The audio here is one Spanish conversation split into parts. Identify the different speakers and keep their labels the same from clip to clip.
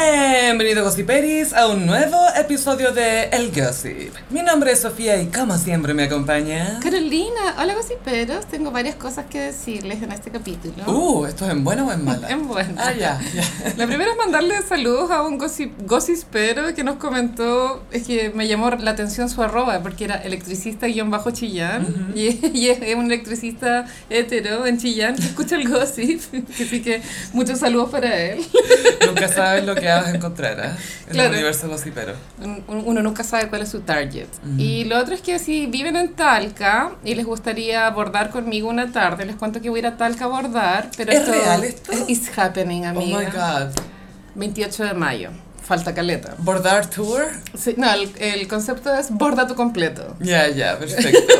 Speaker 1: bienvenidos Gossiperis a un nuevo episodio de El Gossip. Mi nombre es Sofía y como siempre me acompaña...
Speaker 2: Carolina, hola gossiperos, tengo varias cosas que decirles en este capítulo.
Speaker 1: Uh, ¿esto es en buena o en mala?
Speaker 2: En buena.
Speaker 1: Ah, ya, ya.
Speaker 2: La primera es mandarle saludos a un gossip, gossipero que nos comentó, es que me llamó la atención su arroba, porque era electricista-chillán, y, y es, es un electricista hetero en Chillán que escucha el gossip, así que muchos saludos para él.
Speaker 1: Nunca sabes lo que vas a encontrar, ¿eh? En el
Speaker 2: Claro.
Speaker 1: universo gossipero.
Speaker 2: Un- un- uno nunca sabe cuál es su target.
Speaker 1: Mm.
Speaker 2: Y lo otro es que si viven en Talca y les gustaría bordar conmigo una tarde, les cuento que voy a ir a Talca a bordar, pero
Speaker 1: ¿Es real esto?
Speaker 2: es- It's happening,
Speaker 1: Oh my
Speaker 2: amiga.
Speaker 1: god.
Speaker 2: 28 de mayo. Falta caleta.
Speaker 1: ¿Bordar tour?
Speaker 2: Sí, no, el, el concepto es borda tu completo.
Speaker 1: Ya, ya, perfecto.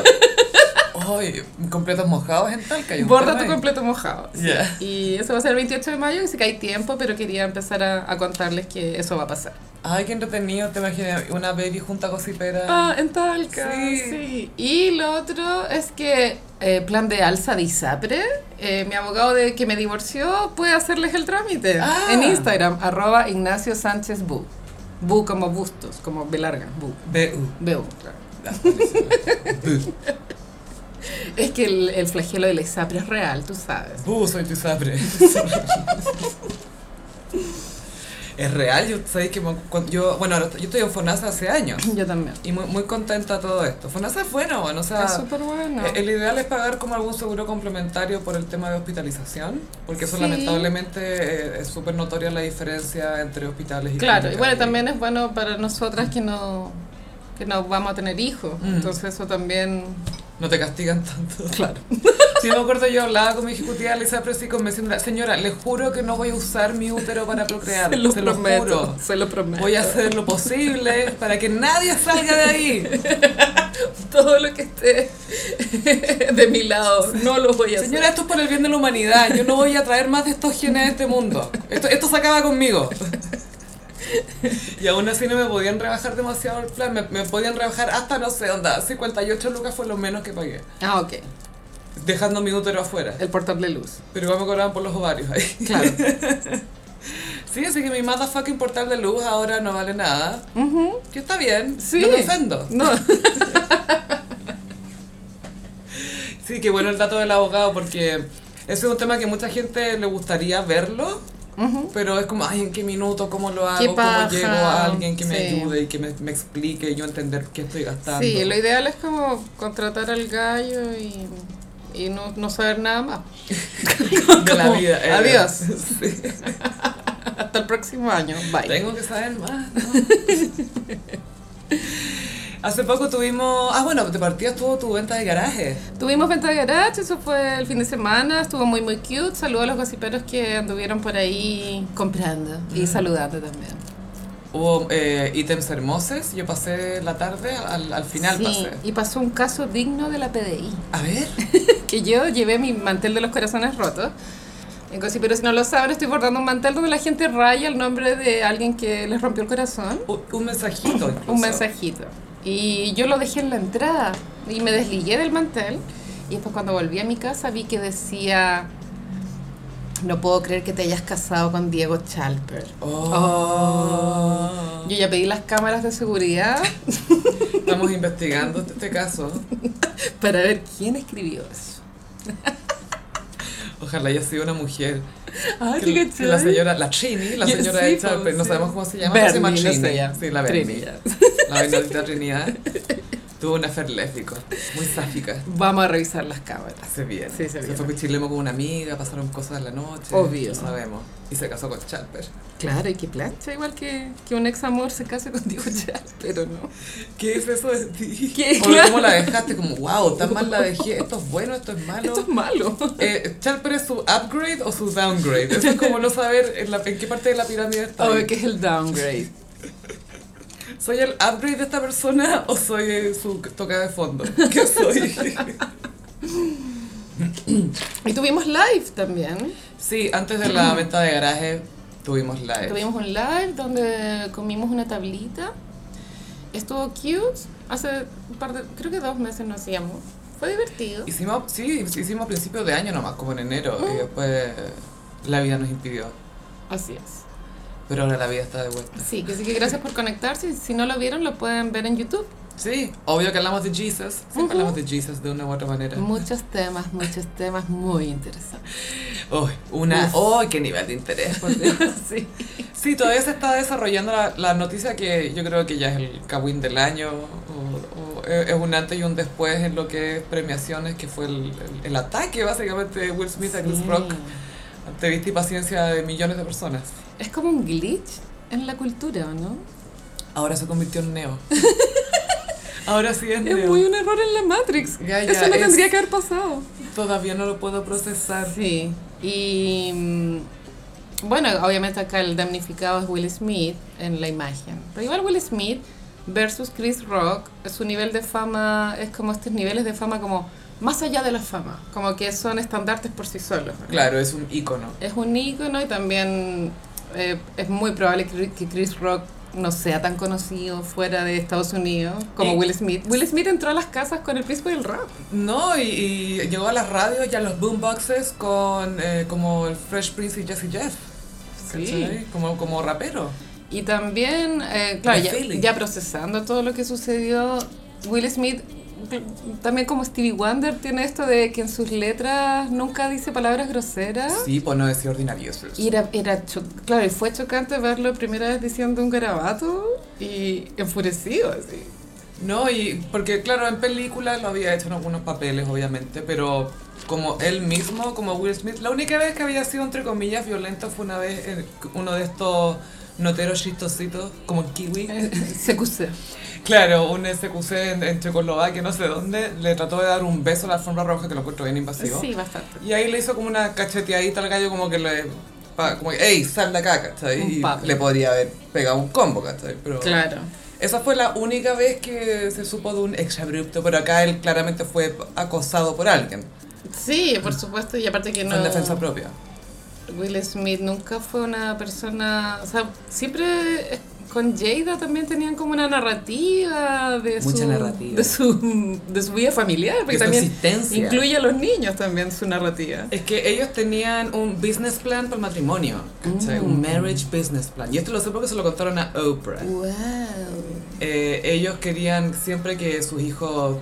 Speaker 1: Uy, completos mojados en Talca. hay un
Speaker 2: Borda
Speaker 1: tema
Speaker 2: tu
Speaker 1: ahí.
Speaker 2: completo mojado. sí.
Speaker 1: Ya.
Speaker 2: Y eso va a ser el 28 de mayo, así que hay tiempo, pero quería empezar a, a contarles que eso va a pasar.
Speaker 1: Ay, qué entretenido, te imaginé una baby junta gossipera.
Speaker 2: Ah, en Talca.
Speaker 1: Sí.
Speaker 2: Sí. Y lo otro es que eh, plan de alza de ISAPRE, eh, mi abogado de que me divorció puede hacerles el trámite
Speaker 1: Ah.
Speaker 2: en Instagram, arroba Ignacio Sánchez Bu. Bu como bustos, como Belarga, Bu.
Speaker 1: B.U.
Speaker 2: Veo.
Speaker 1: Ah, buenísimo. Bu.
Speaker 2: Es que el, el flagelo del ISAPRE es real, tú sabes.
Speaker 1: Uh, soy tu sabre. es real, yo sabéis que mo- cuando yo, bueno, ahora estoy- yo estoy en FONASA hace años
Speaker 2: Yo también.
Speaker 1: y muy, muy contenta de todo esto. FONASA es bueno, bueno, o sea,
Speaker 2: Es súper bueno.
Speaker 1: eh, Ah, el ideal es pagar como algún seguro complementario por el tema de hospitalización, porque eso
Speaker 2: Sí.
Speaker 1: lamentablemente eh, es súper notoria la diferencia entre hospitales y
Speaker 2: Claro, y
Speaker 1: clínicas.
Speaker 2: bueno, también es bueno para nosotras que no, que no vamos a tener hijos.
Speaker 1: Mm.
Speaker 2: Entonces eso también...
Speaker 1: No te castigan tanto.
Speaker 2: Claro.
Speaker 1: Sí, me acuerdo, yo hablaba con mi ejecutiva Lisa Presi convenciéndola, señora, le juro que no voy a usar mi útero para procrear,
Speaker 2: Se lo
Speaker 1: se
Speaker 2: prometo.
Speaker 1: lo juro.
Speaker 2: Se lo prometo.
Speaker 1: Voy a hacer lo posible para que nadie salga de ahí.
Speaker 2: todo lo que esté de mi lado. No lo voy a hacer.
Speaker 1: Señora, esto es por el bien de la humanidad. Yo no voy a traer más de estos genes a este mundo. Esto, esto se acaba conmigo. Y aún así no me podían rebajar demasiado el plan. Me, me podían rebajar hasta, no sé, onda, 58 lucas fue lo menos que pagué.
Speaker 2: Ah, ok.
Speaker 1: Dejando mi útero afuera.
Speaker 2: El portable luz.
Speaker 1: Pero igual me cobraban por los ovarios ahí.
Speaker 2: Claro.
Speaker 1: Sí, así que mi motherfucking portal de luz ahora no vale nada. Que está bien.
Speaker 2: Sí.
Speaker 1: No me ofendo.
Speaker 2: No.
Speaker 1: Sí, qué bueno el dato del abogado porque ese es un tema que mucha gente le gustaría verlo, pero es como, ay, ¿en qué minuto? ¿Cómo lo hago?
Speaker 2: Qué
Speaker 1: ¿Cómo
Speaker 2: paja.
Speaker 1: llego a alguien que me
Speaker 2: Sí.
Speaker 1: ayude y que me, me explique y yo entender qué estoy gastando?
Speaker 2: Sí, lo ideal es como contratar al gallo y, y no, no saber nada más.
Speaker 1: de la
Speaker 2: como,
Speaker 1: vida. eh.
Speaker 2: adiós.
Speaker 1: Sí.
Speaker 2: Hasta el próximo año. Bye.
Speaker 1: Tengo que saber más. ¿no? Hace poco tuvimos... Ah, bueno, te partías tú tu venta de garaje.
Speaker 2: Tuvimos venta de garage, eso fue el fin de semana, estuvo muy muy cute. Saludos a los gossiperos que anduvieron por ahí comprando y saludando también.
Speaker 1: Hubo eh, ítems hermosos. Yo pasé la tarde, al, al final
Speaker 2: Sí,
Speaker 1: pasé.
Speaker 2: y pasó un caso digno de la PDI.
Speaker 1: A ver.
Speaker 2: que yo llevé mi mantel de los corazones rotos. En Gossip, pero si no lo saben, estoy bordando un mantel donde la gente raya el nombre de alguien que les rompió el corazón.
Speaker 1: Un, un mensajito.
Speaker 2: Un
Speaker 1: incluso.
Speaker 2: mensajito. Y yo lo dejé en la entrada y me desligué del mantel. Y después cuando volví a mi casa vi que decía, no puedo creer que te hayas casado con Diego Chalper.
Speaker 1: Oh.
Speaker 2: Yo ya pedí las cámaras de seguridad
Speaker 1: Estamos investigando este, este caso.
Speaker 2: para ver quién escribió eso.
Speaker 1: Ojalá haya sido una mujer.
Speaker 2: Ay,
Speaker 1: Que la- que la señora, la Trini, la
Speaker 2: Yo-
Speaker 1: señora
Speaker 2: sí,
Speaker 1: de
Speaker 2: po,
Speaker 1: Charpe, no
Speaker 2: sí.
Speaker 1: sabemos cómo se llama, pero se
Speaker 2: Bernie,
Speaker 1: llama
Speaker 2: no
Speaker 1: Trini.
Speaker 2: sé ya.
Speaker 1: Sí, la
Speaker 2: Trini,
Speaker 1: Bernie.
Speaker 2: ya.
Speaker 1: La bendita Trinidad. Tuvo una ferléfico, muy sáfica.
Speaker 2: Vamos a revisar las cámaras.
Speaker 1: Se bien.
Speaker 2: Sí, se
Speaker 1: se
Speaker 2: viene.
Speaker 1: fue Pichilemo con una amiga, pasaron cosas en la noche.
Speaker 2: Obvio.
Speaker 1: No sabemos. Y se casó con Charper.
Speaker 2: Claro, y que plancha, igual que, que un ex amor se case contigo ya, pero no.
Speaker 1: ¿Qué es eso de ti?
Speaker 2: ¿Qué?
Speaker 1: Como, ¿Cómo la dejaste? Como, wow, tan mal la dejé. Esto es bueno, esto es malo.
Speaker 2: Esto es malo.
Speaker 1: Eh, ¿Charper es su upgrade o su downgrade? Eso es como no saber en, la- en qué parte de la pirámide está.
Speaker 2: Obvio que es el Oh, downgrade.
Speaker 1: ¿Soy el upgrade de esta persona o soy eh, su toca de fondo? ¿Qué soy?
Speaker 2: Y tuvimos live también.
Speaker 1: sí, antes de la venta de garaje tuvimos live.
Speaker 2: Tuvimos un live donde comimos una tablita. Estuvo cute. Hace un par de, creo que dos meses nos hacíamos. Fue divertido.
Speaker 1: Hicimos, sí, hicimos a principios
Speaker 2: Mm.
Speaker 1: de año nomás, como en enero, y después eh, la vida nos impidió.
Speaker 2: Así es.
Speaker 1: Pero ahora la vida está de vuelta.
Speaker 2: Sí, así que gracias por conectarse. Si no lo vieron, lo pueden ver en YouTube.
Speaker 1: Sí, obvio que hablamos de Jesus. Siempre
Speaker 2: Ujú.
Speaker 1: hablamos de Jesus de una u otra manera.
Speaker 2: Muchos temas, muchos temas muy interesantes.
Speaker 1: Uy, una.
Speaker 2: Uf.
Speaker 1: ¡Oh, qué nivel de interés! por Dios.
Speaker 2: sí.
Speaker 1: Sí, todavía se está desarrollando la, la noticia que yo creo que ya es el Kawin del año, o, o es es un antes y un después en lo que es premiaciones, que fue el, el- el ataque básicamente de Will Smith a Chris Rock ante vista y paciencia de millones de personas.
Speaker 2: Es como un glitch en la cultura, ¿o ¿no?
Speaker 1: Ahora se convirtió en Neo. Ahora sí es
Speaker 2: Es
Speaker 1: Neo.
Speaker 2: muy un error en la Matrix.
Speaker 1: Ya, ya,
Speaker 2: Eso no
Speaker 1: es-
Speaker 2: tendría que haber pasado.
Speaker 1: Todavía no lo puedo procesar.
Speaker 2: Sí. Y mm, bueno, obviamente acá el damnificado es Will Smith en la imagen. Pero igual Will Smith versus Chris Rock, su nivel de fama es como estos niveles de fama como más allá de la fama, como que son estandartes por sí solos. ¿no?
Speaker 1: Claro, es un ícono.
Speaker 2: Es un ícono y también eh, es muy probable que, que Chris Rock no sea tan conocido fuera de Estados Unidos como
Speaker 1: Y-
Speaker 2: Will Smith. Will Smith entró a las casas con el príncipe del rap.
Speaker 1: No, y, y llegó a las radios y a los boomboxes con eh, como el Fresh Prince y Jesse Jeff. ¿cachai? Como, como rapero.
Speaker 2: Y también, eh, claro,
Speaker 1: The
Speaker 2: ya,
Speaker 1: feeling.
Speaker 2: ya procesando todo lo que sucedió, Will Smith, cl- también como Stevie Wonder, tiene esto de que en sus letras nunca dice palabras groseras.
Speaker 1: Sí, por no decir ordinarios.
Speaker 2: Y era, era cho- claro, y fue chocante verlo primera vez diciendo un garabato y enfurecido así.
Speaker 1: No, y porque claro, en películas lo había hecho en algunos papeles, obviamente, pero como él mismo, como Will Smith, la única vez que había sido, entre comillas, violento fue una vez en uno de estos noteros chistositos, como en Kiwi.
Speaker 2: Eh, CQC.
Speaker 1: Claro, un SQC en, en Checoslovaquia, no sé dónde, le trató de dar un beso a la alfombra roja, que lo encuentro bien invasivo.
Speaker 2: Sí, bastante.
Speaker 1: Y ahí le hizo como una cacheteadita al gallo, como que le. pa- como, ¡ey, sal de acá,
Speaker 2: Un
Speaker 1: ¿cachai? Y
Speaker 2: papo.
Speaker 1: le podría haber pegado un combo, ¿cachai? Pero
Speaker 2: Claro.
Speaker 1: Esa fue la única vez que se supo de un exabrupto, pero acá él claramente fue acosado por alguien,
Speaker 2: Sí, por supuesto, y aparte que no...
Speaker 1: en defensa propia.
Speaker 2: Will Smith nunca fue una persona, o sea, siempre eh, con Jada también tenían como una narrativa de
Speaker 1: Mucha
Speaker 2: su
Speaker 1: narrativa.
Speaker 2: de su de su vida familiar, porque
Speaker 1: De su
Speaker 2: también
Speaker 1: existencia.
Speaker 2: incluye a los niños también su narrativa.
Speaker 1: Es que ellos tenían un business plan para el matrimonio, ¿cachai?
Speaker 2: Mm.
Speaker 1: un marriage business plan. Y esto lo sé porque se lo contaron a Oprah.
Speaker 2: Wow.
Speaker 1: Eh, ellos querían siempre que sus hijos...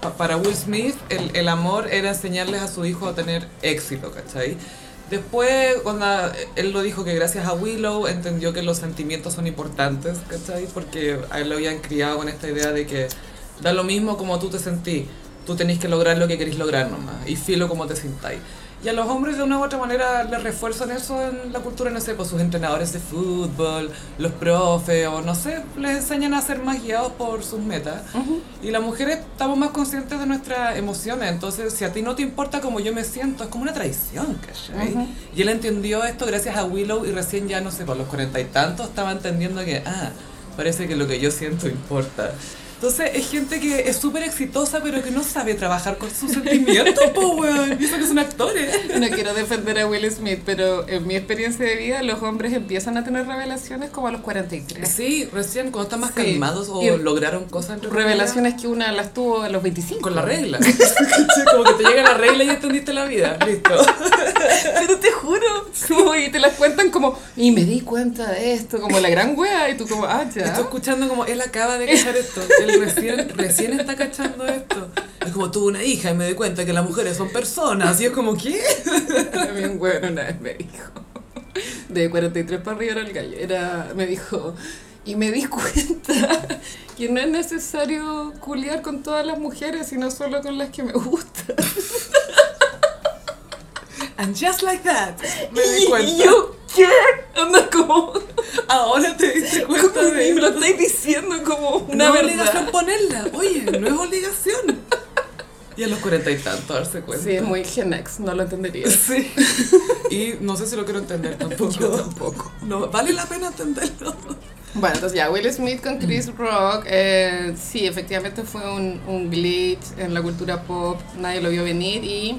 Speaker 1: pa- Para Will Smith, el, el amor era enseñarles a su hijo a tener éxito, ¿cachai? Después, cuando eh, él lo dijo que gracias a Willow entendió que los sentimientos son importantes, ¿cachai? Porque a él lo habían criado con esta idea de que da lo mismo como tú te sentís, tú tenés que lograr lo que querés lograr nomás, y filo como te sintáis. Y a los hombres de una u otra manera les refuerzan eso en la cultura, no sé, pues sus entrenadores de fútbol, los profes, o no sé, les enseñan a ser más guiados por sus metas. Y las mujeres estamos más conscientes de nuestras emociones, entonces si a ti no te importa cómo yo me siento, es como una traición, ¿cachai?
Speaker 2: Ujú.
Speaker 1: Y él entendió esto gracias a Willow y recién ya, no sé, por los cuarenta y tantos estaba entendiendo que, ah, parece que lo que yo siento importa. Entonces es gente que es súper exitosa pero que no sabe trabajar con sus sentimientos, po, weón. Y eso que son actores.
Speaker 2: No quiero defender a Will Smith, pero en mi experiencia de vida los hombres empiezan a tener revelaciones como a los 43.
Speaker 1: Sí, recién cuando están más
Speaker 2: Sí.
Speaker 1: calmados o
Speaker 2: Y
Speaker 1: lograron cosas. entre comillas,
Speaker 2: Revelaciones que una las tuvo a los 25.
Speaker 1: Con la regla. Como que te llega la regla y entendiste la vida. Listo.
Speaker 2: Pero te juro, como, y te las cuentan como, y me di cuenta de esto, como la gran wea, y tú como, ah, ya.
Speaker 1: Estoy escuchando como él acaba de cachar esto. Él recién, recién está cachando esto. Es como tuve una hija y me di cuenta que las mujeres son personas. Y es como, ¿qué?
Speaker 2: A mí un weón una vez me dijo, de 43 para arriba era el gallo, era, me dijo, y me di cuenta que no es necesario culiar con todas las mujeres, sino solo con las que me gustan.
Speaker 1: And just like that. Me
Speaker 2: Y-
Speaker 1: di
Speaker 2: y
Speaker 1: cuenta.
Speaker 2: yo, ¿qué? Anda como,
Speaker 1: Ahora te diste cuenta
Speaker 2: como
Speaker 1: de
Speaker 2: me lo
Speaker 1: eso.
Speaker 2: estáis diciendo como una
Speaker 1: no es obligación
Speaker 2: verdad.
Speaker 1: ponerla. Oye, no es obligación. Y a los cuarenta y tanto darse cuenta.
Speaker 2: Sí, es muy genex, no lo entendería.
Speaker 1: Sí. Y no sé si lo quiero entender tampoco. tampoco. No, vale la pena entenderlo.
Speaker 2: Bueno, entonces ya Will Smith con Chris Rock, eh, sí, efectivamente fue un, un glitch en la cultura pop, nadie lo vio venir y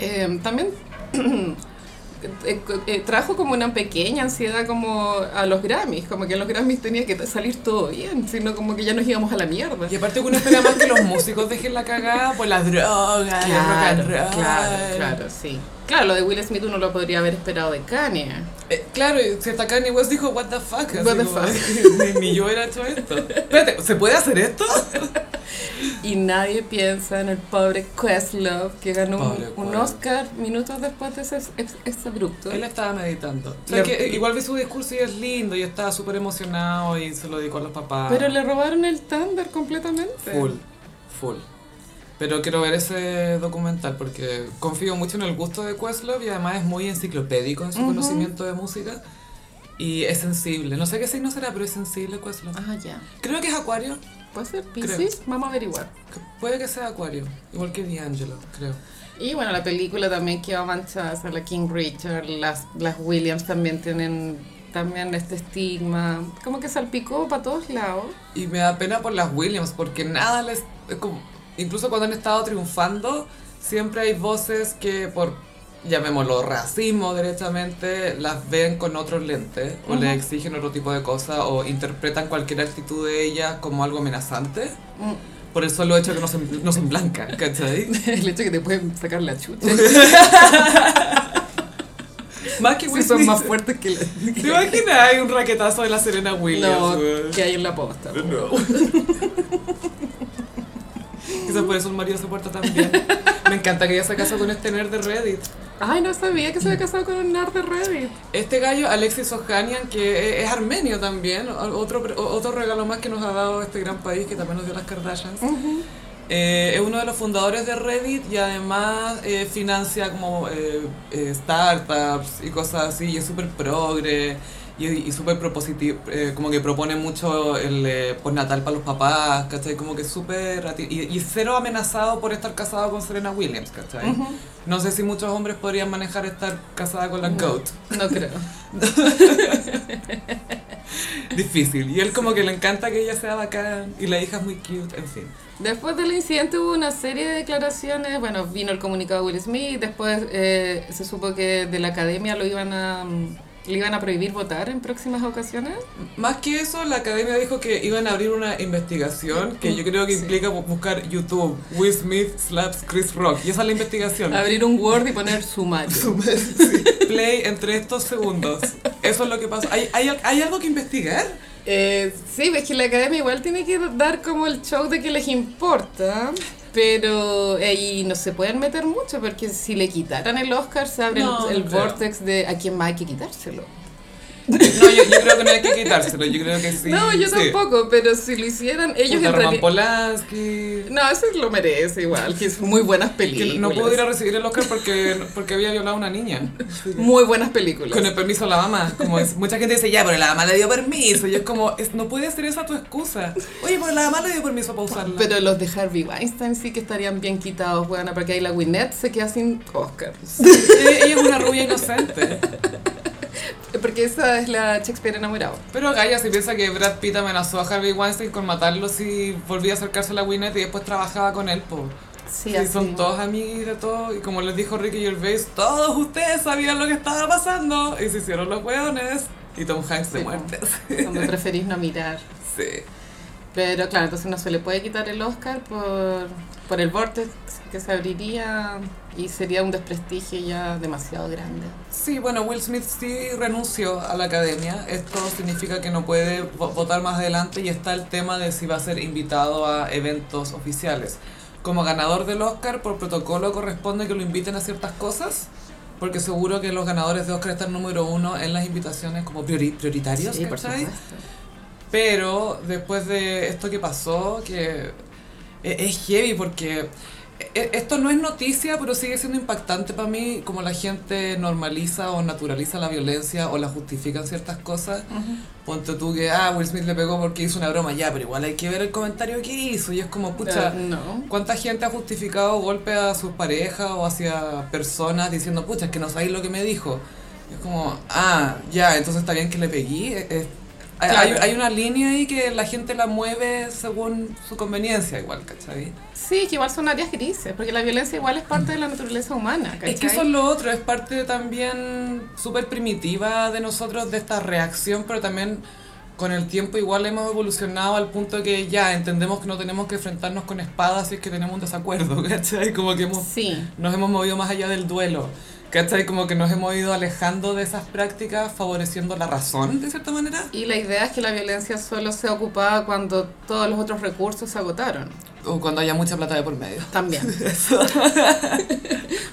Speaker 2: eh, también eh, eh, trajo como una pequeña ansiedad como a los Grammys, como que en los Grammys tenía que salir todo bien, sino como que ya nos íbamos a la mierda.
Speaker 1: Y aparte que uno espera más que los músicos dejen la cagada por las drogas, el rock and roll.
Speaker 2: claro, claro, sí. Claro, lo de Will Smith uno lo podría haber esperado de Kanye.
Speaker 1: Eh, claro, y si hasta Kanye West dijo, what the fuck. así
Speaker 2: What the
Speaker 1: como,
Speaker 2: fuck.
Speaker 1: ni, ni yo hubiera hecho esto. Espérate, ¿se puede hacer esto?
Speaker 2: Y nadie piensa en el pobre Questlove que ganó un-
Speaker 1: Pobre
Speaker 2: un,
Speaker 1: Questlove.
Speaker 2: Oscar minutos después de ese ex- exabrupto.
Speaker 1: Él estaba meditando. O sea,
Speaker 2: Le-
Speaker 1: que igual vi su discurso y es lindo y estaba súper emocionado y se lo dedicó a los papás.
Speaker 2: Pero le robaron el tándar completamente.
Speaker 1: Ah. Full, full. Pero quiero ver ese documental porque confío mucho en el gusto de Questlove y además es muy enciclopédico en su
Speaker 2: Ujú.
Speaker 1: conocimiento de música y es sensible. No sé qué signo será, pero es sensible Questlove.
Speaker 2: Ah, ya.
Speaker 1: Creo que es Acuario.
Speaker 2: ¿Puede ser Pisces? Vamos a averiguar.
Speaker 1: que- Puede que sea Acuario, igual que D'Angelo, creo.
Speaker 2: Y bueno, la película también quedó manchada, o sea, la King Richard, las, las Williams también tienen también este estigma, como que salpicó para todos lados.
Speaker 1: Y me da pena por las Williams, porque nada les... es como- incluso cuando han estado triunfando, siempre hay voces que por, llamémoslo, racismo directamente, las ven con otros lentes, o les exigen otro tipo de cosas, o interpretan cualquier actitud de ellas como algo amenazante, por el solo hecho de que no son, no son blancas, ¿cachai?
Speaker 2: Mm. El hecho que te pueden sacar la chucha,
Speaker 1: Más que
Speaker 2: si
Speaker 1: Will
Speaker 2: son
Speaker 1: Smith.
Speaker 2: más fuertes que la...
Speaker 1: ¿Te imaginas? Hay un raquetazo de la Serena Williams.
Speaker 2: No,
Speaker 1: weón.
Speaker 2: que hay en la posta.
Speaker 1: No. Quizás por eso el marido se porta tan bien. Me encanta que ella se casó con este nerd de Reddit.
Speaker 2: Ay, no sabía que se había casado con un nerd de Reddit.
Speaker 1: Este gallo, Alexis Ohanian, que e- es armenio también, o- otro, pre- o- otro regalo más que nos ha dado este gran país, que también nos dio las Kardashians. Eh, es uno de los fundadores de Reddit y además eh, financia como eh, eh, startups y cosas así, y es súper progre y, y súper propositivo, eh, como que propone mucho el eh, postnatal para los papás, ¿cachai? Como que súper... ati- Y, y cero amenazado por estar casado con Serena Williams, ¿cachai? No sé si muchos hombres podrían manejar estar casada con la GOAT.
Speaker 2: No creo.
Speaker 1: Difícil. Y él como que le encanta que ella sea bacán y la hija es muy cute, en fin.
Speaker 2: Después del incidente hubo una serie de declaraciones, bueno, vino el comunicado de Will Smith, después eh, se supo que de la academia lo iban a, mm, le iban a prohibir votar en próximas ocasiones.
Speaker 1: Más que eso, la academia dijo que iban a abrir una investigación que yo creo que
Speaker 2: Sí.
Speaker 1: implica bu- buscar YouTube, Will Smith slaps Chris Rock. Y esa es la investigación.
Speaker 2: Abrir un Word y poner sumario.
Speaker 1: Play entre estos segundos. Eso es lo que pasa. ¿Hay, hay, hay algo que investigar?
Speaker 2: Eh, sí, es que la academia igual tiene que dar como el show de que les importa, pero ahí no se pueden meter mucho porque si le quitaran el Oscar se abre el-
Speaker 1: No,
Speaker 2: el,
Speaker 1: no creo.
Speaker 2: vortex de a quién más hay que quitárselo.
Speaker 1: No, yo, yo creo que no hay que quitárselo. Yo creo que sí.
Speaker 2: no, yo
Speaker 1: sí.
Speaker 2: tampoco, pero si lo hicieran ellos
Speaker 1: Puta, Roman
Speaker 2: entrarían...
Speaker 1: Polanski.
Speaker 2: No, eso lo merece igual, que es muy buenas películas.
Speaker 1: Que no pudo ir a recibir el Oscar porque, porque había violado a una niña.
Speaker 2: Muy buenas películas.
Speaker 1: Con el permiso de la mamá, como es, mucha gente dice, ya, pero la mamá le dio permiso, y es como, es- no puede ser esa tu excusa. Oye, pero la mamá le dio permiso para usarla.
Speaker 2: Pero los de Harvey Weinstein sí que estarían bien quitados, weona, porque ahí la Winnet se queda sin Oscar.
Speaker 1: Eh, Ella es una rubia inocente.
Speaker 2: Porque esa es la Shakespeare enamorado.
Speaker 1: Pero Gaia, si piensa que Brad Pitt amenazó a Harvey Weinstein con matarlo si volvía a acercarse a la Winnet y después trabajaba con él, po.
Speaker 2: Sí,
Speaker 1: Y son todos amigos de todo, y como les dijo Ricky Gervais, todos ustedes sabían lo que estaba pasando, y se hicieron los hueones, y Tom Hanks de
Speaker 2: Sí,
Speaker 1: muerte.
Speaker 2: Cuando preferís no mirar.
Speaker 1: Sí.
Speaker 2: Pero claro, entonces no se le puede quitar el Oscar por, por el vortex que se abriría y sería un desprestigio ya demasiado grande.
Speaker 1: Sí, bueno, Will Smith sí renunció a la academia. Esto significa que no puede vo- votar más adelante y está el tema de si va a ser invitado a eventos oficiales. Como ganador del Oscar, por protocolo corresponde que lo inviten a ciertas cosas, porque seguro que los ganadores de Oscar están número uno en las invitaciones como priori- prioritarios,
Speaker 2: Sí, por
Speaker 1: ¿cachai?
Speaker 2: supuesto.
Speaker 1: Pero después de esto que pasó, que e- es heavy porque e- esto no es noticia, pero sigue siendo impactante para mí, como la gente normaliza o naturaliza la violencia o la justifican ciertas cosas. Ponte tú que, ah, Will Smith le pegó porque hizo una broma, ya, pero igual hay que ver el comentario que hizo. Y es como, pucha,
Speaker 2: Eh, no.
Speaker 1: ¿Cuánta gente ha justificado golpes a sus parejas o hacia personas diciendo, pucha, es que no sabéis lo que me dijo? Y es como, ah, ya, entonces está bien que le pegué. Es- es- hay-
Speaker 2: Claro.
Speaker 1: hay, hay una línea ahí que la gente la mueve según su conveniencia igual, ¿cachai?
Speaker 2: Sí, que igual son áreas grises, porque la violencia igual es parte de la naturaleza humana, ¿cachai?
Speaker 1: Es que eso es lo otro, es parte también súper primitiva de nosotros, de esta reacción, pero también con el tiempo igual hemos evolucionado al punto que ya entendemos que no tenemos que enfrentarnos con espadas si es que tenemos un desacuerdo, ¿cachai? Como que hemos
Speaker 2: Sí,
Speaker 1: Nos hemos movido más allá del duelo. ¿Cachai? Como que nos hemos ido alejando de esas prácticas, favoreciendo la razón, de cierta manera.
Speaker 2: Y la idea es que la violencia solo sea ocupada cuando todos los otros recursos se agotaron.
Speaker 1: O cuando haya mucha plata de por medio.
Speaker 2: También.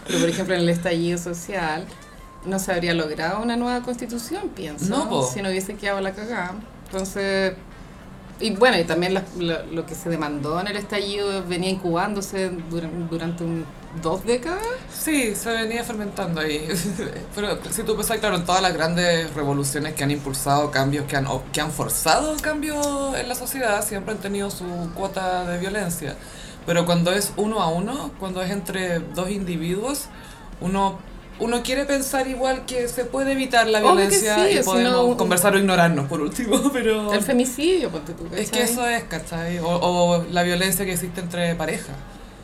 Speaker 2: Pero por ejemplo, en el estallido social no se habría logrado una nueva constitución, pienso.
Speaker 1: No, po.
Speaker 2: si no hubiese quedado la cagada. Entonces, y bueno, y también la- lo, lo que se demandó en el estallido venía incubándose dura- durante un- dos décadas.
Speaker 1: Sí, se venía fermentando ahí. Pero si tú pensás, claro, en todas las grandes revoluciones que han impulsado cambios, que han, o que han forzado cambios en la sociedad, siempre han tenido su cuota de violencia. Pero cuando es uno a uno, cuando es entre dos individuos, uno, uno quiere pensar igual que se puede evitar la
Speaker 2: Obvio que
Speaker 1: violencia
Speaker 2: sí,
Speaker 1: y
Speaker 2: si
Speaker 1: podemos
Speaker 2: no-
Speaker 1: conversar o ignorarnos por último, pero...
Speaker 2: El femicidio, ponte tú,
Speaker 1: Es que
Speaker 2: ¿cachai?
Speaker 1: eso es, ¿cachai? O, o la violencia que existe entre parejas.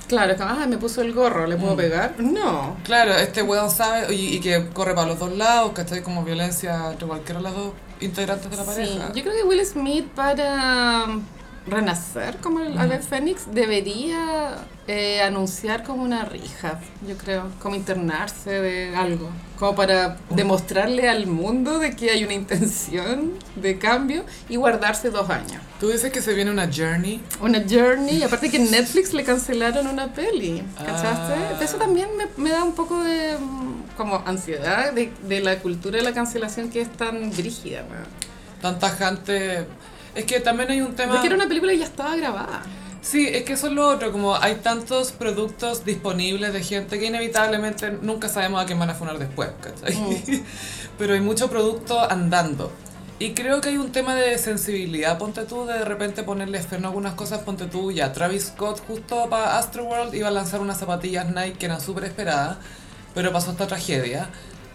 Speaker 2: Claro, es que, "Ay, me puso el gorro, ¿le puedo pegar? Mm. No.
Speaker 1: Claro, este weón sabe y, y que corre para los dos lados, ¿cachai? Como violencia entre cualquiera de las dos integrantes de la
Speaker 2: Sí,
Speaker 1: pareja.
Speaker 2: yo creo que Will Smith para um, renacer como el ave fénix debería eh, anunciar como una rija, yo creo, como internarse de algo, como para demostrarle al mundo de que hay una intención de cambio y guardarse dos años.
Speaker 1: Tú dices que se viene una journey.
Speaker 2: Una journey, y aparte que en Netflix le cancelaron una peli, ¿cachaste?
Speaker 1: Ah.
Speaker 2: Eso también me, me da un poco de mm, como ansiedad de, de la cultura de la cancelación que es tan brígida. weón.
Speaker 1: Tan tajante. Es que también hay un tema.
Speaker 2: Porque era una película y ya estaba grabada.
Speaker 1: Sí, es que eso es lo otro. Como hay tantos productos disponibles de gente que inevitablemente nunca sabemos a quién van a funar después, ¿cachai?
Speaker 2: Mm.
Speaker 1: Pero hay mucho producto andando. Y creo que hay un tema de sensibilidad, ponte tú, de de repente ponerle freno a algunas cosas, ponte tú, ya Travis Scott justo para Astroworld iba a lanzar unas zapatillas Nike que eran súper esperadas, pero pasó esta tragedia.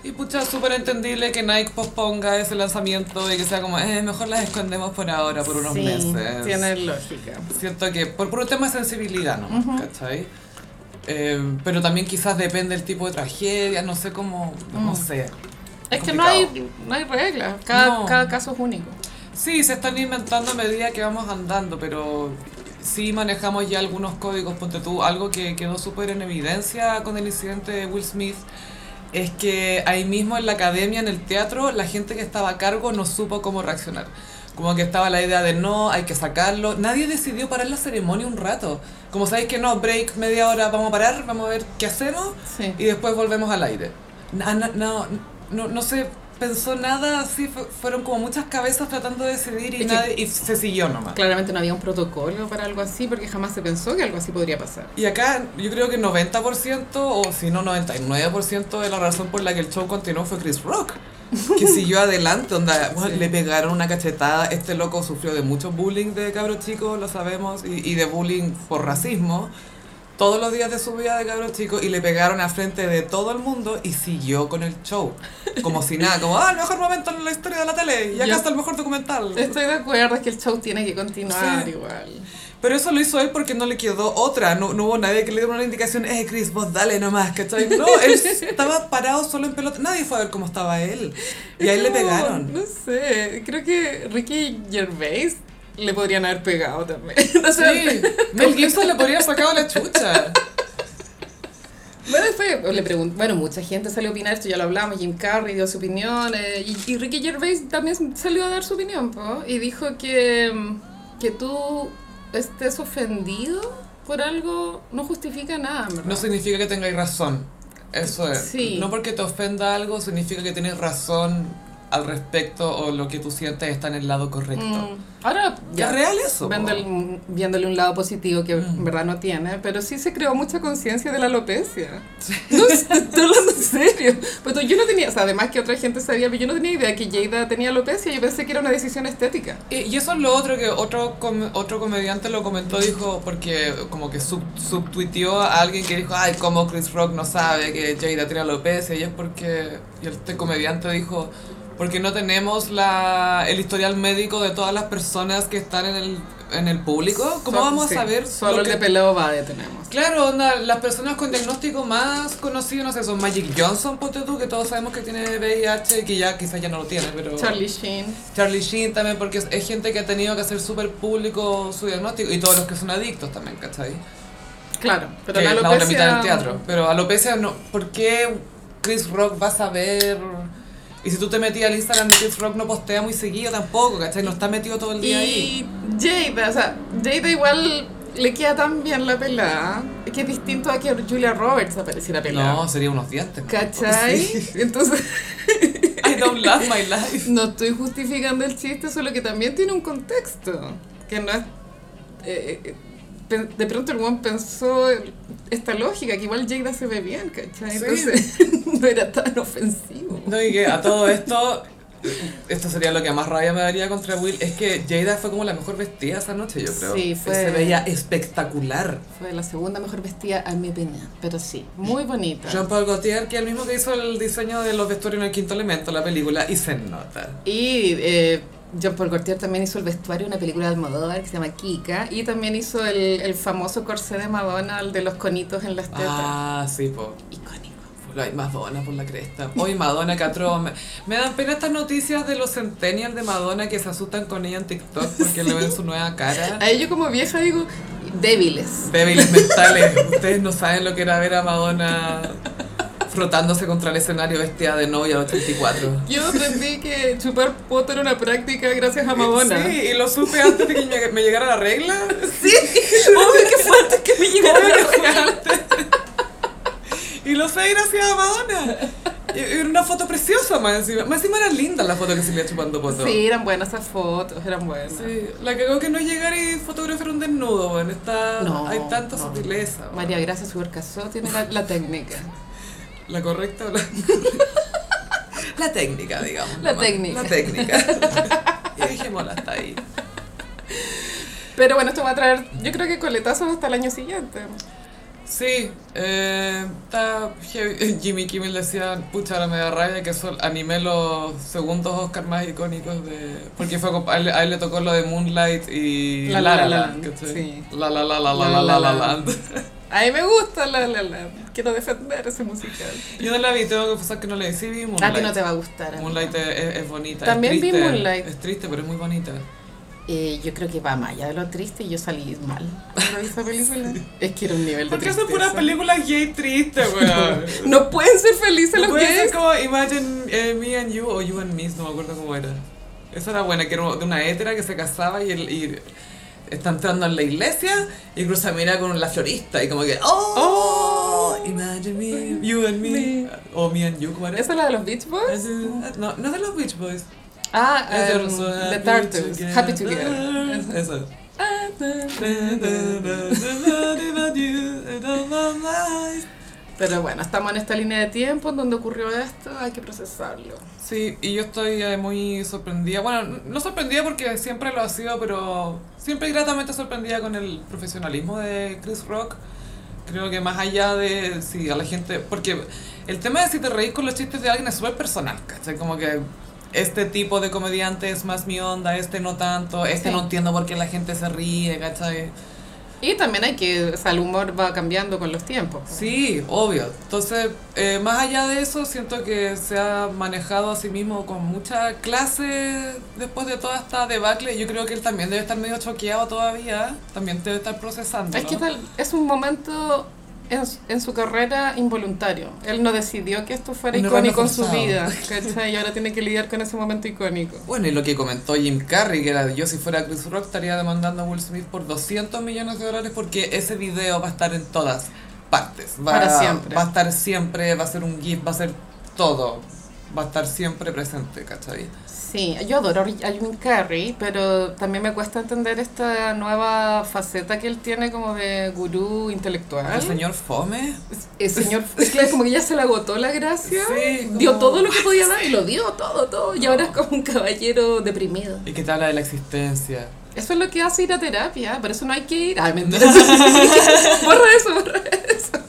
Speaker 1: Y pucha, súper entendible que Nike posponga ese lanzamiento y que sea como, eh, mejor las escondemos por ahora, por unos
Speaker 2: Sí,
Speaker 1: meses.
Speaker 2: Tiene lógica.
Speaker 1: Siento que por, por un tema de sensibilidad, ¿no? ¿Cachai? Eh, pero también quizás depende del tipo de tragedia, no sé cómo, no sé.
Speaker 2: Mm. Es que no hay, no hay reglas, cada,
Speaker 1: No.
Speaker 2: cada caso es único.
Speaker 1: Sí, se están inventando a medida que vamos andando, pero sí manejamos ya algunos códigos. Ponte tú, algo que quedó súper en evidencia con el incidente de Will Smith es que ahí mismo en la academia, en el teatro, la gente que estaba a cargo no supo cómo reaccionar. Como que estaba la idea de no, hay que sacarlo. Nadie decidió parar la ceremonia un rato. Como sabéis que no, break, media hora, vamos a parar, vamos a ver qué hacemos
Speaker 2: Sí.
Speaker 1: y después volvemos al aire. Na- na- no, no, no se pensó nada así, fu- fueron como muchas cabezas tratando de decidir y,
Speaker 2: Es que-
Speaker 1: nadie, y se siguió nomás.
Speaker 2: Claramente no había un protocolo para algo así porque jamás se pensó que algo así podría pasar.
Speaker 1: Y acá yo creo que 90% o si no 99% de la razón por la que el show continuó fue Chris Rock. Que siguió adelante, onda, bueno, le pegaron una cachetada, este loco sufrió de mucho bullying de cabros chicos, lo sabemos, y, y de bullying por racismo, todos los días de su vida de cabros chicos, y le pegaron a frente de todo el mundo y siguió con el show. Como si nada, como, ah, el mejor momento en la historia de la tele, y acá
Speaker 2: Yo-
Speaker 1: está el mejor documental.
Speaker 2: Estoy de acuerdo, es que el show tiene que continuar
Speaker 1: Sí.
Speaker 2: igual.
Speaker 1: Pero eso lo hizo él porque no le quedó otra, no, no hubo nadie que le diera una indicación, eh, Chris, vos dale nomás, ¿cachai? No, él estaba parado solo en pelota, nadie fue a ver cómo estaba él. Y
Speaker 2: Es
Speaker 1: a él le
Speaker 2: como,
Speaker 1: pegaron.
Speaker 2: No sé, creo que Ricky Gervais le podrían haber pegado también. No sé,
Speaker 1: Sí, Mel Gibson le podría haber sacado la chucha.
Speaker 2: Bueno, fue, le pregun- bueno, mucha gente salió a opinar, esto ya lo hablamos, Jim Carrey dio su opinión, eh, y, y Ricky Gervais también salió a dar su opinión, po, y dijo que, mm, que tú estés ofendido por algo no justifica nada, en ¿verdad?
Speaker 1: No significa que tengáis razón, eso es.
Speaker 2: Sí.
Speaker 1: No porque te ofenda algo significa que tienes razón al respecto o lo que tú sientes está en el lado correcto.
Speaker 2: Mm, Ahora,
Speaker 1: ¿Es real eso? po? Mm.
Speaker 2: viéndole, viéndole un lado positivo que en verdad no tiene, pero sí se creó mucha conciencia de la alopecia. No, sé, estoy hablando en serio. Pues yo no tenía, o sea, además que otra gente sabía, pero yo no tenía idea que Jada tenía alopecia, yo pensé que era una decisión estética.
Speaker 1: Y, y eso es lo otro que otro com- otro comediante lo comentó, dijo, porque como que sub, subtuiteó a alguien que dijo, ay, como Chris Rock no sabe que Jada tiene alopecia, y es porque, y este comediante dijo, porque no tenemos la, el historial médico de todas las personas que están en el, en el público, ¿cómo
Speaker 2: So-
Speaker 1: vamos
Speaker 2: sí,
Speaker 1: a saber
Speaker 2: Solo
Speaker 1: lo
Speaker 2: el de
Speaker 1: que-
Speaker 2: pelado va de tenemos.
Speaker 1: Claro, onda, las personas con diagnóstico más conocidos, no sé, son Magic Johnson, ponte tú, que todos sabemos que tiene VIH, que ya quizás ya no lo tiene, pero...
Speaker 2: Charlie Sheen.
Speaker 1: Charlie Sheen también, porque es, es gente que ha tenido que hacer súper público su diagnóstico y todos los que son adictos también, ¿cachai?
Speaker 2: Claro, pero
Speaker 1: Que
Speaker 2: la
Speaker 1: es
Speaker 2: alopecia.
Speaker 1: otra mitad del teatro. Pero alopecia no. ¿Por qué Chris Rock va a saber. Y si tú te metías al Instagram de Chris Rock, no postea muy seguido tampoco, ¿cachai? No está metido todo el día ahí.
Speaker 2: Y Jada, o sea, Jada igual le queda tan bien la pelada, que es distinto a que Julia Roberts apareciera pelada.
Speaker 1: No, sería unos dientes.
Speaker 2: ¿Cachai?
Speaker 1: Sí.
Speaker 2: Entonces,
Speaker 1: I don't love my life.
Speaker 2: no estoy justificando el chiste, solo que también tiene un contexto. Que no es. eh, eh, pen- de pronto el one pensó esta lógica, que igual Jada se ve bien, ¿cachai?
Speaker 1: Sí.
Speaker 2: Entonces, no era tan ofensivo.
Speaker 1: No, y que a todo esto, esto sería lo que más rabia me daría contra Will, es que Jada fue como la mejor vestida esa noche, yo creo.
Speaker 2: Sí, fue-
Speaker 1: Se veía espectacular.
Speaker 2: Fue la segunda mejor vestida a mi opinión, pero sí, muy bonita.
Speaker 1: Jean-Paul Gaultier, que es el mismo que hizo el diseño de los vestuarios en el quinto elemento, la película, y se nota.
Speaker 2: Y eh, Jean-Paul Gaultier también hizo el vestuario de una película de Almodóvar que se llama Kika. Y también hizo el, el famoso corsé de Madonna, el de los conitos en las tetas.
Speaker 1: Ah, sí, po.
Speaker 2: Icónico.
Speaker 1: Pulo, Ay, Madonna por la cresta. Hoy Madonna Catrón. Me, me dan pena estas noticias de los centennials de Madonna que se asustan con ella en TikTok porque le ven su nueva cara.
Speaker 2: A ello como vieja digo, débiles.
Speaker 1: Débiles mentales. Ustedes no saben lo que era ver a Madonna frotándose contra el escenario vestida de novia de 84.
Speaker 2: Yo aprendí que chupar poto era una práctica gracias a Madonna.
Speaker 1: Sí, y lo supe antes de que me, me llegara la regla.
Speaker 2: obvio que fue antes que me
Speaker 1: Y lo sé gracias a Madonna. Y- y Era una foto preciosa más encima. Más encima era linda la foto que se le iba chupando poto.
Speaker 2: Sí, eran buenas esas fotos, eran buenas.
Speaker 1: Sí, la cagó que no es llegar y fotografiar un desnudo, bueno, está,
Speaker 2: No,
Speaker 1: hay tanta
Speaker 2: no.
Speaker 1: sutileza. weón.
Speaker 2: María Gracia Subercasó tiene la, la técnica.
Speaker 1: La correcta o la... la técnica, digamos.
Speaker 2: La
Speaker 1: nomás.
Speaker 2: técnica.
Speaker 1: La técnica. y dijimos, hasta ahí.
Speaker 2: Pero bueno, esto va a traer, yo creo que coletazos hasta el año siguiente.
Speaker 1: Sí, eh, está heavy. Jimmy Kimmel decía, pucha, ahora me da rabia que eso animé los segundos Oscar más icónicos de... Porque fue como- a él, a él le tocó lo de Moonlight y
Speaker 2: La La La Land,
Speaker 1: ¿cachai?
Speaker 2: sí.
Speaker 1: La la la la
Speaker 2: La
Speaker 1: la la
Speaker 2: La
Speaker 1: la
Speaker 2: La
Speaker 1: la
Speaker 2: Land.
Speaker 1: land.
Speaker 2: A mí me gusta la la la. Quiero defender ese musical.
Speaker 1: Yo no la vi, tengo que confesar que no la vi. Sí vi
Speaker 2: A
Speaker 1: Moonlight.
Speaker 2: ti no te va a gustar. amiga.
Speaker 1: Moonlight es, es- es bonita. es
Speaker 2: También vi
Speaker 1: triste,
Speaker 2: Moonlight.
Speaker 1: Es triste, pero es muy bonita.
Speaker 2: Eh, yo creo que va más allá de lo triste y yo salí mal. cuando vi esa película? Es que era un nivel de
Speaker 1: ¿Por qué
Speaker 2: tristeza.
Speaker 1: hacen puras películas gay tristes, weón?
Speaker 2: No pueden ser felices los
Speaker 1: Puede ser
Speaker 2: gays.
Speaker 1: como Imagine eh, Me and You o You and Me, no me acuerdo cómo era. Esa era buena, que era de una hétera que se casaba y, el, y está entrando en la iglesia y cruza mira con la florista y como que ¡Oh! Imagine Me, You and Me.
Speaker 2: Me.
Speaker 1: O Me and You, ¿cómo era?
Speaker 2: ¿Esa es la de los Beach Boys?
Speaker 1: No, no es de los Beach Boys.
Speaker 2: Ah,
Speaker 1: Es de
Speaker 2: um,
Speaker 1: los uh,
Speaker 2: The
Speaker 1: Happy
Speaker 2: Turtles.
Speaker 1: Together.
Speaker 2: Happy Together.
Speaker 1: Eso.
Speaker 2: Ah, na, na. Pero bueno, estamos en esta línea de tiempo en donde ocurrió esto, hay que procesarlo.
Speaker 1: Sí, y yo estoy eh, muy sorprendida. Bueno, no sorprendida porque siempre lo ha sido, pero siempre gratamente sorprendida con el profesionalismo de Chris Rock. Creo que más allá de si a la gente. Porque el tema de si te reís con los chistes de alguien es súper personal, ¿cachai? Como que este tipo de comediante es más mi onda, este no tanto, este
Speaker 2: Sí.
Speaker 1: no entiendo por qué la gente se ríe, ¿cachai?
Speaker 2: Y también hay que, o sea, el humor va cambiando con los tiempos.
Speaker 1: Sí, obvio. Entonces, eh, más allá de eso, siento que se ha manejado a sí mismo con mucha clase después de toda esta debacle. Yo creo que él también debe estar medio choqueado todavía. También debe estar procesando.
Speaker 2: Es que tal, es un momento en, su- en su carrera involuntario. Él no decidió que esto fuera
Speaker 1: Un error
Speaker 2: icónico en su
Speaker 1: forzado.
Speaker 2: vida, ¿cachai? Y ahora tiene que lidiar con ese momento icónico.
Speaker 1: Bueno, y lo que comentó Jim Carrey, que era yo si fuera Chris Rock estaría demandando a Will Smith por 200 millones de dólares porque ese video va a estar en todas partes. Va,
Speaker 2: Para siempre.
Speaker 1: Va a estar siempre, va a ser un GIF, va a ser todo. Va a estar siempre presente, ¿cachai?
Speaker 2: Sí, yo adoro a Jim Carrey, pero también me cuesta entender esta nueva faceta que él tiene como de gurú intelectual.
Speaker 1: El señor Fome.
Speaker 2: El señor, claro, como que ya se le agotó la gracia.
Speaker 1: Sí,
Speaker 2: Dio
Speaker 1: como-
Speaker 2: todo lo que podía dar y lo dio todo, todo. Y ahora es como un caballero deprimido.
Speaker 1: ¿Y qué te habla de la existencia?
Speaker 2: Eso es lo que hace ir a terapia, por eso no hay que ir. Ay, mentira. borra eso, borra eso.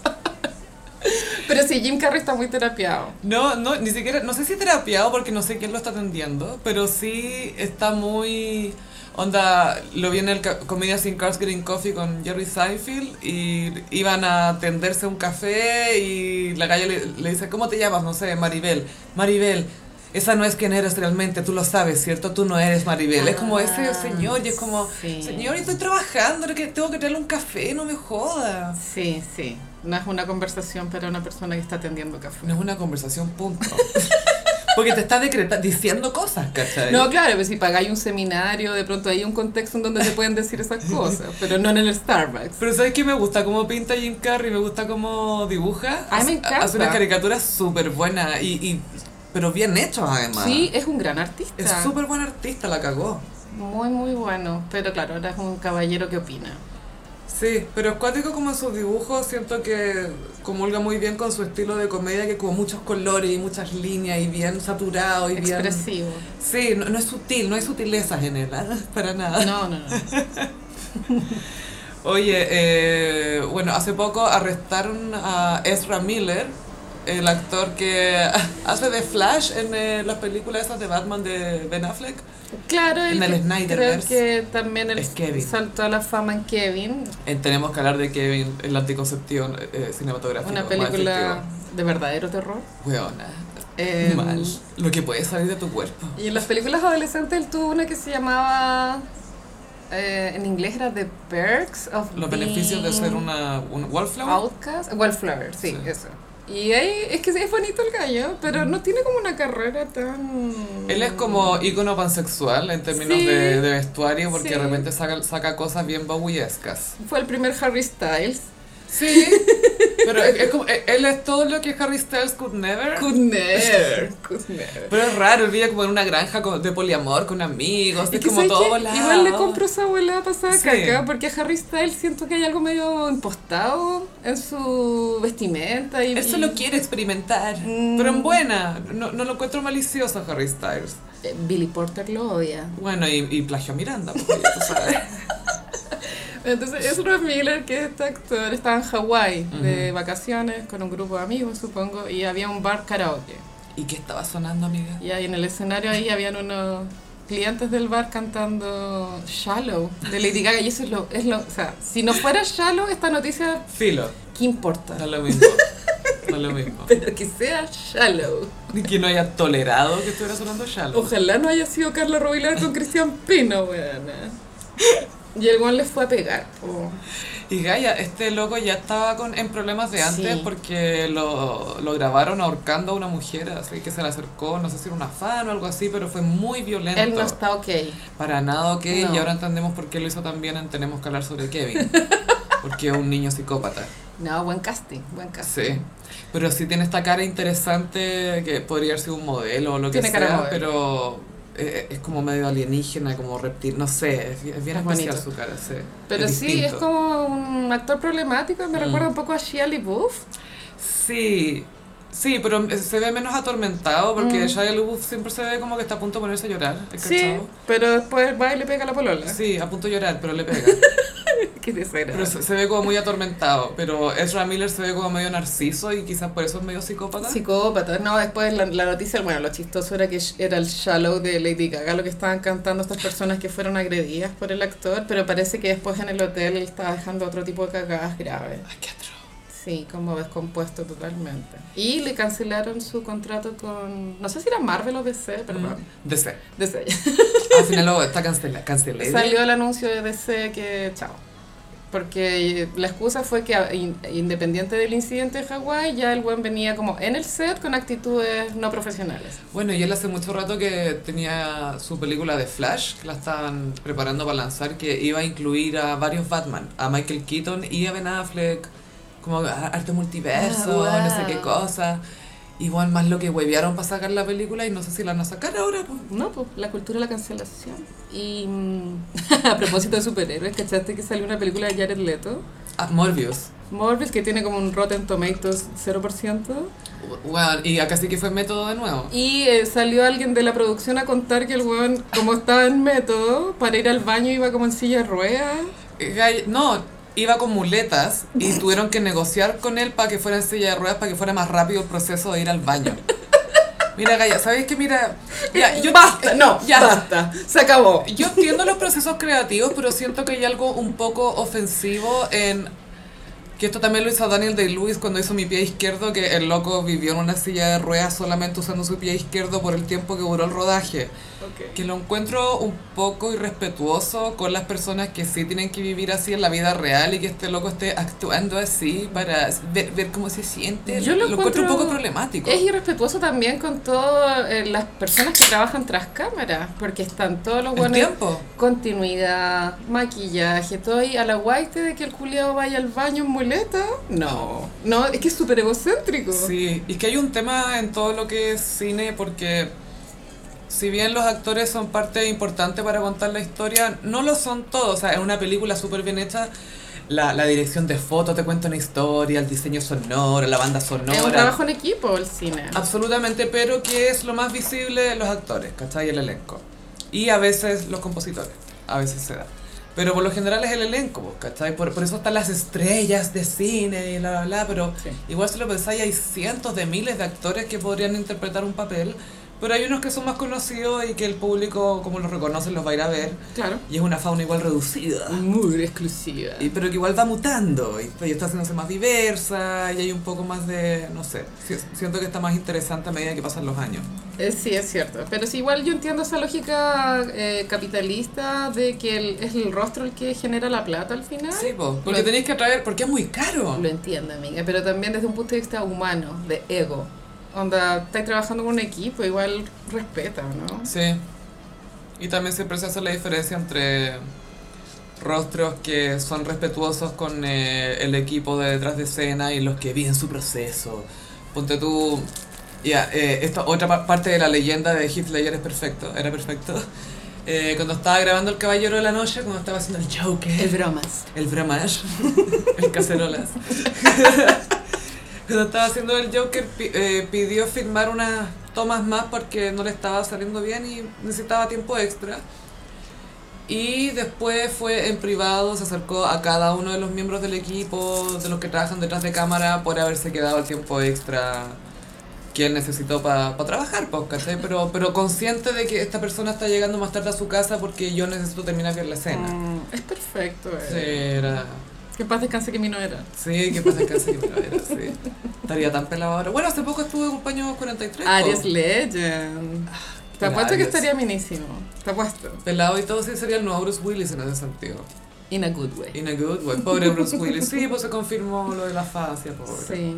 Speaker 2: Pero sí, Jim Carrey está muy terapiado.
Speaker 1: No, no, ni siquiera, no sé si terapiado porque no sé quién lo está atendiendo, pero sí está muy... Onda, lo vi en el ca- Comedia Sin Cars Green Coffee con Jerry Seinfeld y iban a atenderse un café y la calle le, le dice, ¿cómo te llamas? No sé, Maribel. Maribel, esa no es quien eres realmente, tú lo sabes, ¿cierto? Tú no eres Maribel. es como ese
Speaker 2: Ah,
Speaker 1: señor y es como,
Speaker 2: sí.
Speaker 1: señor, estoy trabajando, que tengo que traerle un café, no me jodas.
Speaker 2: Sí, sí. No es una conversación para una persona que está atendiendo café.
Speaker 1: No es una conversación, punto. Porque te está decreta- diciendo cosas, ¿cachai?
Speaker 2: No, claro, pues si pagáis un seminario, de pronto hay un contexto en donde te pueden decir esas cosas, pero no en el Starbucks.
Speaker 1: Pero ¿sabes qué? Me gusta cómo pinta Jim Carrey, me gusta cómo dibuja.
Speaker 2: Ay, me
Speaker 1: Hace-
Speaker 2: encanta.
Speaker 1: Hace una caricatura súper buena, y, y- pero bien hecho además.
Speaker 2: Sí, es un gran artista.
Speaker 1: Es súper buen artista, la cagó.
Speaker 2: Muy, muy bueno, pero claro, ahora es un caballero que opina.
Speaker 1: Sí, pero escuático como en sus dibujos, siento que comulga muy bien con su estilo de comedia, que como muchos colores y muchas líneas y bien saturado y bien...
Speaker 2: Expresivo.
Speaker 1: Sí, no, no es sutil, no hay sutilezas en él, ¿ah? para nada.
Speaker 2: No, no, no.
Speaker 1: Oye, eh, bueno, hace poco arrestaron a Ezra Miller, el actor que hace de Flash en eh, las películas esas de Batman de Ben Affleck.
Speaker 2: Claro,
Speaker 1: En el
Speaker 2: que-
Speaker 1: Snyderverse.
Speaker 2: Creo que también el
Speaker 1: Es Kevin.
Speaker 2: saltó a la fama en Kevin,
Speaker 1: Eh, tenemos que hablar de Kevin, el anticonceptivo eh, cinematográfico.
Speaker 2: una
Speaker 1: más
Speaker 2: película
Speaker 1: efectivo.
Speaker 2: de verdadero terror.
Speaker 1: Weona.
Speaker 2: Eh,
Speaker 1: Mal. Lo que puede salir de tu cuerpo.
Speaker 2: Y en las películas adolescentes él tuvo una que se llamaba, eh, en inglés era The Perks of
Speaker 1: Los beneficios de ser
Speaker 2: Being
Speaker 1: una, un wallflower.
Speaker 2: Outcast, Wallflower, sí,
Speaker 1: Sí.
Speaker 2: eso. Y ahí es que es bonito el gallo, pero no tiene como una carrera tan...
Speaker 1: Él es como ícono pansexual en términos
Speaker 2: Sí.
Speaker 1: de, de vestuario porque
Speaker 2: Sí.
Speaker 1: de repente saca, saca cosas bien babullescas.
Speaker 2: Fue el primer Harry Styles.
Speaker 1: Sí, pero es, es como, e- él es todo lo que Harry Styles could never.
Speaker 2: Could never, could never.
Speaker 1: Pero es raro, él vive como en una granja con- de poliamor con amigos,
Speaker 2: Es
Speaker 1: es
Speaker 2: que
Speaker 1: como
Speaker 2: ¿sabes
Speaker 1: todo
Speaker 2: qué?
Speaker 1: volado.
Speaker 2: Igual le compro esa abuela pasada
Speaker 1: Sí.
Speaker 2: caca, porque a Harry Styles siento que hay algo medio impostado en su vestimenta. Y,
Speaker 1: Él solo quiere experimentar,
Speaker 2: Mm.
Speaker 1: pero en buena. No, no lo encuentro malicioso a Harry Styles.
Speaker 2: Eh, Billy Porter lo odia.
Speaker 1: Bueno, y, y plagió a Miranda, porque ya tú sabes.
Speaker 2: Entonces, Ezra Miller, que es este actor, estaba en Hawái de vacaciones con un grupo de amigos, supongo, y había un bar karaoke.
Speaker 1: ¿Y qué estaba sonando, amiga?
Speaker 2: Y ahí en el escenario ahí habían unos clientes del bar cantando Shallow de Lady Gaga. Y eso es lo, es lo. O sea, si no fuera Shallow, esta noticia,
Speaker 1: Filo,
Speaker 2: ¿qué importa?
Speaker 1: no es lo mismo. No es lo mismo.
Speaker 2: Pero que sea Shallow.
Speaker 1: Y que no haya tolerado que estuviera sonando Shallow.
Speaker 2: Ojalá no haya sido Carla Rubilar con Cristian Pino, weón. ¿eh? Y el guan les fue a pegar.
Speaker 1: Oh,
Speaker 2: po.
Speaker 1: Y Gaia, este loco ya estaba con, en problemas de antes
Speaker 2: Sí.
Speaker 1: porque lo, lo grabaron ahorcando a una mujer, así que se le acercó, no sé si era una fan o algo así, pero fue muy violento.
Speaker 2: Él no está ok.
Speaker 1: Para nada ok,
Speaker 2: No.
Speaker 1: y ahora entendemos por qué lo hizo también en Tenemos que hablar sobre Kevin. Porque es un niño psicópata.
Speaker 2: No, buen casting, buen casting.
Speaker 1: Sí. Pero sí tiene esta cara interesante que podría haber sido un modelo o lo que
Speaker 2: Tiene cara de
Speaker 1: sea,
Speaker 2: modelo.
Speaker 1: pero eh, es como medio alienígena, como reptil, no sé, es, es bien especial
Speaker 2: Es bonito.
Speaker 1: su cara, sí.
Speaker 2: Pero
Speaker 1: Es
Speaker 2: sí, es
Speaker 1: distinto.
Speaker 2: como un actor problemático, me
Speaker 1: Mm.
Speaker 2: recuerda un poco a Shia LaBeouf.
Speaker 1: Sí, sí, pero eh, se ve menos atormentado porque
Speaker 2: Mm.
Speaker 1: Shia LaBeouf siempre se ve como que está a punto de ponerse a llorar, ¿cachai?
Speaker 2: Sí, pero después va y le pega la polola.
Speaker 1: Sí, a punto de llorar, pero le pega.
Speaker 2: Qué
Speaker 1: Pero
Speaker 2: desagradable.
Speaker 1: se, se ve como muy atormentado, pero Ezra Miller se ve como medio narciso y quizás por eso es medio psicópata.
Speaker 2: Psicópata. No, después la, la noticia, bueno, lo chistoso era que sh- era el Shallow de Lady Gaga, lo que estaban cantando estas personas que fueron agredidas por el actor, pero parece que después en el hotel él estaba dejando otro tipo de cagadas graves.
Speaker 1: Ay, qué atroz.
Speaker 2: Sí, como descompuesto totalmente. Y le cancelaron su contrato con, no sé si era Marvel o DC, perdón.
Speaker 1: DC.
Speaker 2: DC.
Speaker 1: Al final lo está cancelado. Cancelé.
Speaker 2: Salió el anuncio de DC que chao. Porque la excusa fue que a- in- independiente del incidente de Hawái, ya el buen venía como en el set con actitudes no profesionales.
Speaker 1: Bueno, y él hace mucho rato que tenía su película de Flash, que la estaban preparando para lanzar, que iba a incluir a varios Batman, a Michael Keaton y a Ben Affleck, como a- arte multiverso,
Speaker 2: Ah, wow.
Speaker 1: no sé qué cosa. Igual más lo que huevearon para sacar la película y no sé si la van a sacar ahora. pues.
Speaker 2: No, pues la cultura de la cancelación. Y mm, a propósito de superhéroes, ¿cachaste que salió una película de Jared Leto?
Speaker 1: Ah, Morbius.
Speaker 2: Morbius, que tiene como un Rotten Tomatoes 0%.
Speaker 1: Bueno, y acá sí que fue método de nuevo.
Speaker 2: Y eh, salió alguien de la producción a contar que el weón, como estaba en método, para ir al baño iba como en silla de ruedas.
Speaker 1: Gall- No, iba con muletas y tuvieron que negociar con él para que fuera en silla de ruedas, para que fuera más rápido el proceso de ir al baño. Mira, Gaya, ¿sabes qué? Mira, ya, yo,
Speaker 2: Eh,
Speaker 1: eh,
Speaker 2: basta, no,
Speaker 1: ya.
Speaker 2: basta, se acabó.
Speaker 1: yo entiendo los procesos creativos, pero siento que hay algo un poco ofensivo en Que esto también lo hizo Daniel Day-Lewis cuando hizo Mi pie izquierdo, que el loco vivió en una silla de ruedas solamente usando su pie izquierdo por el tiempo que duró el rodaje. Que lo encuentro un poco irrespetuoso con las personas que sí tienen que vivir así en la vida real y que este loco esté actuando así para ver, ver cómo se siente.
Speaker 2: Yo lo encuentro-
Speaker 1: un poco problemático.
Speaker 2: Es irrespetuoso también con todas las personas que trabajan tras cámara, porque están todos los
Speaker 1: El
Speaker 2: buenos.
Speaker 1: tiempo.
Speaker 2: Continuidad, maquillaje, todo ahí a la guaite de que el culiao vaya al baño en muleta. No, no, es que es súper egocéntrico.
Speaker 1: Sí, y que hay un tema en todo lo que es cine porque si bien los actores son parte importante para contar la historia, no lo son todos. O sea, en una película súper bien hecha, la, la dirección de foto te cuenta una historia, el diseño sonoro, la banda sonora.
Speaker 2: es un trabajo en equipo el cine.
Speaker 1: Ah, Absolutamente, pero que es lo más visible de los actores, ¿cachai? El elenco. Y a veces los compositores, a veces se da. Pero por lo general es el elenco, pues, ¿cachai? Por, por eso están las estrellas de cine y bla, bla, bla, pero
Speaker 2: Sí.
Speaker 1: igual si lo pensáis hay cientos de miles de actores que podrían interpretar un papel, pero hay unos que son más conocidos y que el público, como los reconoce, los va a ir a ver.
Speaker 2: Claro.
Speaker 1: Y es una fauna igual reducida.
Speaker 2: Muy exclusiva.
Speaker 1: Y- pero que igual va mutando y, y está haciéndose más diversa y hay un poco más de, no sé, si- siento que está más interesante a medida que pasan los años.
Speaker 2: Eh, Sí, es cierto. Pero sí, igual yo entiendo esa lógica eh, capitalista de que el- es el rostro el que genera la plata al final.
Speaker 1: Sí, po, porque tenéis que atraer, porque es muy caro.
Speaker 2: Ah. Lo entiendo, amiga, pero también desde un punto de vista humano, de ego. Onda, estáis trabajando con un equipo, igual respeta, ¿no?
Speaker 1: Sí. Y también siempre se hace la diferencia entre rostros que son respetuosos con eh, el equipo de detrás de escena y los que viven su proceso. Ponte tú... Ya, eh, esta otra pa- parte de la leyenda de Heath Ledger es perfecto, era perfecto. Eh, cuando estaba grabando El Caballero de la Noche, cuando estaba haciendo el Joker.
Speaker 2: bromas.
Speaker 1: El bramage, el cacerolas. Cuando estaba haciendo el Joker, pi- eh, pidió filmar unas tomas más porque no le estaba saliendo bien y necesitaba tiempo extra. Y después fue en privado, se acercó a cada uno de los miembros del equipo, de los que trabajan detrás de cámara, por haberse quedado el tiempo extra que él necesitó para trabajar, pues, ¿cachai? Pero, pero consciente de que esta persona está llegando más tarde a su casa porque yo necesito terminar bien la escena.
Speaker 2: Mm, es perfecto,
Speaker 1: Sí,
Speaker 2: eh.
Speaker 1: era...
Speaker 2: Que paz descanse que mi no era.
Speaker 1: Sí, que pasa que sí, pero era, sí. Estaría tan pelado ahora. Bueno, hace poco estuve de cumpleaños 43. po.
Speaker 2: Aries Legend. Te apuesto
Speaker 1: Ah,
Speaker 2: que
Speaker 1: Aries.
Speaker 2: estaría minísimo. Te apuesto.
Speaker 1: Pelado y todo, sí, sería el nuevo Bruce Willis en ese sentido.
Speaker 2: In a good way.
Speaker 1: In a good way. Pobre Bruce Willis. Sí, pues se confirmó lo de la fascia, pobre.
Speaker 2: Sí.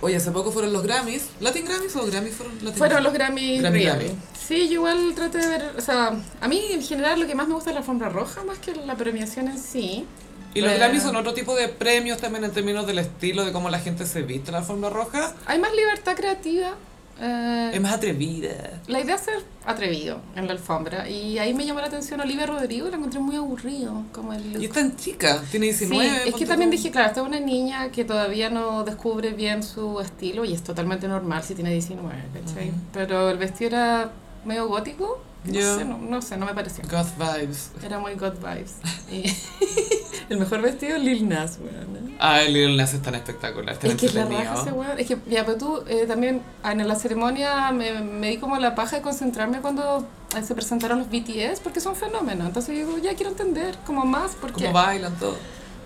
Speaker 1: Oye, hace poco fueron los Grammys. ¿Latin Grammys o Grammys fueron Latin
Speaker 2: Fueron los Grammy
Speaker 1: Grammy,
Speaker 2: Real.
Speaker 1: Grammy.
Speaker 2: Sí, yo igual traté de ver, o sea, a mí en general lo que más me gusta es la alfombra roja más que la premiación en sí.
Speaker 1: Y los
Speaker 2: Eh.
Speaker 1: Grammys son otro tipo de premios también en términos del estilo, de cómo la gente se viste en la forma roja.
Speaker 2: Hay más libertad creativa. eh,
Speaker 1: Es más atrevida.
Speaker 2: la idea es ser atrevido en la alfombra y ahí me llamó la atención Olivia Rodrigo, la encontré muy aburrido como el look.
Speaker 1: Y es tan chica, tiene
Speaker 2: Sí,
Speaker 1: 19.
Speaker 2: es
Speaker 1: ponte
Speaker 2: que
Speaker 1: tú.
Speaker 2: también dije, claro, esta es una niña que todavía no descubre bien su estilo y es totalmente normal si tiene 19, ¿cachai?
Speaker 1: Ujú.
Speaker 2: Pero el vestido era medio gótico, no,
Speaker 1: Ya.
Speaker 2: sé, no, no sé, no me pareció.
Speaker 1: God vibes.
Speaker 2: Era muy God vibes. Y- el mejor vestido Lil Nas, weón. ¿eh?
Speaker 1: Ay, Lil Nas es tan espectacular. tan
Speaker 2: Es que la
Speaker 1: entretenido.
Speaker 2: raja ese weón. Es que, ya, pero tú eh, también ah, en la ceremonia me, me di como la paja de concentrarme cuando eh, se presentaron los BTS porque son fenómenos. Entonces yo digo, ya quiero entender como más porque.
Speaker 1: Cómo bailan todo.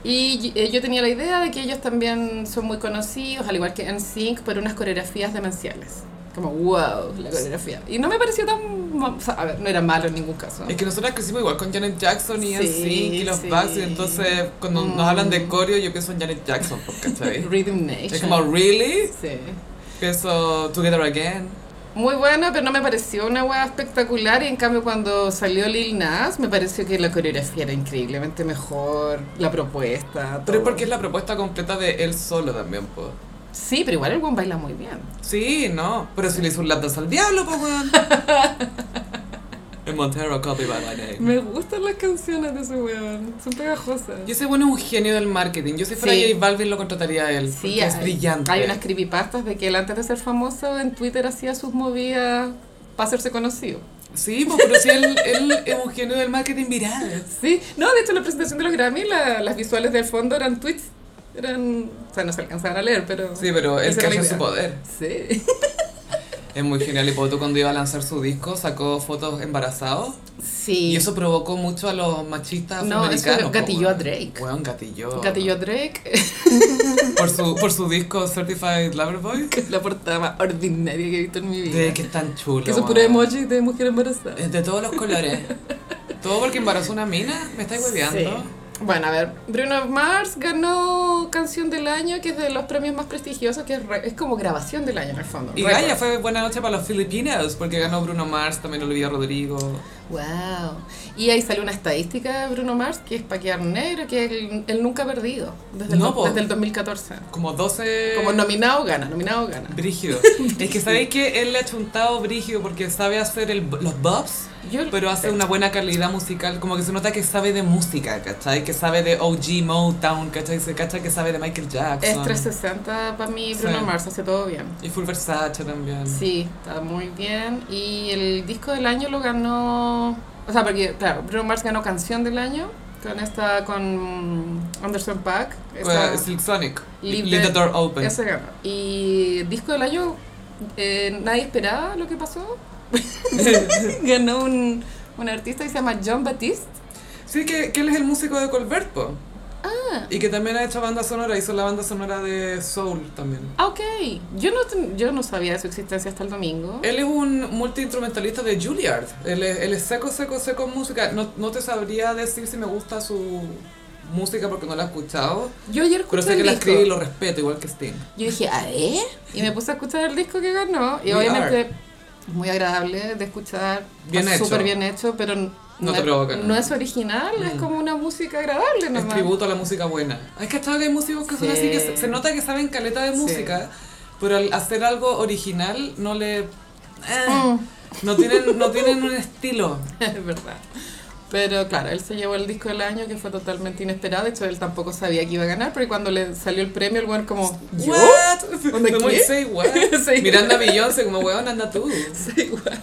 Speaker 2: Y eh, yo tenía la idea de que ellos también son muy conocidos, al igual que NSYNC, por unas coreografías demenciales. Como, wow, la coreografía. Y no me pareció tan. ma- O sea, a ver, no era malo en ningún caso.
Speaker 1: Es que nosotras crecimos igual con Janet Jackson y
Speaker 2: Sí,
Speaker 1: NSYNC y los
Speaker 2: sí.
Speaker 1: Bugs, y entonces cuando nos
Speaker 2: Mm.
Speaker 1: hablan de coreo yo pienso en Janet Jackson, pues, ¿cachai?
Speaker 2: Rhythm Nation.
Speaker 1: es como, ¿really?
Speaker 2: Sí.
Speaker 1: Pienso Together Again.
Speaker 2: Muy buena, pero no me pareció una hueá espectacular. Y en cambio, cuando salió Lil Nas, me pareció que la coreografía era increíblemente mejor, la propuesta. Todo.
Speaker 1: Pero es porque es la propuesta completa de él solo también, pues.
Speaker 2: Sí, pero igual el one baila muy bien.
Speaker 1: Sí, no, pero si le hizo un lap dance al diablo, pues, weón. En Montero, copy by my name.
Speaker 2: Me gustan las canciones de ese weón, son pegajosas.
Speaker 1: Yo sé, bueno, es un genio del marketing. Yo si fuera
Speaker 2: Sí.
Speaker 1: J Balvin lo contrataría a él.
Speaker 2: Sí,
Speaker 1: porque es
Speaker 2: hay-
Speaker 1: brillante.
Speaker 2: Hay unas creepypastas de que él antes de ser famoso en Twitter hacía sus movidas para hacerse conocido.
Speaker 1: Sí, pues, pero si él, él es un genio del marketing viral.
Speaker 2: Sí, no, de hecho la presentación de los Grammy, la- las visuales del fondo eran tweets, eran, o sea, no se alcanzaban a leer, pero...
Speaker 1: Sí, pero él
Speaker 2: esa era la
Speaker 1: cayó en su
Speaker 2: idea.
Speaker 1: poder.
Speaker 2: Sí.
Speaker 1: Es muy genial. Y Poto cuando iba a lanzar su disco sacó fotos embarazados.
Speaker 2: Sí.
Speaker 1: Y eso provocó mucho a los machistas
Speaker 2: No, eso
Speaker 1: afroamericanos. po,
Speaker 2: gatilló
Speaker 1: weón.
Speaker 2: a Drake.
Speaker 1: Weón, gatilló.
Speaker 2: Gatillo a Drake,
Speaker 1: Por su, por su disco Certified Lover Boy.
Speaker 2: que es la portada más ordinaria que he visto en mi vida.
Speaker 1: De que es tan chulo.
Speaker 2: que son
Speaker 1: weón.
Speaker 2: puros emojis de mujer embarazada.
Speaker 1: Es De todos los colores. Todo porque embarazó una mina. Me estáis hueveando.
Speaker 2: Sí. Bueno, a ver, Bruno Mars ganó Canción del Año, que es de los premios más prestigiosos, que es, re- es como grabación del año en el fondo.
Speaker 1: Y
Speaker 2: récord.
Speaker 1: Gaia fue buena noche para los filipinos porque ganó Bruno Mars, también Olivia Rodrigo.
Speaker 2: Wow. Y ahí sale una estadística de Bruno Mars, que es pa' quedar negro, que es el, el nunca perdido, desde el,
Speaker 1: No,
Speaker 2: do-
Speaker 1: po.
Speaker 2: desde el 2014.
Speaker 1: Como 12.
Speaker 2: Como nominado gana, nominado gana.
Speaker 1: Brígido. es que sabéis que él le ha chuntado brígido porque sabe hacer el- los bobs,
Speaker 2: Yo-
Speaker 1: pero hace una buena calidad musical. Como que se nota que sabe de música, ¿cachai? Que sabe de OG Motown, ¿cachai? Se cacha que sabe de Michael
Speaker 2: Es
Speaker 1: Jackson.
Speaker 2: 360 para mí, Bruno
Speaker 1: Sí.
Speaker 2: Mars hace todo bien.
Speaker 1: y Full Versace también.
Speaker 2: Sí, está muy bien. Y el disco del año lo ganó. O sea, porque, claro, Bruno Mars ganó canción del año con esta, con Anderson Pack.
Speaker 1: Eh, Silk Sonic.
Speaker 2: Leave
Speaker 1: Leave
Speaker 2: the-
Speaker 1: the door open.
Speaker 2: Ese ganó. Y disco del año, eh, nadie esperaba lo que pasó. ganó un, un artista que se llama John Baptiste.
Speaker 1: Sí, que, que él es el músico de Colbert, po.
Speaker 2: Ah.
Speaker 1: Y que también ha hecho banda sonora, hizo la banda sonora de Soul también.
Speaker 2: Ah, ok. Yo no, ten- yo no sabía de su existencia hasta el domingo.
Speaker 1: Él es un multiinstrumentalista de Juilliard. Él es, él es seco, seco, seco en música. No, no te sabría decir si me gusta su música porque no la he escuchado.
Speaker 2: Yo ayer
Speaker 1: Pero
Speaker 2: escuché
Speaker 1: sé que
Speaker 2: el
Speaker 1: la
Speaker 2: disco.
Speaker 1: escribí y lo respeto, igual que Sting.
Speaker 2: Yo dije, a ver. Y me puse a escuchar el disco que ganó. Y
Speaker 1: We
Speaker 2: obviamente
Speaker 1: are.
Speaker 2: es muy agradable de escuchar.
Speaker 1: Bien
Speaker 2: está
Speaker 1: hecho.
Speaker 2: Súper bien hecho, pero no,
Speaker 1: No te
Speaker 2: es-
Speaker 1: provoca
Speaker 2: no
Speaker 1: nada.
Speaker 2: es original, es
Speaker 1: Mm.
Speaker 2: como una música agradable
Speaker 1: Es
Speaker 2: nomás.
Speaker 1: tributo a la música buena. Es que que hay músicos que son
Speaker 2: Sí.
Speaker 1: así que se, se nota que saben caleta de
Speaker 2: Sí.
Speaker 1: música, pero al hacer algo original no le. eh,
Speaker 2: Mm.
Speaker 1: no, tienen, no tienen un estilo.
Speaker 2: es verdad. Pero claro, él se llevó el disco del año que fue totalmente inesperado. De hecho, él tampoco sabía que iba a ganar, porque cuando le salió el premio, el weón como, ¿yo?
Speaker 1: What?
Speaker 2: ¿Dónde
Speaker 1: Como,
Speaker 2: qué?
Speaker 1: "Say what?"
Speaker 2: Sí.
Speaker 1: Miranda Beyoncé, como weón, anda tú.
Speaker 2: Sí, weón.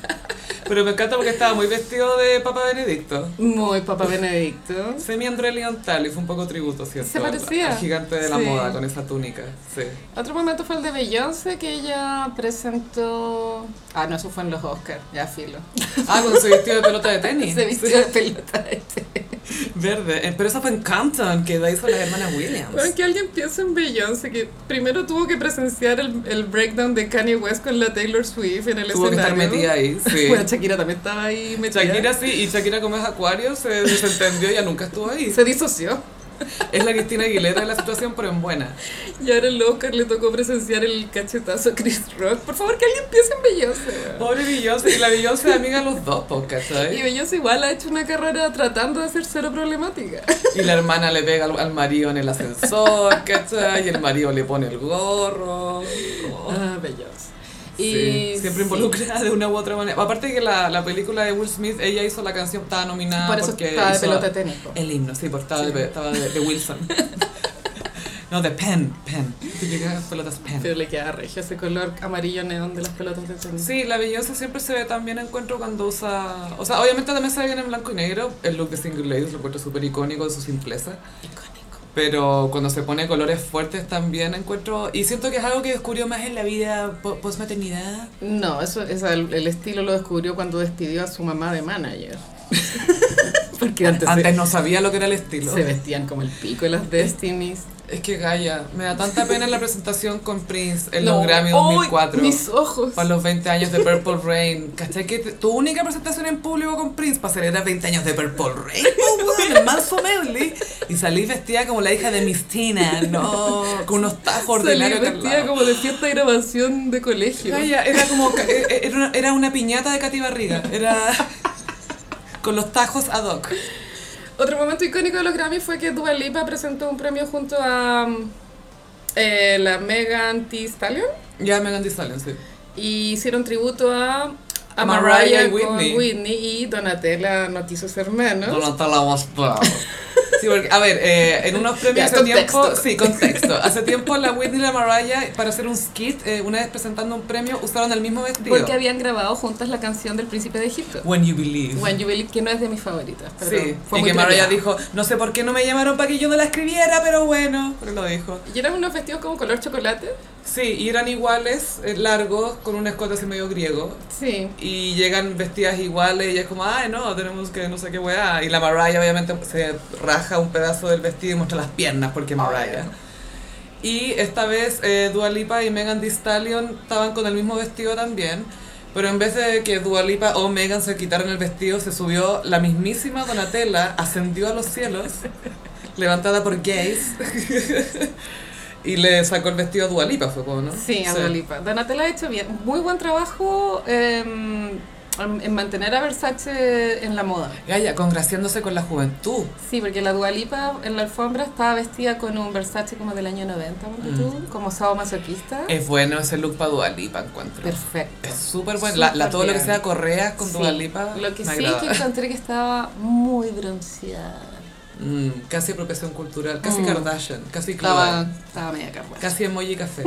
Speaker 1: Pero me encanta porque estaba muy vestido de Papa Benedicto.
Speaker 2: Muy papá Benedicto.
Speaker 1: Semi André Leontal y fue un poco tributo, ¿cierto?
Speaker 2: Se parecía.
Speaker 1: Al gigante de la
Speaker 2: Sí.
Speaker 1: moda con esa túnica. Sí.
Speaker 2: Otro momento fue el de Beyoncé, que ella presentó... Ah, no, eso fue en los Oscars, ya filo.
Speaker 1: Ah, con su vestido de pelota de tenis.
Speaker 2: Se vistió de pelota de
Speaker 1: Verde. Eh, Pero esa fue en Compton, que la hizo las hermanas
Speaker 2: Bueno,
Speaker 1: Williams.
Speaker 2: que alguien piensa en Beyoncé, que primero tuvo que presenciar el, el breakdown de Kanye West con la Taylor Swift en el
Speaker 1: Tuvo que estar
Speaker 2: escenario.
Speaker 1: metida ahí, sí.
Speaker 2: Bueno, Shakira también estaba ahí metida.
Speaker 1: Shakira sí, y Shakira como es acuario se desentendió y ya nunca estuvo ahí.
Speaker 2: se disoció.
Speaker 1: Es la Cristina Aguilera de la situación, pero en buena.
Speaker 2: Y ahora el Oscar le tocó presenciar el cachetazo a Chris Rock. Por favor, que alguien piense en Beyoncé. weón.
Speaker 1: Pobre Beyoncé, y la Beyoncé es amiga de los dos, po,
Speaker 2: Y
Speaker 1: ¿cachai?
Speaker 2: Beyoncé igual ha hecho una carrera tratando de ser cero problemática.
Speaker 1: Y la hermana le pega al, al marido en el ascensor, ¿cachai? Y el marido le pone el gorro. Oh.
Speaker 2: Ah, Beyoncé.
Speaker 1: Sí,
Speaker 2: Y
Speaker 1: siempre involucrada de una u otra manera. Aparte que la, la película de Will Smith, ella hizo la canción, estaba nominada
Speaker 2: Por eso
Speaker 1: porque
Speaker 2: estaba de
Speaker 1: hizo Eh.
Speaker 2: pelota de tenis. po.
Speaker 1: el himno, sí, porque estaba,
Speaker 2: Sí.
Speaker 1: De, estaba de, de Wilson. no, de Penn, Penn. Típica pelotas
Speaker 2: Pero
Speaker 1: Penn.
Speaker 2: le queda regio ese color amarillo neón de las pelotas de tenis.
Speaker 1: Sí, la belleza siempre se ve también, encuentro cuando usa... O sea, obviamente también se ve bien en blanco y negro. El look de Single Ladies lo encuentro súper icónico de su simpleza.
Speaker 2: Icónico.
Speaker 1: Pero cuando se pone colores fuertes también encuentro... Y siento que es algo que descubrió más en la vida po- postmaternidad.
Speaker 2: No, eso, esa- el, el estilo lo descubrió cuando despidió a su mamá de manager. Porque antes, se-
Speaker 1: Antes no sabía lo que era el
Speaker 2: se,
Speaker 1: estilo. Eh,
Speaker 2: vestían como el pico de las Destinies.
Speaker 1: Es que Gaia, me da tanta pena la presentación con Prince en
Speaker 2: No,
Speaker 1: los Grammy
Speaker 2: ¡ay,
Speaker 1: 2004.
Speaker 2: Mis ojos.
Speaker 1: Para los 20 años de Purple Rain. ¿Cachai? Que te- tu única presentación en público con Prince para celebrar 20 años de Purple Rain. po, weón, el manso medley. Y salí vestida como la hija de Miss Tina, ¿no? Con unos tajos
Speaker 2: Salí
Speaker 1: ordinarios.
Speaker 2: vestida como de fiesta de grabación de colegio.
Speaker 1: Gaia, era como. ca- e- e- Era una, era una piñata de Katy Barriga. Era. Con los tajos ad hoc.
Speaker 2: Otro momento icónico de los Grammy fue que Dua Lipa presentó un premio junto a mm, eh, la Megan Thee Stallion
Speaker 1: Ya Megan Thee Stallion, sí.
Speaker 2: y hicieron tributo a, a
Speaker 1: A
Speaker 2: Mariah,
Speaker 1: Mariah y
Speaker 2: con
Speaker 1: Whitney.
Speaker 2: Whitney. y Donatella Noticias Hermanos.
Speaker 1: Donatella la Sí, porque, a ver, eh, en unos premios
Speaker 2: Ya,
Speaker 1: hace tiempo,
Speaker 2: contexto.
Speaker 1: sí, contexto. Hace tiempo la Whitney y la Mariah, para hacer un skit, eh, una vez presentando un premio, usaron el mismo vestido.
Speaker 2: Porque habían grabado juntas la canción del Príncipe de Egipto.
Speaker 1: When you believe.
Speaker 2: When You Believe, que no es de mis favoritas. Pero
Speaker 1: sí,
Speaker 2: fue
Speaker 1: y
Speaker 2: muy
Speaker 1: que Mariah dijo,
Speaker 2: premiada.
Speaker 1: no sé por qué no me llamaron para que yo no la escribiera, pero bueno, pero lo dijo.
Speaker 2: Y eran unos vestidos como color chocolate.
Speaker 1: Sí, y eran iguales, eh, largos, con un escote así medio griego.
Speaker 2: Sí.
Speaker 1: Y llegan vestidas iguales y es como, ay no, tenemos que no sé qué weá. Y la Mariah obviamente se raja un pedazo del vestido y muestra las piernas porque Mariah. Y esta vez eh, Dua Lipa y Megan Thee Stallion estaban con el mismo vestido también. Pero en vez de que Dua Lipa o Megan se quitaran el vestido, se subió la mismísima Donatella, ascendió a los cielos, levantada por gays. y le sacó el vestido a Dua Lipa, fue como, ¿no?
Speaker 2: Sí, a Dua Lipa. Donatella ha hecho bien, muy buen trabajo eh, en en mantener a Versace en la moda.
Speaker 1: Gaya, congraciándose con la juventud.
Speaker 2: Sí, porque la Dualipa en la alfombra estaba vestida con un Versace como del año 90, ponte tú, como sadomasoquista.
Speaker 1: Mm. Es bueno ese look para Dua Lipa, encuentro.
Speaker 2: Perfecto.
Speaker 1: Es súper bueno. La, la- todo lo que
Speaker 2: Súper bien.
Speaker 1: sea correas con Dua
Speaker 2: Sí.
Speaker 1: Lipa,
Speaker 2: Lo que
Speaker 1: me
Speaker 2: sí
Speaker 1: agrada.
Speaker 2: que encontré que estaba muy bronceada.
Speaker 1: Mm, casi apropiación cultural, casi
Speaker 2: Mm.
Speaker 1: Kardashian, casi
Speaker 2: Estaba,
Speaker 1: Chloe,
Speaker 2: estaba media cargada.
Speaker 1: casi emoji café.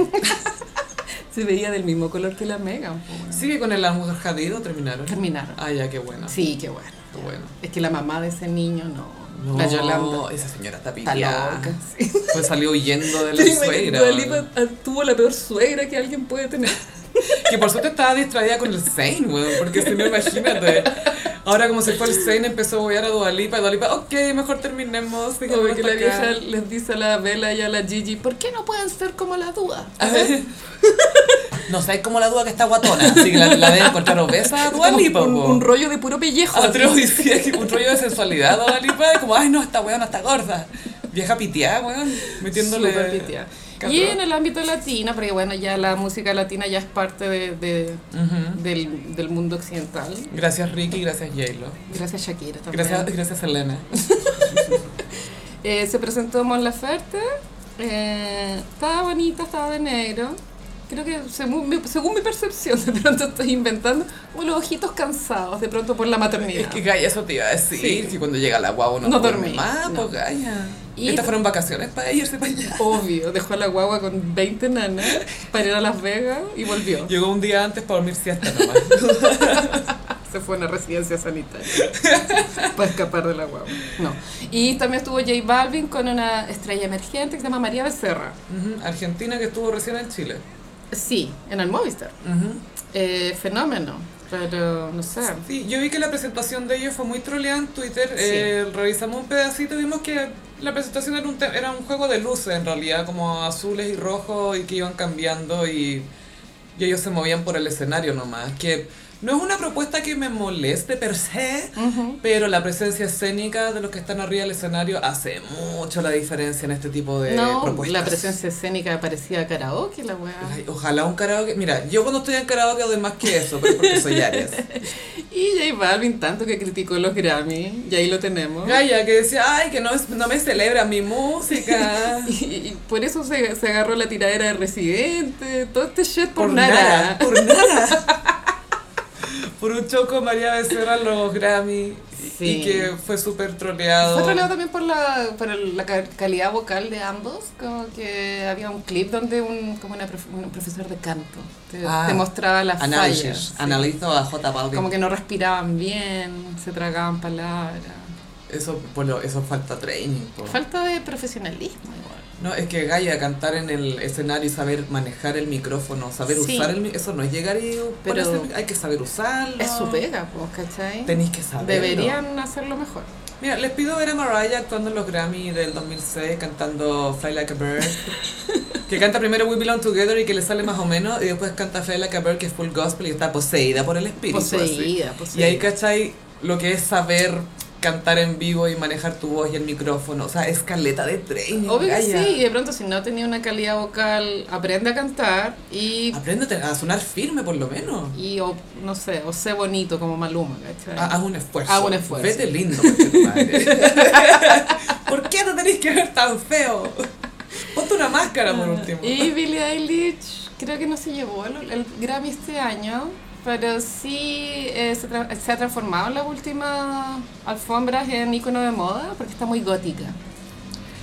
Speaker 2: Se veía del mismo color que la Megan. po, bueno.
Speaker 1: Sigue con el amor jadido, terminaron.
Speaker 2: Terminaron.
Speaker 1: Ah, ya, qué bueno.
Speaker 2: Sí, qué bueno.
Speaker 1: Qué bueno.
Speaker 2: Es que la mamá de ese niño, no.
Speaker 1: No,
Speaker 2: La Yolanda.
Speaker 1: esa señora está
Speaker 2: Está
Speaker 1: pillada.
Speaker 2: loca. Sí.
Speaker 1: Pues salió huyendo de la
Speaker 2: Dime que
Speaker 1: suegra.
Speaker 2: Dua Lipa, ah, tuvo la peor suegra que alguien puede tener.
Speaker 1: Que por suerte estaba distraída con el Zane, weón, porque si no, imagínate. Ahora como se fue el Zane, empezó a bobear a Dualipa, y Dualipa, ok, mejor terminemos.
Speaker 2: O
Speaker 1: dejémonos
Speaker 2: porque la
Speaker 1: acá".
Speaker 2: vieja les dice a la Bella y a la Gigi, ¿por qué no pueden ser como la Dúa?
Speaker 1: No sabes cómo la duda que está guatona. Así que la, la debe encontrar obesa a Dua Lipa,
Speaker 2: un,
Speaker 1: po.
Speaker 2: un rollo de puro pellejo. así.
Speaker 1: Otro, sí, un rollo de sensualidad a Dua Lipa, y como, ay no, esta weona está gorda. Vieja pitiá, weón, metiéndole...
Speaker 2: Súper pitiada.
Speaker 1: Cabrón.
Speaker 2: Y en el ámbito latino, porque bueno, ya la música latina ya es parte de- de-
Speaker 1: Ujú.
Speaker 2: del, del mundo occidental.
Speaker 1: Gracias Ricky, gracias J-Lo.
Speaker 2: Gracias Shakira también.
Speaker 1: Gracias, gracias Elena.
Speaker 2: Eh, se presentó Mon Laferte. eh, estaba bonita, estaba de negro. Creo que según mi, según mi percepción, de pronto estoy inventando, como los ojitos cansados, de pronto por la maternidad.
Speaker 1: Es que Gaya, eso te iba a decir,
Speaker 2: Sí.
Speaker 1: que cuando llega la guagua no,
Speaker 2: No
Speaker 1: duerme
Speaker 2: dormí,
Speaker 1: más,
Speaker 2: no.
Speaker 1: pues Gaya.
Speaker 2: Y-
Speaker 1: Estas fueron vacaciones para irse para allá.
Speaker 2: Obvio, dejó a la guagua con 20 nanas para ir a Las Vegas y volvió.
Speaker 1: Llegó un día antes para dormir siesta nomás.
Speaker 2: Se fue a una residencia sanitaria para escapar de la guagua. No. Y también estuvo J Balvin con una estrella emergente que se llama María Becerra.
Speaker 1: Ujú, Argentina que estuvo recién en Chile.
Speaker 2: Sí, en el Movistar.
Speaker 1: Ujú.
Speaker 2: Eh, fenómeno, pero no sé.
Speaker 1: Sí, yo vi que la presentación de ellos fue muy troleada en Twitter.
Speaker 2: Sí.
Speaker 1: eh, revisamos un pedacito y vimos que la presentación era un, te- era un juego de luces en realidad, como azules y rojos y que iban cambiando y, y ellos se movían por el escenario nomás. Que no es una propuesta que me moleste per se, pero la presencia escénica de los que están arriba del escenario hace mucho la diferencia en este tipo de
Speaker 2: no,
Speaker 1: propuestas.
Speaker 2: la presencia escénica parecía karaoke, la weá.
Speaker 1: Ay, ojalá un karaoke. Mira, yo cuando estoy en karaoke doy más que eso, pero es porque soy Aries.
Speaker 2: Y J Balvin tanto que criticó los Grammy, y ahí lo tenemos.
Speaker 1: Gaya que decía, ay, que no, es- no me celebra mi música.
Speaker 2: Y, y por eso se, se agarró la tiradera de Residente, todo este shit por, nada.
Speaker 1: nada, Por nada. Por un choco María Becerra en los Grammy. y-
Speaker 2: Sí.
Speaker 1: Y que fue súper
Speaker 2: Fue
Speaker 1: troleado.
Speaker 2: troleado también por la, por el- la ca- calidad vocal de ambos, como que había un clip donde un, como una prof- un profesor de canto te,
Speaker 1: Ah,
Speaker 2: te mostraba las fallas.
Speaker 1: Análisis.
Speaker 2: sí.
Speaker 1: Analizo a J Balvin.
Speaker 2: Como que no respiraban bien, se tragaban palabras.
Speaker 1: Eso, pues, lo- eso falta training. po.
Speaker 2: Falta de profesionalismo igual.
Speaker 1: No, es que Gaia cantar en el escenario y saber manejar el micrófono, saber
Speaker 2: Sí.
Speaker 1: usar el mi- eso no es llegar y
Speaker 2: Pero-
Speaker 1: ponerse- hay que saber usarlo.
Speaker 2: Es su pega, pues, ¿cachai?
Speaker 1: Tenéis que saberlo.
Speaker 2: Deberían hacerlo mejor.
Speaker 1: Mira, les pido ver a Mariah actuando en los Grammy del 2006, cantando Fly Like a Bird. que canta primero We Belong Together y que le sale más o menos, y después canta Fly Like a Bird, que es full gospel y está poseída por el espíritu. así.
Speaker 2: Poseída,
Speaker 1: pues, Y
Speaker 2: poseída.
Speaker 1: ahí, ¿cachai? Lo que es saber cantar en vivo y manejar tu voz y el micrófono. O sea, es caleta de training.
Speaker 2: Obvio que
Speaker 1: Gaia.
Speaker 2: sí, y de pronto si no tenía una calidad vocal, aprende a cantar y,
Speaker 1: Apréndete a sonar firme, por lo menos.
Speaker 2: y o, no sé, o sé bonito como Maluma, ¿cachai?
Speaker 1: Ha- Haz un esfuerzo.
Speaker 2: Haz un esfuerzo.
Speaker 1: Vete lindo, conchetumadre. ¿Por qué te tenés que ver tan feo? Ponte una máscara por último.
Speaker 2: Ah, Y Billie Eilish creo que no se llevó el, el Grammy este año, pero sí eh, se, tra- se ha transformado en las últimas alfombras en icono de moda porque está muy gótica.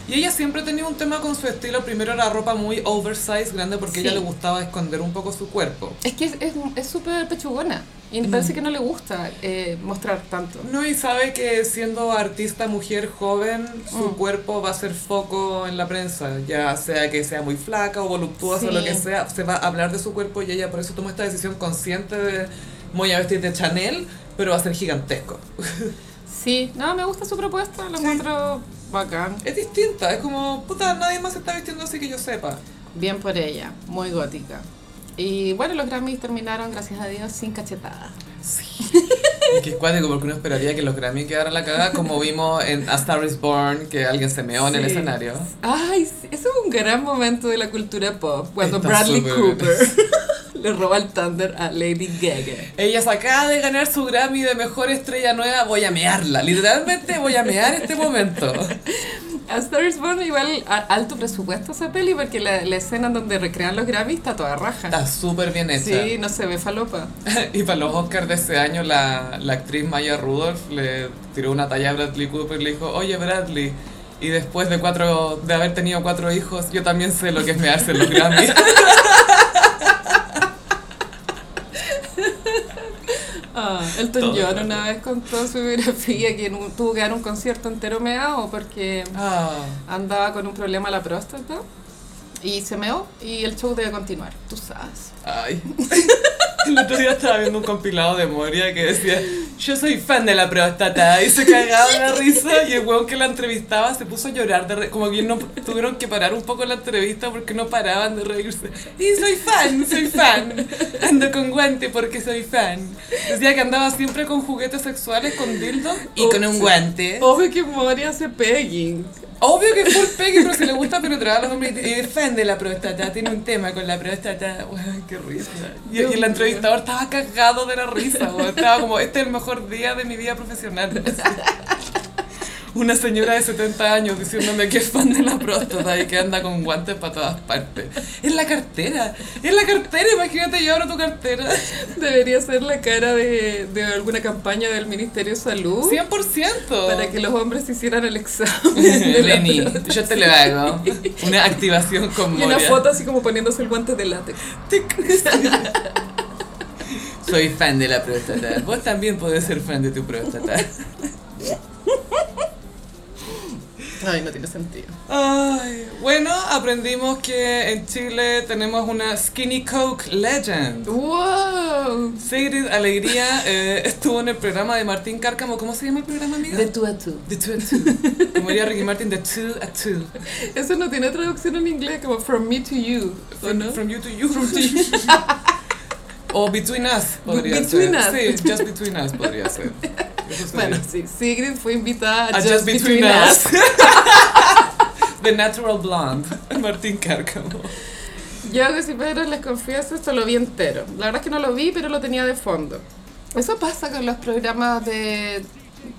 Speaker 1: Y ella siempre tenía un tema con su estilo. Primero era ropa muy oversized, grande, porque a
Speaker 2: Sí.
Speaker 1: ella le gustaba esconder un poco su cuerpo.
Speaker 2: Es que es- es es súper pechugona y me
Speaker 1: Mm.
Speaker 2: parece que no le gusta eh, mostrar tanto.
Speaker 1: No, y sabe que siendo artista mujer joven, su
Speaker 2: Mm.
Speaker 1: cuerpo va a ser foco en la prensa, ya sea que sea muy flaca o voluptuosa o lo
Speaker 2: Sí.
Speaker 1: que sea, se va a hablar de su cuerpo y ella por eso tomó esta decisión consciente de "Me voy a vestir de Chanel, pero va a ser gigantesco.
Speaker 2: Sí, no, me gusta su propuesta, la encuentro bacán.
Speaker 1: Es distinta, es como, puta, nadie más se está vistiendo así que yo sepa.
Speaker 2: Bien por ella, muy gótica. Y bueno, los Grammys terminaron, gracias a Dios, sin cachetada.
Speaker 1: Que es cuático porque uno esperaría que los Grammy quedaran la cagada como vimos en A Star Is Born, que alguien se meó en el
Speaker 2: Sí.
Speaker 1: escenario.
Speaker 2: Ay, sí, ese es un gran momento de la cultura pop, cuando
Speaker 1: Está
Speaker 2: Bradley
Speaker 1: súper
Speaker 2: Cooper le roba el thunder a Lady Gaga.
Speaker 1: Ella se acaba de ganar su Grammy de Mejor Estrella Nueva, voy a mearla. Literalmente voy a mear este momento.
Speaker 2: A Star is Born igual a- alto presupuesto esa peli porque la, la escena donde recrean los Grammys está toda raja.
Speaker 1: Está súper bien hecha.
Speaker 2: Sí, no se ve falopa.
Speaker 1: Y para los Oscars de ese año, la, la actriz Maya Rudolph le tiró una talla a Bradley Cooper y le dijo, oye Bradley, y después de cuatro de haber tenido cuatro hijos, yo también sé lo que es mearse en los Grammy.
Speaker 2: Ah, Elton
Speaker 1: Todo
Speaker 2: John
Speaker 1: raja.
Speaker 2: una vez contó su biografía que en un- tuvo que dar un concierto entero meado porque
Speaker 1: Ah.
Speaker 2: andaba con un problema a la próstata y se meó y el show debe continuar, tú sabes.
Speaker 1: Ay. El otro día estaba viendo un compilado de Moria que decía, yo soy fan de la próstata, y se cagaba de la risa, y el weón que la entrevistaba se puso a llorar, de re- como que no, tuvieron que parar un poco la entrevista porque no paraban de reírse. Y soy fan, soy fan, ando con guante porque soy fan. Decía que andaba siempre con juguetes sexuales, con dildos y con un guante.
Speaker 2: Obvio que Moria hace pegging.
Speaker 1: Obvio que full pegue, pero si le gusta penetrar a los hombres y defiende la próstata, tiene un tema con la próstata. Weón, qué risa. Y, y el entrevistador estaba cagado de la risa, weón. estaba como, este es el mejor día de mi vida profesional. Una señora de 70 años diciéndome que es fan de la próstata y que anda con guantes para todas partes. Es la cartera, es la cartera, imagínate yo ahora tu cartera.
Speaker 2: Debería ser la cara de, de alguna campaña del Ministerio de Salud
Speaker 1: 100%.
Speaker 2: Uh. para que los hombres hicieran el examen. de la
Speaker 1: Lenny, yo te lo hago. Una activación con
Speaker 2: Y una
Speaker 1: Moria.
Speaker 2: foto así como poniéndose el guante de látex.
Speaker 1: Soy fan de la próstata. Vos también podés ser fan de tu próstata.
Speaker 2: Ay, no tiene sentido.
Speaker 1: Ay, bueno, aprendimos que en Chile tenemos una Skinny Coke Legend.
Speaker 2: ¡Wow!
Speaker 1: Sigrid Alegría eh, estuvo en el programa de Martín Cárcamo. ¿Cómo se llama el programa, amiga?
Speaker 2: De tú a tú.
Speaker 1: The Two a Two. Como diría Ricky Martin, The Two a Two.
Speaker 2: Eso no tiene traducción en inglés, como from me to you, ¿o
Speaker 1: From,
Speaker 2: no?
Speaker 1: from you to you. o Between Us podría
Speaker 2: Between
Speaker 1: ser.
Speaker 2: Us.
Speaker 1: Sí, Just Between Us podría ser. Eso sería.
Speaker 2: Bueno, sí, Sigrid fue invitada a,
Speaker 1: A
Speaker 2: Just Between, Us.
Speaker 1: The Natural Blonde, Martín Cárcamo.
Speaker 2: Yo, que si Pedro, les confieso, esto lo vi entero. La verdad es que no lo vi, pero lo tenía de fondo. Eso pasa con los programas de,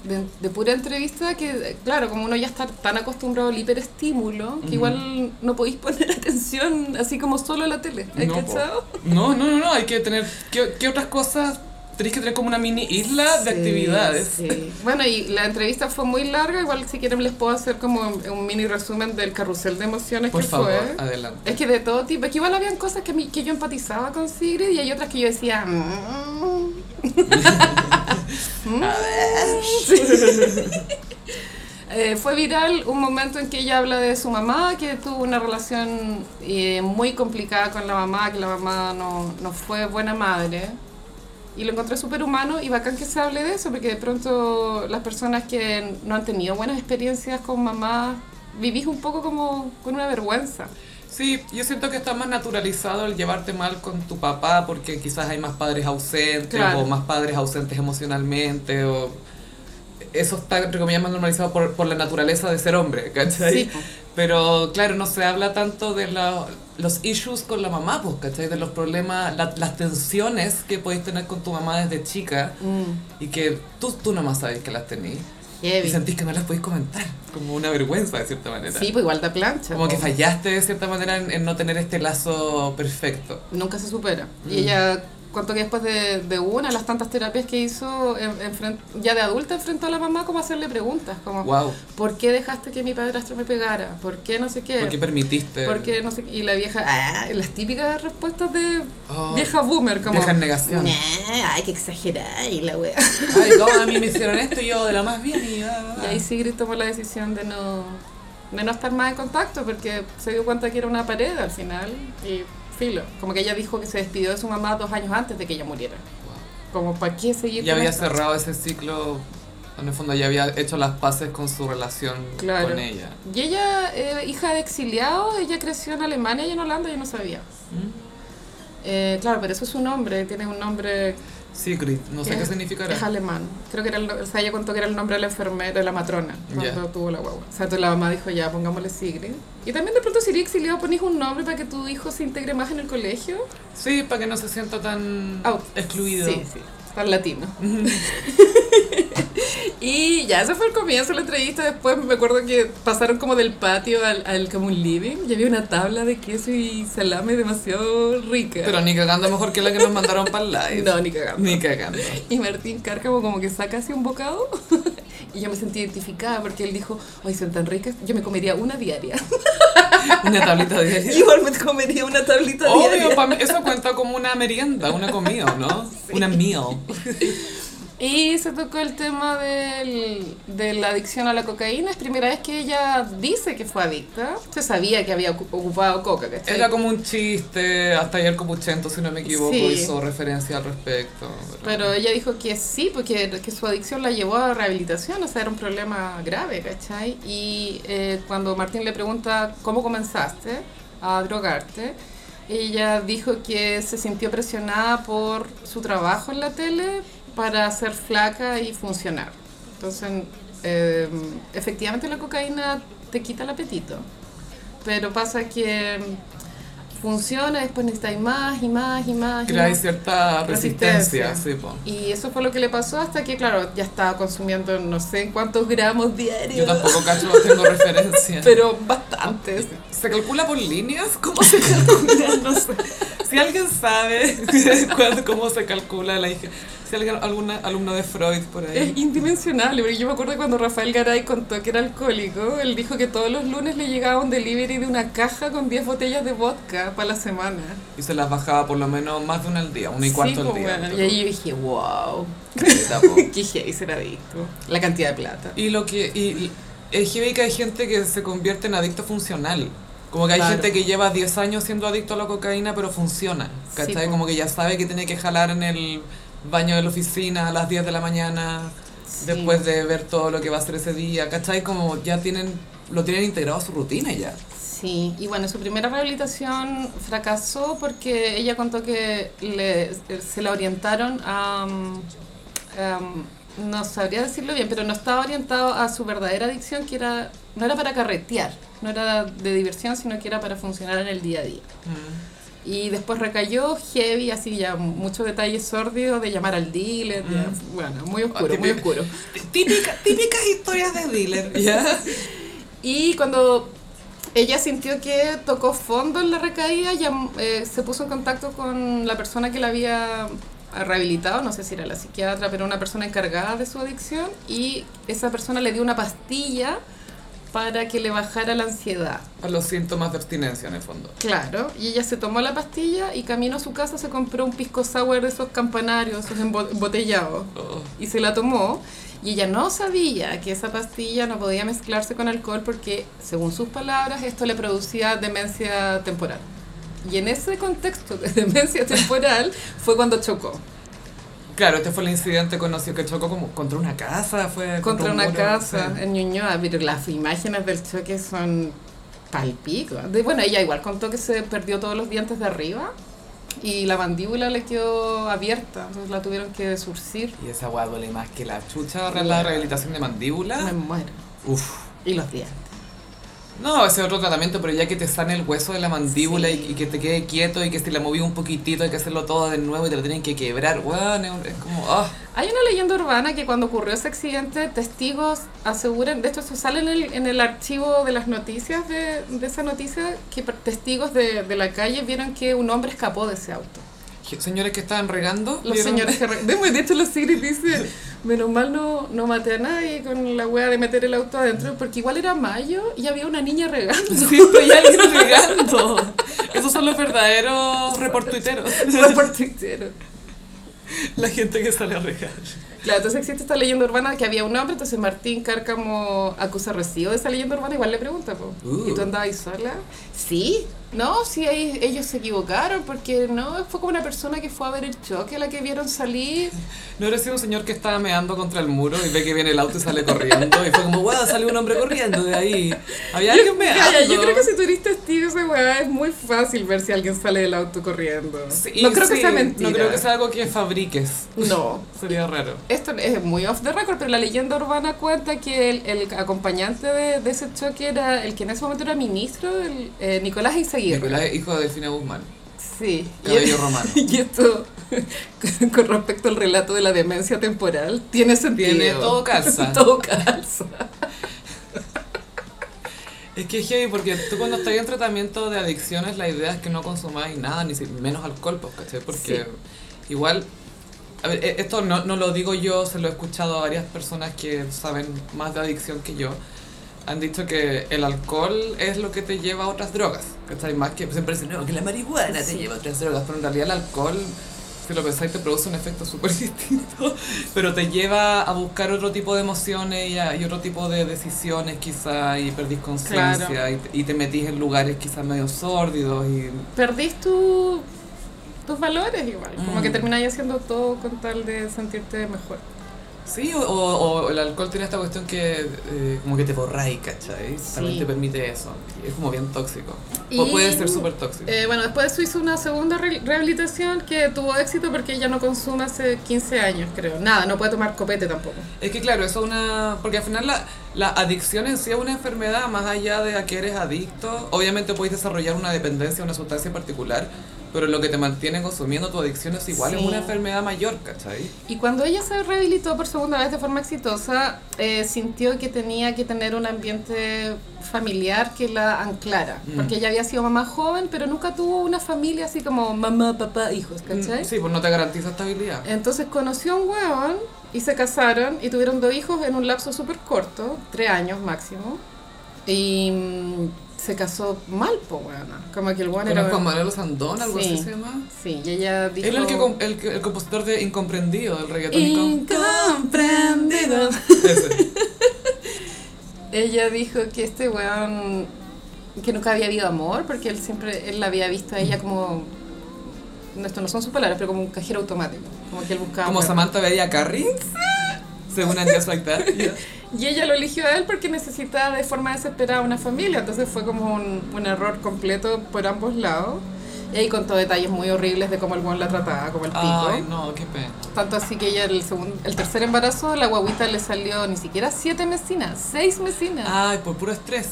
Speaker 2: de, de pura entrevista, que claro, como uno ya está tan acostumbrado al hiperestímulo, que igual no podéis poner atención así como solo a la tele. ¿Has
Speaker 1: No, po.
Speaker 2: cachado?
Speaker 1: No, no, no, no, hay que tener. ¿Qué, qué otras cosas? Tenés que tener como una mini isla de
Speaker 2: Sí,
Speaker 1: actividades.
Speaker 2: sí. Bueno, y la entrevista fue muy larga, igual si quieren les puedo hacer como un, un mini resumen del carrusel de emociones
Speaker 1: Por
Speaker 2: que
Speaker 1: favor,
Speaker 2: fue.
Speaker 1: adelante.
Speaker 2: Es que de todo tipo, es que igual habían cosas que, a mí- que yo empatizaba con Sigrid y hay otras que yo decía... "Mm". Mm. Sí. Eh, fue viral un momento en que ella habla de su mamá, que tuvo una relación eh, muy complicada con la mamá, que la mamá no, no fue buena madre. Y lo encontré súper humano y bacán que se hable de eso, porque de pronto las personas que no han tenido buenas experiencias con mamá, vivís un poco como con una vergüenza.
Speaker 1: Sí, yo siento que está más naturalizado el llevarte mal con tu papá porque quizás hay más padres ausentes
Speaker 2: Claro.
Speaker 1: o más padres ausentes emocionalmente o. Eso está, entre comillas, más normalizado por, por la naturaleza de ser hombre, ¿cachai?
Speaker 2: Sí, po.
Speaker 1: Pero claro, no se habla tanto de la- los issues con la mamá, pues, ¿cachai? De los problemas, la- las tensiones que podéis tener con tu mamá desde chica
Speaker 2: Mm,
Speaker 1: y que tú, tú nomás sabes que las tenís. Y sentís que no las podéis comentar, como una vergüenza de cierta manera.
Speaker 2: Sí, pues igual da plancha.
Speaker 1: Como que
Speaker 2: po.
Speaker 1: fallaste de cierta manera en, en no tener este lazo perfecto.
Speaker 2: Nunca se supera. Y ella contó que después de, de una, las tantas terapias que hizo, en- enfren- ya de adulta enfrentó a la mamá como a hacerle preguntas, como,
Speaker 1: Wow.
Speaker 2: ¿por qué dejaste que mi padrastro me pegara? ¿Por qué no sé qué?
Speaker 1: ¿Por qué permitiste?
Speaker 2: Porque no sé, qué? y la vieja, ah, las típicas respuestas de
Speaker 1: Oh,
Speaker 2: vieja boomer, como,
Speaker 1: Vieja en negación.
Speaker 2: "Nah, ay, que exagerar, y la wea.
Speaker 1: Ay, no, a mí me hicieron esto y yo de la más bien y, ah,
Speaker 2: Y ahí Sigrid tomó la decisión de no, de no estar más en contacto porque se dio cuenta que era una pared al final y filo. Como que ella dijo que se despidió de su mamá dos años antes de que ella muriera. Como, ¿para qué seguir
Speaker 1: ya
Speaker 2: con
Speaker 1: había
Speaker 2: esto?
Speaker 1: cerrado ese ciclo. En el fondo ya había hecho las paces con su relación
Speaker 2: Claro.
Speaker 1: con ella.
Speaker 2: Y ella, eh, hija de exiliados, ella creció en Alemania y en Holanda, yo no sabía. ¿Mm? Eh, claro, pero eso es su nombre, tiene un nombre
Speaker 1: Sigrid, no sé
Speaker 2: Es-
Speaker 1: qué significará.
Speaker 2: Es alemán. Creo que era el, no- o sea, ella contó que era el nombre de la enfermera, de la matrona, cuando
Speaker 1: Ya.
Speaker 2: tuvo la guagua. O sea, entonces la mamá dijo, ya, pongámosle Sigrid. Y también de pronto si eres exiliado ponís un nombre para que tu hijo se integre más en el colegio.
Speaker 1: Sí, para que no se sienta tan
Speaker 2: Out.
Speaker 1: excluido.
Speaker 2: Sí, sí. Tan latino. y ya, ese fue el comienzo de la entrevista. Después me acuerdo que pasaron como del patio al, al común living y había una tabla de queso y salame demasiado rica.
Speaker 1: Pero ni cagando mejor que la que nos mandaron para el live.
Speaker 2: no, ni cagando.
Speaker 1: Ni cagando.
Speaker 2: Y Martín Cárcamo como que saca así un bocado y yo me sentí identificada porque él dijo, ay, son tan ricas, yo me comería una diaria.
Speaker 1: Una tablita diaria.
Speaker 2: Igual me comería una tablita
Speaker 1: Obvio,
Speaker 2: diaria.
Speaker 1: pa' mí- eso cuenta como una merienda, una comida, ¿no? Una meal.
Speaker 2: Y se tocó el tema del- de la adicción a la cocaína. Es primera vez que ella dice que fue adicta. Se sabía que había ocu- ocupado coca, ¿cachai?
Speaker 1: Era como un chiste, hasta ayer Copuchento, si no me equivoco,
Speaker 2: Sí.
Speaker 1: hizo referencia al respecto. pero-
Speaker 2: Pero ella dijo que sí, porque que su adicción la llevó a rehabilitación, o sea, era un problema grave, ¿cachai? Y eh, cuando Martín le pregunta cómo comenzaste a drogarte, ella dijo que se sintió presionada por su trabajo en la tele para ser flaca y funcionar. Entonces, eh, efectivamente la cocaína te quita el apetito, pero pasa que funciona, después necesitas más y más y más. y
Speaker 1: Crea
Speaker 2: más.
Speaker 1: cierta resistencia,
Speaker 2: Resistencia.
Speaker 1: sí, po.
Speaker 2: Y eso fue lo que le pasó hasta que, claro, ya estaba consumiendo no sé en cuántos gramos
Speaker 1: Yo
Speaker 2: diarios,
Speaker 1: tampoco cacho, tengo referencia.
Speaker 2: pero bastantes.
Speaker 1: ¿Se calcula por líneas? ¿Cómo se calcula? No sé. Si alguien sabe cuál- cómo se calcula la hija. Si alguien, alguna alumno de Freud por ahí.
Speaker 2: Es indimensionable, porque yo me acuerdo cuando Rafael Garay contó que era alcohólico, él dijo que todos los lunes le llegaba un delivery de una caja con 10 botellas de vodka para la semana.
Speaker 1: Y se las bajaba por lo menos más de una al día, una y
Speaker 2: Sí,
Speaker 1: cuarto al
Speaker 2: pues,
Speaker 1: día.
Speaker 2: bueno, Y ahí yo dije, wow,
Speaker 1: Caleta, po.
Speaker 2: qué heavy ser adicto. La cantidad de plata.
Speaker 1: Y lo que. Y, y- es heavy que hay gente que se convierte en adicto funcional. Como que hay
Speaker 2: Claro.
Speaker 1: gente que lleva 10 años siendo adicto a la cocaína, pero funciona.
Speaker 2: Sí,
Speaker 1: ¿Cachai?
Speaker 2: po.
Speaker 1: Como que ya sabe que tiene que jalar en el baño de la oficina a las 10 de la mañana,
Speaker 2: Sí.
Speaker 1: después de ver todo lo que va a hacer ese día. ¿Cachai? Como ya tienen. Lo tienen integrado a su rutina ya.
Speaker 2: Sí, y bueno, su primera rehabilitación fracasó porque ella contó que le- se la orientaron a... um, um, no sabría decirlo bien, pero no estaba orientado a su verdadera adicción, que era no era para carretear, no era de diversión, sino que era para funcionar en el día a día. Mm. Y después recayó heavy, así ya muchos detalles sórdidos de llamar al dealer, ya, bueno, muy oscuro, Mm. Ah, muy
Speaker 1: típico.
Speaker 2: oscuro.
Speaker 1: Típica- típicas historias de dealer. ¿Ya?
Speaker 2: Y cuando ella sintió que tocó fondo en la recaída, llam- eh, se puso en contacto con la persona que la había rehabilitado, no sé si era la psiquiatra, pero una persona encargada de su adicción, y esa persona le dio una pastilla para que le bajara la ansiedad.
Speaker 1: Para los síntomas de abstinencia en el fondo.
Speaker 2: Claro, y ella se tomó la pastilla y camino a su casa se compró un pisco sour de esos campanarios, esos embo- embotellados
Speaker 1: Oh.
Speaker 2: y se la tomó y ella no sabía que esa pastilla no podía mezclarse con alcohol porque, según sus palabras, esto le producía demencia temporal. Y en ese contexto de demencia temporal fue cuando chocó
Speaker 1: Claro, este fue el incidente conocido que chocó como contra una casa, fue
Speaker 2: contra
Speaker 1: un
Speaker 2: una
Speaker 1: muro,
Speaker 2: casa
Speaker 1: sí.
Speaker 2: en Ñuñoa, pero las imágenes del choque son palpico. De- bueno, ella igual contó que se perdió todos los dientes de arriba y la mandíbula le quedó abierta, entonces la tuvieron que surcir.
Speaker 1: Y esa weá duele más que la chucha re- la rehabilitación de
Speaker 2: Me
Speaker 1: mandíbula.
Speaker 2: muero.
Speaker 1: Uf.
Speaker 2: Y los dientes.
Speaker 1: No, ese es otro tratamiento, pero ya que te sane el hueso de la mandíbula
Speaker 2: Sí.
Speaker 1: y, y que te quede quieto y que si la moví un poquitito hay que hacerlo todo de nuevo y te lo tienen que quebrar, weón, es un- es como, ah,
Speaker 2: Hay una leyenda urbana que cuando ocurrió ese accidente, testigos aseguran, de hecho eso sale en el, en el archivo de las noticias de, de esa noticia, que per- testigos de, de la calle vieron que un hombre escapó de ese auto.
Speaker 1: señores que estaban regando.
Speaker 2: Los
Speaker 1: vieron-
Speaker 2: señores que... re- Vemos, De hecho, los Sigrid dice, menos mal no, no maté a nadie con la wea de meter el auto adentro, porque igual era mayo y había una niña regando.
Speaker 1: Sí, estoy alguien regando. Esos son los verdaderos reportuiteros.
Speaker 2: Fue por Twitter.
Speaker 1: La gente que sale a regar.
Speaker 2: Claro, entonces existe esta leyenda urbana que había un hombre, entonces Martín Cárcamo acusa recibo de esa leyenda urbana, igual le pregunta, po,
Speaker 1: Uh.
Speaker 2: ¿y tú andabas ahí sola? Sí, no, sí, ahí ellos se equivocaron, porque no, fue como una persona que fue a ver el choque, a la que vieron salir.
Speaker 1: No era así un señor que estaba meando contra el muro y ve que viene el auto y sale corriendo. Y fue como, wow, sale un hombre corriendo de ahí. Había alguien meando.
Speaker 2: Calla, yo creo que si tú eres testigo de esa weá, es muy fácil ver si alguien sale del auto corriendo.
Speaker 1: Sí,
Speaker 2: no creo que
Speaker 1: sí,
Speaker 2: sea mentira.
Speaker 1: No creo que sea algo que fabriques.
Speaker 2: No.
Speaker 1: Sería raro.
Speaker 2: Esto es muy off the record, pero la leyenda urbana cuenta que el, el acompañante de, de ese choque era el que en ese momento era ministro, el, eh, Nicolás Izaguirre.
Speaker 1: Nicolás, hijo de Delfina Guzmán.
Speaker 2: Sí.
Speaker 1: Cabello romano.
Speaker 2: Y esto, con- con respecto al relato de la demencia temporal, tiene sentido.
Speaker 1: Tiene todo calza.
Speaker 2: Todo calza.
Speaker 1: Es que es heavy porque tú cuando estás en tratamiento de adicciones la idea es que no consumáis nada, ni si- menos alcohol, pues, ¿cachai? Porque igual, a ver, e- esto no, no lo digo yo, se lo he escuchado a varias personas que saben más de adicción que yo. Han dicho que el alcohol es lo que te lleva a otras drogas, ¿cachai? Más que siempre dicen, no, que la marihuana te lleva a otras drogas, pero en realidad el alcohol, si lo pensáis, te produce un efecto súper distinto pero te lleva a buscar otro tipo de emociones y, a- y otro tipo de decisiones quizá y perdís conciencia
Speaker 2: Claro.
Speaker 1: y, te- y te metís en lugares quizás medio sórdidos y
Speaker 2: Perdís tu- tus valores igual. Como
Speaker 1: Mm.
Speaker 2: que termináis haciendo todo con tal de sentirte mejor.
Speaker 1: sí o, o- o el alcohol tiene esta cuestión que eh, como que te borráis ¿cachai? también
Speaker 2: Sí.
Speaker 1: te permite eso es como bien tóxico
Speaker 2: Y-
Speaker 1: o puede ser súper tóxico
Speaker 2: Eh, bueno, después de eso hizo una segunda re- rehabilitación que tuvo éxito porque ella no consume hace 15 años, creo. Nada, no puede tomar copete tampoco.
Speaker 1: es que claro eso es una porque al final la, la adicción en sí es una enfermedad más allá de a que eres adicto obviamente puedes desarrollar una dependencia a una sustancia en particular pero lo que te mantiene consumiendo tu adicción es igual es
Speaker 2: Sí.
Speaker 1: una enfermedad mayor ¿cachai?
Speaker 2: Y cuando ella se rehabilitó por segunda vez de forma exitosa, eh, sintió que tenía que tener un ambiente familiar que la anclara.
Speaker 1: Mm.
Speaker 2: Porque ella había sido mamá joven, pero nunca tuvo una familia así como mamá, papá, hijos, ¿cachai? Eh,
Speaker 1: Mm, Sí, pues no te garantiza estabilidad.
Speaker 2: Entonces conoció a un hueón y se casaron y tuvieron dos hijos en un lapso súper corto, tres años máximo. Y mm, se casó mal, po, weona. Como que el hueón era...
Speaker 1: Era Juan Manuel Sandón, algo
Speaker 2: Sí.
Speaker 1: así se llama.
Speaker 2: Sí, y ella dijo...
Speaker 1: Él es el, que, com- el, que- el compositor de Incomprendido, el reggaetón. incom-
Speaker 2: Incomprendido.
Speaker 1: Ese.
Speaker 2: Ella dijo que este weón, que nunca había habido amor, porque él siempre, él la había visto a ella como, no, esto no son sus palabras, pero como un cajero automático, como que él buscaba.
Speaker 1: Como
Speaker 2: amor.
Speaker 1: Samantha veía a Carrie. Según And Just Like That. Ya.
Speaker 2: Y ella lo eligió a él porque necesitaba de forma desesperada una familia, entonces fue como un, un error completo por ambos lados. Y ahí contó detalles muy horribles de cómo el weón la trataba, como el pico.
Speaker 1: Ay, no, qué pena.
Speaker 2: Tanto así que ella el, segundo, el tercer embarazo, la guaguita le salió ni siquiera siete mesinas, seis mesinas.
Speaker 1: Ay, por puro estrés.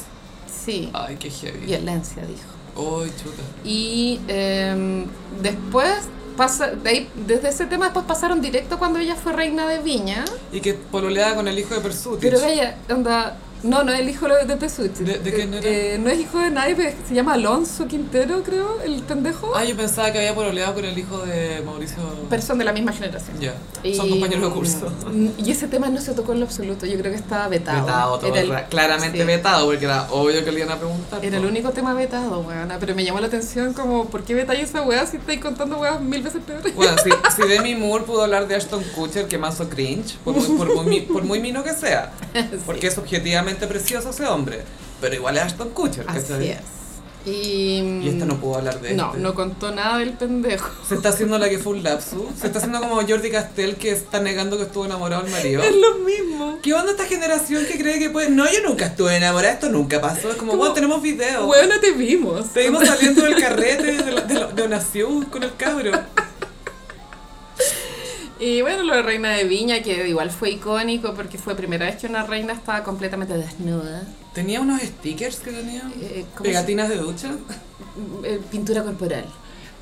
Speaker 2: Sí,
Speaker 1: Ay, qué heavy. Ay,
Speaker 2: violencia, dijo.
Speaker 1: chuta.
Speaker 2: Y em, después, pasa, de ahí- desde ese tema, después pasaron directo cuando ella fue reina de Viña.
Speaker 1: Y que pololeada con el hijo de Persuti.
Speaker 2: Pero ella, onda, no, no es el hijo de Pesuchi.
Speaker 1: ¿De- de quién era?
Speaker 2: Eh, no es hijo de nadie, pero se llama Alonso Quintero, creo, el pendejo.
Speaker 1: Ay, Ah, yo pensaba que había pololeado con el hijo de Mauricio.
Speaker 2: Pero son de la misma generación.
Speaker 1: Ya.
Speaker 2: Y-
Speaker 1: Son compañeros de curso.
Speaker 2: Y ese tema no se tocó en lo absoluto, yo creo que estaba vetado.
Speaker 1: Vetado, todo
Speaker 2: Era el-
Speaker 1: ra- claramente
Speaker 2: sí.
Speaker 1: vetado, porque era obvio que le iban a preguntar.
Speaker 2: Era el
Speaker 1: po.
Speaker 2: único tema vetado, weona, pero me llamó la atención como, ¿por qué vetáis esa weá si estáis contando weas mil veces peores?
Speaker 1: Bueno, si, si Demi Moore pudo hablar de Ashton Kutcher, que mazo cringe, por muy, por, muy, por muy mino que sea, porque es objetivamente precioso ese hombre, pero igual es Ashton Kutcher,
Speaker 2: Así
Speaker 1: ¿cachai?
Speaker 2: es. Y,
Speaker 1: Y esta no pudo hablar de
Speaker 2: No,
Speaker 1: este.
Speaker 2: no contó nada del pendejo.
Speaker 1: Se está haciendo la que fue un lapsus, se está haciendo como Jordi Castell que está negando que estuvo enamorado del marido.
Speaker 2: Es lo mismo.
Speaker 1: ¿Qué onda esta generación que cree que puede...? No, yo nunca estuve enamorada, esto nunca pasó, es como,
Speaker 2: Como-
Speaker 1: bueno, tenemos video.
Speaker 2: Bueno, te vimos.
Speaker 1: Te vimos saliendo del carrete de, la, de la- de Donación con el cabro.
Speaker 2: Y bueno, lo de Reina de Viña, que igual fue icónico porque fue primera vez que una reina estaba completamente desnuda.
Speaker 1: Tenía unos stickers que tenía,
Speaker 2: Eh, ¿cómo
Speaker 1: pegatinas de ducha,
Speaker 2: se- eh, pintura corporal,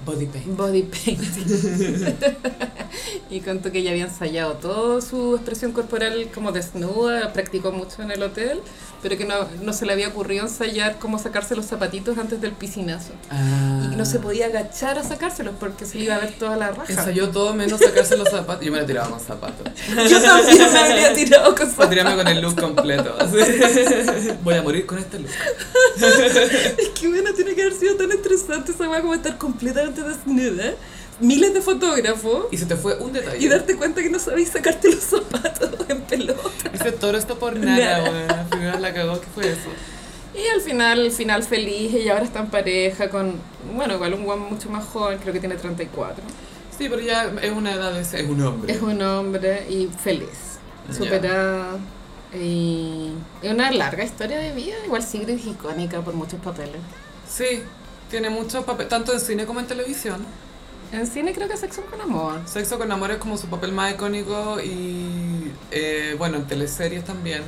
Speaker 1: body paint.
Speaker 2: body painting. y contó que ella había ensayado toda su expresión corporal como desnuda, practicó mucho en el hotel, pero que no, no se le había ocurrido ensayar cómo sacarse los zapatitos antes del piscinazo.
Speaker 1: Ah.
Speaker 2: Y no se podía agachar a sacárselos porque se iba a ver toda la raja.
Speaker 1: Ensayó todo menos sacarse los zapatos. Yo me la tiraba con zapatos.
Speaker 2: Yo también me habría tirado con
Speaker 1: O tirarme con el look completo. así. Voy a morir con este look.
Speaker 2: Es que bueno, tiene que haber sido tan estresante esa weá como estar completamente desnuda. Miles de fotógrafos
Speaker 1: Y se te fue un detalle.
Speaker 2: y darte cuenta que no sabéis sacarte los zapatos en pelota.
Speaker 1: Hice todo esto por nada, weón. Primero la cagó, ¿qué fue eso?
Speaker 2: Y al final, el final feliz, ella ahora está en pareja con, bueno, igual un guan mucho más joven, creo que tiene 34.
Speaker 1: Sí, pero ya es una edad, es, es un hombre.
Speaker 2: Es un hombre y feliz,
Speaker 1: Ya.
Speaker 2: superada. Y es una larga historia de vida, igual Sigrid es icónica por muchos papeles.
Speaker 1: Sí, tiene muchos papeles, tanto en cine como en televisión.
Speaker 2: En cine creo que Sexo con Amor.
Speaker 1: Sexo con amor es como su papel más icónico y, eh, bueno, en teleseries también.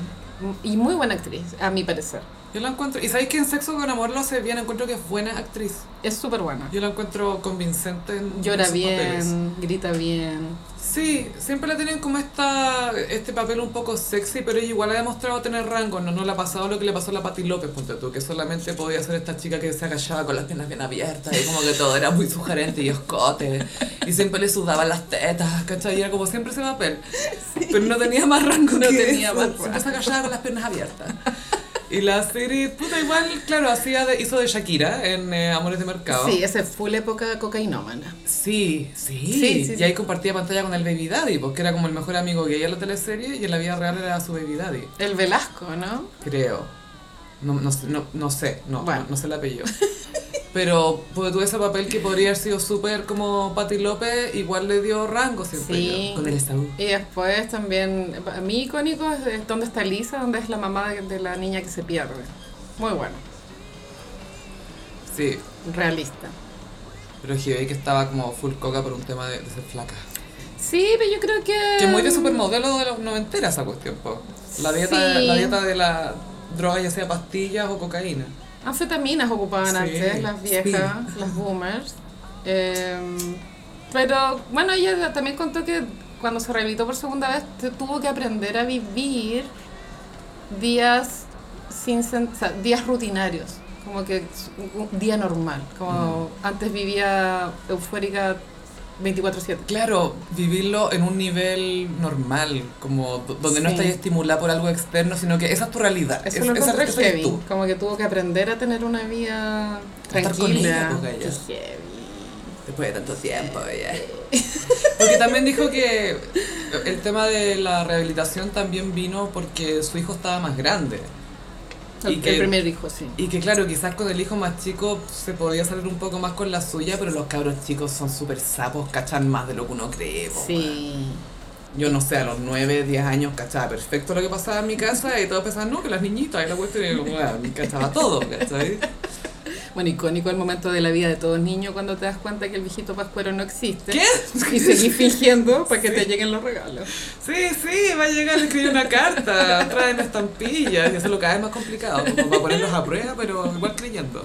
Speaker 2: Y muy buena actriz, a mi parecer.
Speaker 1: Yo la encuentro, y sabéis que en Sexo con amor lo hace bien, encuentro que es buena actriz.
Speaker 2: Es súper buena.
Speaker 1: Yo la encuentro convincente en
Speaker 2: Llora
Speaker 1: sus
Speaker 2: bien,
Speaker 1: papeles.
Speaker 2: grita bien.
Speaker 1: Sí, siempre la tienen como esta, este papel un poco sexy, pero ella igual ha demostrado tener rango, no, no le ha pasado lo que le pasó a la Patti López, punto tú, que solamente podía ser esta chica que se agachaba con las piernas bien abiertas y como que todo era muy sugerente y escote, y siempre le sudaban las tetas, ¿cachai? Y era como siempre ese papel, pero no tenía más rango
Speaker 2: No
Speaker 1: que
Speaker 2: tenía
Speaker 1: eso,
Speaker 2: más
Speaker 1: siempre se agachaba con las piernas abiertas. Y la serie, puta, igual, claro, hacía de- hizo de Shakira en eh, Amores de Mercado.
Speaker 2: Sí, esa es full época cocainómana.
Speaker 1: Sí, sí,
Speaker 2: Sí, sí,
Speaker 1: y
Speaker 2: sí.
Speaker 1: ahí compartía pantalla con el Baby Daddy, porque era como el mejor amigo gay en la teleserie y en la vida real era su Baby Daddy,
Speaker 2: El Velasco, ¿no?
Speaker 1: creo. No, no, sé- no, no sé, no,
Speaker 2: Bueno.
Speaker 1: no, no sé el apellido. Pero pues, tuve ese papel que podría haber sido súper como Patti López, igual le dio rango siempre
Speaker 2: Sí.
Speaker 1: yo, con el Esaú.
Speaker 2: Y después también, a mí icónico es el Dónde está Lisa, donde es la mamá de, de la niña que se pierde. Muy bueno,
Speaker 1: Sí,
Speaker 2: realista.
Speaker 1: pero Jibé que estaba como full coca por un tema de, de ser flaca.
Speaker 2: Sí, pero yo creo que...
Speaker 1: Que muy de supermodelo de los noventeras esa cuestión, po. La dieta,
Speaker 2: Sí.
Speaker 1: la dieta de la droga, ya sea pastillas o cocaína.
Speaker 2: Anfetaminas ocupaban
Speaker 1: Sí,
Speaker 2: antes, las viejas, las boomers. Em, pero bueno, ella también contó que cuando se rehabilitó por segunda vez te- tuvo que aprender a vivir días sin sen- o sea, días rutinarios, como que s- un un día normal, como antes vivía eufórica 24/7.
Speaker 1: Claro, vivirlo en un nivel normal, como do- donde no
Speaker 2: Sí.
Speaker 1: estás estimulada por algo externo, sino que esa es tu realidad.
Speaker 2: Eso
Speaker 1: es,
Speaker 2: lo
Speaker 1: esa,
Speaker 2: encontré
Speaker 1: esa eres
Speaker 2: heavy,
Speaker 1: tú.
Speaker 2: como que tuvo que aprender a tener una vida
Speaker 1: Estar con
Speaker 2: tranquila.
Speaker 1: ella, con ella.
Speaker 2: Qué heavy.
Speaker 1: Después de tanto tiempo, ya. Porque también dijo que el tema de la rehabilitación también vino porque su hijo estaba más grande. Y
Speaker 2: el,
Speaker 1: que-
Speaker 2: el primer hijo, sí.
Speaker 1: Y que claro, quizás con el hijo más chico se podría salir un poco más con la suya, pero los cabros chicos son súper sapos, cachan más de lo que uno cree. po,
Speaker 2: Sí.
Speaker 1: Yo no sé, a los 9, 10 años cachaba perfecto lo que pasaba en mi casa y todos pensaban, no, que las niñitas y la cuestión, y yo, bueno, cachaba todo, ¿cachai?
Speaker 2: Bueno, icónico el momento de la vida de todo niño cuando te das cuenta que el viejito pascuero no existe.
Speaker 1: ¿Qué?
Speaker 2: Y seguís fingiendo para que te lleguen los regalos.
Speaker 1: Sí, sí, va a llegar, le escribí una carta, traen estampillas, y eso es lo cada vez más complicado, como para ponerlos a prueba, pero igual creyendo.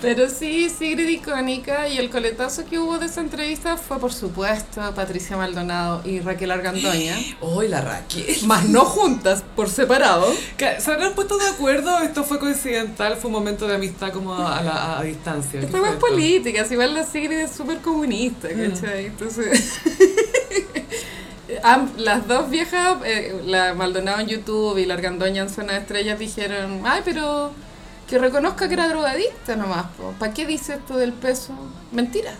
Speaker 2: Pero sí, Sigrid icónica y el coletazo que hubo de esa entrevista fue, por supuesto, Patricia Maldonado y Raquel Argandoña.
Speaker 1: Hoy la Raquel.
Speaker 2: Más no juntas, por separado.
Speaker 1: Ca- ¿Se habrán puesto de acuerdo? Esto fue coincidental, fue un momento de amistad como a, a la, a distancia.
Speaker 2: Esta
Speaker 1: ¿qué fue
Speaker 2: weá es
Speaker 1: esto?
Speaker 2: política, si igual la Sigrid es súper comunista,
Speaker 1: Mm.
Speaker 2: ¿cachai? Entonces. am- las dos viejas, eh, la Maldonado en YouTube y la Argandoña en Zona de Estrellas, dijeron: Ay, pero que reconozca que era drogadicta nomás, ¿para qué dice esto del peso? Mentira.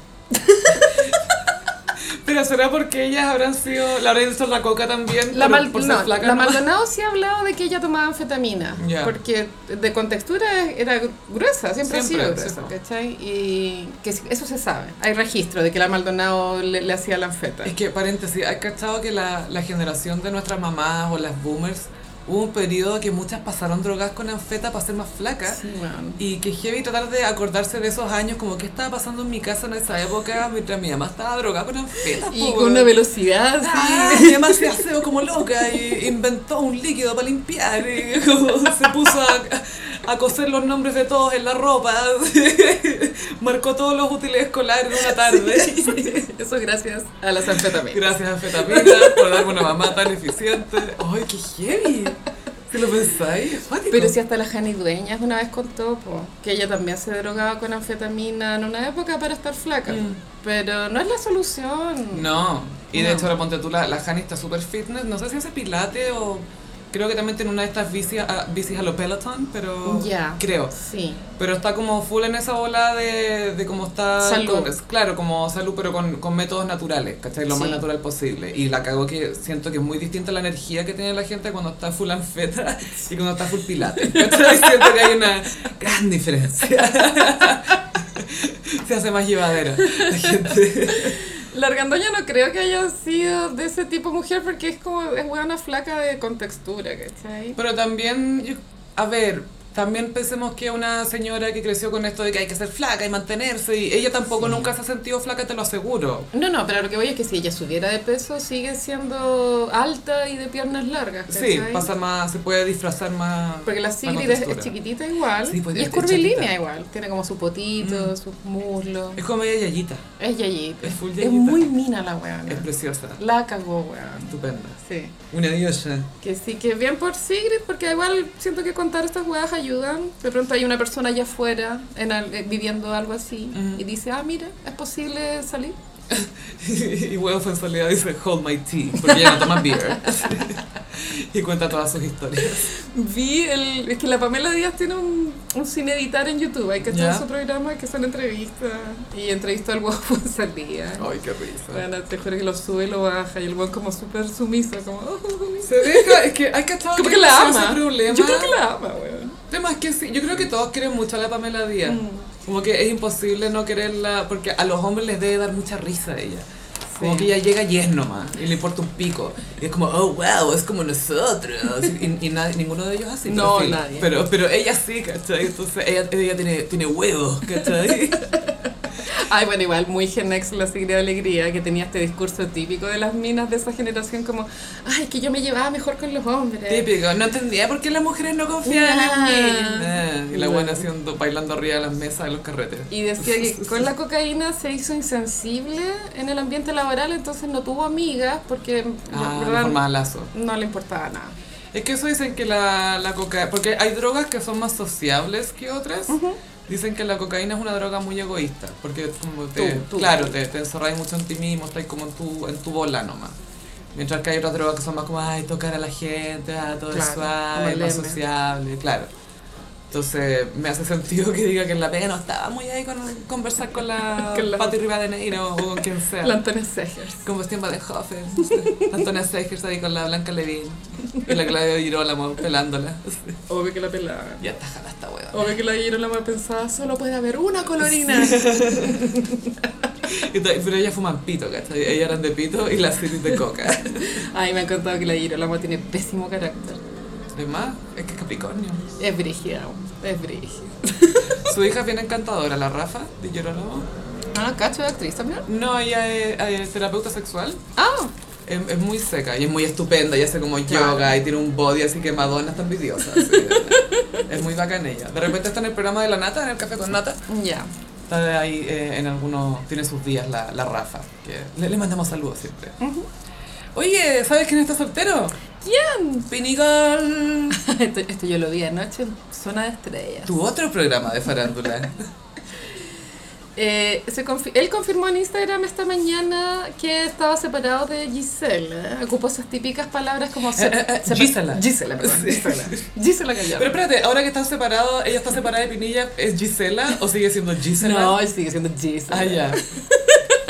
Speaker 1: Pero será porque ellas habrán sido, la habrán hecho la coca también,
Speaker 2: La,
Speaker 1: por,
Speaker 2: Mal-
Speaker 1: por ser
Speaker 2: no,
Speaker 1: flaca,
Speaker 2: la
Speaker 1: ¿no?
Speaker 2: Maldonado sí ha hablado de que ella tomaba anfetamina,
Speaker 1: Ya.
Speaker 2: porque de contextura era gruesa, siempre, ha
Speaker 1: Siempre,
Speaker 2: sido
Speaker 1: sí,
Speaker 2: gruesa,
Speaker 1: po.
Speaker 2: ¿cachai? Y que sí- eso se sabe, hay registro de que la Maldonado le, le hacía la anfeta.
Speaker 1: Es que, paréntesis, ¿has cachado que la, la generación de nuestras mamás o las boomers hubo un periodo que muchas pasaron drogas con anfeta para ser más flacas?
Speaker 2: Sí, weón.
Speaker 1: Y que heavy tratar de acordarse de esos años, como qué estaba pasando en mi casa en esa época mientras mi mamá estaba drogada con anfeta.
Speaker 2: Y
Speaker 1: po,
Speaker 2: con una
Speaker 1: weón.
Speaker 2: velocidad
Speaker 1: Ah,
Speaker 2: así.
Speaker 1: mi mamá se aseó como loca y inventó un líquido para limpiar y como se puso a, a coser los nombres de todos en la ropa. Marcó todos los útiles escolares en una tarde.
Speaker 2: Eso gracias a las anfetaminas.
Speaker 1: Gracias, Anfetamina, por darme una mamá tan eficiente. ¡Ay, qué heavy! Si lo pensáis, es cuático.
Speaker 2: Pero si hasta la Jani Dueñas una vez contó po, que ella también se drogaba con anfetamina en una época para estar flaca.
Speaker 1: Mm.
Speaker 2: Pero no es la solución.
Speaker 1: No, y de
Speaker 2: No.
Speaker 1: hecho ahora ponte tú, la, la Hani está súper fitness, no sé si hace pilate o... Creo que también tiene una de estas bicis a, bicis a lo Peloton, pero...
Speaker 2: Ya.
Speaker 1: Creo.
Speaker 2: Sí.
Speaker 1: Pero está como full en esa bola de, de cómo está...
Speaker 2: Salud.
Speaker 1: con- claro, como salud, pero con, con métodos naturales, ¿cachai? Lo más
Speaker 2: Sí.
Speaker 1: natural posible. Y la cago que siento que es muy distinta la energía que tiene la gente cuando está full anfeta y cuando está full pilate. ¿Cachai? Siento que hay una gran diferencia. Se hace más llevadera la gente.
Speaker 2: La Argandoña no creo que haya sido de ese tipo de mujer porque es como, es una flaca de contextura, ¿cachai?
Speaker 1: Pero también, yo- a ver, también pensemos que una señora que creció con esto de que hay que ser flaca y mantenerse, y ella tampoco nunca se ha sentido flaca, te lo aseguro.
Speaker 2: No, no, pero lo que voy es que si ella subiera de peso sigue siendo alta y de piernas largas, ¿cachai?
Speaker 1: Sí, pasa más, se puede disfrazar más.
Speaker 2: Porque la Sigrid
Speaker 1: con
Speaker 2: es,
Speaker 1: textura.
Speaker 2: es chiquitita igual
Speaker 1: Sí, pues,
Speaker 2: y es
Speaker 1: es- es
Speaker 2: curvilínea
Speaker 1: chatita.
Speaker 2: igual. Tiene como su potito, sus muslos.
Speaker 1: Es como media yayita,
Speaker 2: Mm. Es Yayita.
Speaker 1: Es full
Speaker 2: Es
Speaker 1: yayita.
Speaker 2: muy mina la
Speaker 1: es
Speaker 2: weona.
Speaker 1: preciosa,
Speaker 2: La cagó, weón.
Speaker 1: estupenda.
Speaker 2: Sí.
Speaker 1: Una diosa.
Speaker 2: Que sí, que bien por Sigrid, porque igual siento que contar estas weas ayudan. De pronto hay una persona allá afuera en al- eh, viviendo algo así
Speaker 1: Ujú.
Speaker 2: y dice, ah, mira, es posible salir.
Speaker 1: y huevo en soledad dice, hold my tea, porque ella no toma beer. y cuenta todas sus historias.
Speaker 2: Vi el. Es que la Pamela Díaz tiene un, un sin editar en YouTube. Hay que hacer
Speaker 1: Ya.
Speaker 2: su programa que son entrevistas. Y entrevistó al guapo en salida.
Speaker 1: Ay, qué risa.
Speaker 2: Bueno, te juro que lo sube y lo baja. Y el guapo como súper sumiso, como. "Oh,
Speaker 1: Se deja, es que hay que estar
Speaker 2: como que la ama.
Speaker 1: problema.
Speaker 2: Yo creo que la ama, weón.
Speaker 1: Además que sí, yo creo que todos quieren mucho a la Pamela Díaz.
Speaker 2: Mm.
Speaker 1: Como que es imposible no quererla, porque a los hombres les debe dar mucha risa a ella. Como
Speaker 2: Sí.
Speaker 1: que ella llega y es nomás, y le importa un pico. Y es como, oh wow, es como nosotros. Y, y nadie- ninguno de ellos así.
Speaker 2: No,
Speaker 1: pero sí.
Speaker 2: nadie.
Speaker 1: Pero, pero ella sí, ¿cachai? Entonces ella, ella tiene, tiene huevos, ¿cachai?
Speaker 2: Ay, bueno, igual, muy Genex la Sigrid Alegría, que tenía este discurso típico de las minas de esa generación, como, ay, es que yo me llevaba mejor con los hombres.
Speaker 1: Típico, no entendía por qué las mujeres no confían
Speaker 2: Nah.
Speaker 1: en mí. Ah, y la
Speaker 2: Nah.
Speaker 1: buena haciendo, bailando arriba de las mesas de los carretes.
Speaker 2: Y decía que con la cocaína se hizo insensible en el ambiente laboral, entonces no tuvo amigas porque
Speaker 1: Ah,
Speaker 2: en
Speaker 1: no
Speaker 2: verdad,
Speaker 1: formaba lazo.
Speaker 2: no le importaba nada.
Speaker 1: Es que eso dicen que la, la cocaína... Porque hay drogas que son más sociables que otras. Dicen que la cocaína es una droga muy egoísta. Porque como te...
Speaker 2: Tú, tú.
Speaker 1: Claro, te, te encerráis mucho en ti mismo, estás como en tu, en tu bola nomás. Mientras que hay otras drogas que son más como, ay, tocar a la gente, ah, todo es
Speaker 2: Claro, como
Speaker 1: suave,
Speaker 2: el
Speaker 1: más
Speaker 2: M.
Speaker 1: sociable, claro. Entonces, me hace sentido que diga que en la pega no estaba muy ahí con conversar con la,
Speaker 2: Con la-
Speaker 1: Pati Rivadeneira o con quien sea.
Speaker 2: La Antonia Segers.
Speaker 1: Con Bastián Badenhofer, este, Antonia Segers ahí con la Blanca Levin y la Claudia Girolamo pelándola.
Speaker 2: Obvio que la pelaba.
Speaker 1: Ya tajada esta hueva.
Speaker 2: Obvio que la Girolama pensaba, solo puede haber una colorina.
Speaker 1: Y to- Pero ellas fuman pito, ¿cachai? Ellas eran de pito y las Siri de coca.
Speaker 2: Ay, me han contado que la Girolama tiene pésimo carácter.
Speaker 1: Además, es que es Capricornio.
Speaker 2: Es brígida, es brígida.
Speaker 1: Su hija es bien encantadora, la Rafa de Girolamo.
Speaker 2: Ah, cacho de actriz también.
Speaker 1: No, ella es, eh, es terapeuta sexual.
Speaker 2: Ah,
Speaker 1: Es, es muy seca y es muy estupenda y hace como
Speaker 2: Claro.
Speaker 1: yoga y tiene un body así que Madonna está envidiosa. así. es muy bacana ella. De repente está en el programa de la nata, en el café con nata.
Speaker 2: ya.
Speaker 1: Está de ahí eh, en algunos, tiene sus días la, la Rafa, que le, le mandamos saludos siempre. Oye, ¿sabes quién está soltero?
Speaker 2: ¿Quién?
Speaker 1: Pinigol.
Speaker 2: esto, esto yo lo vi anoche en Zona de Estrellas.
Speaker 1: Tu otro programa de farándula.
Speaker 2: Eh, se confi- él confirmó en Instagram esta mañana que estaba separado de Gisela. Ocupó esas típicas palabras como... se-
Speaker 1: Eh, eh, eh,
Speaker 2: sepa-
Speaker 1: Gisela.
Speaker 2: Gisela, perdón.
Speaker 1: Sí.
Speaker 2: Gisela. Gisela Gallardo.
Speaker 1: Pero espérate, ahora que están separados, ella está separada de Pinilla, ¿es Gisela o sigue siendo Gisela?
Speaker 2: no, él sigue siendo Gisela.
Speaker 1: Ah, ya.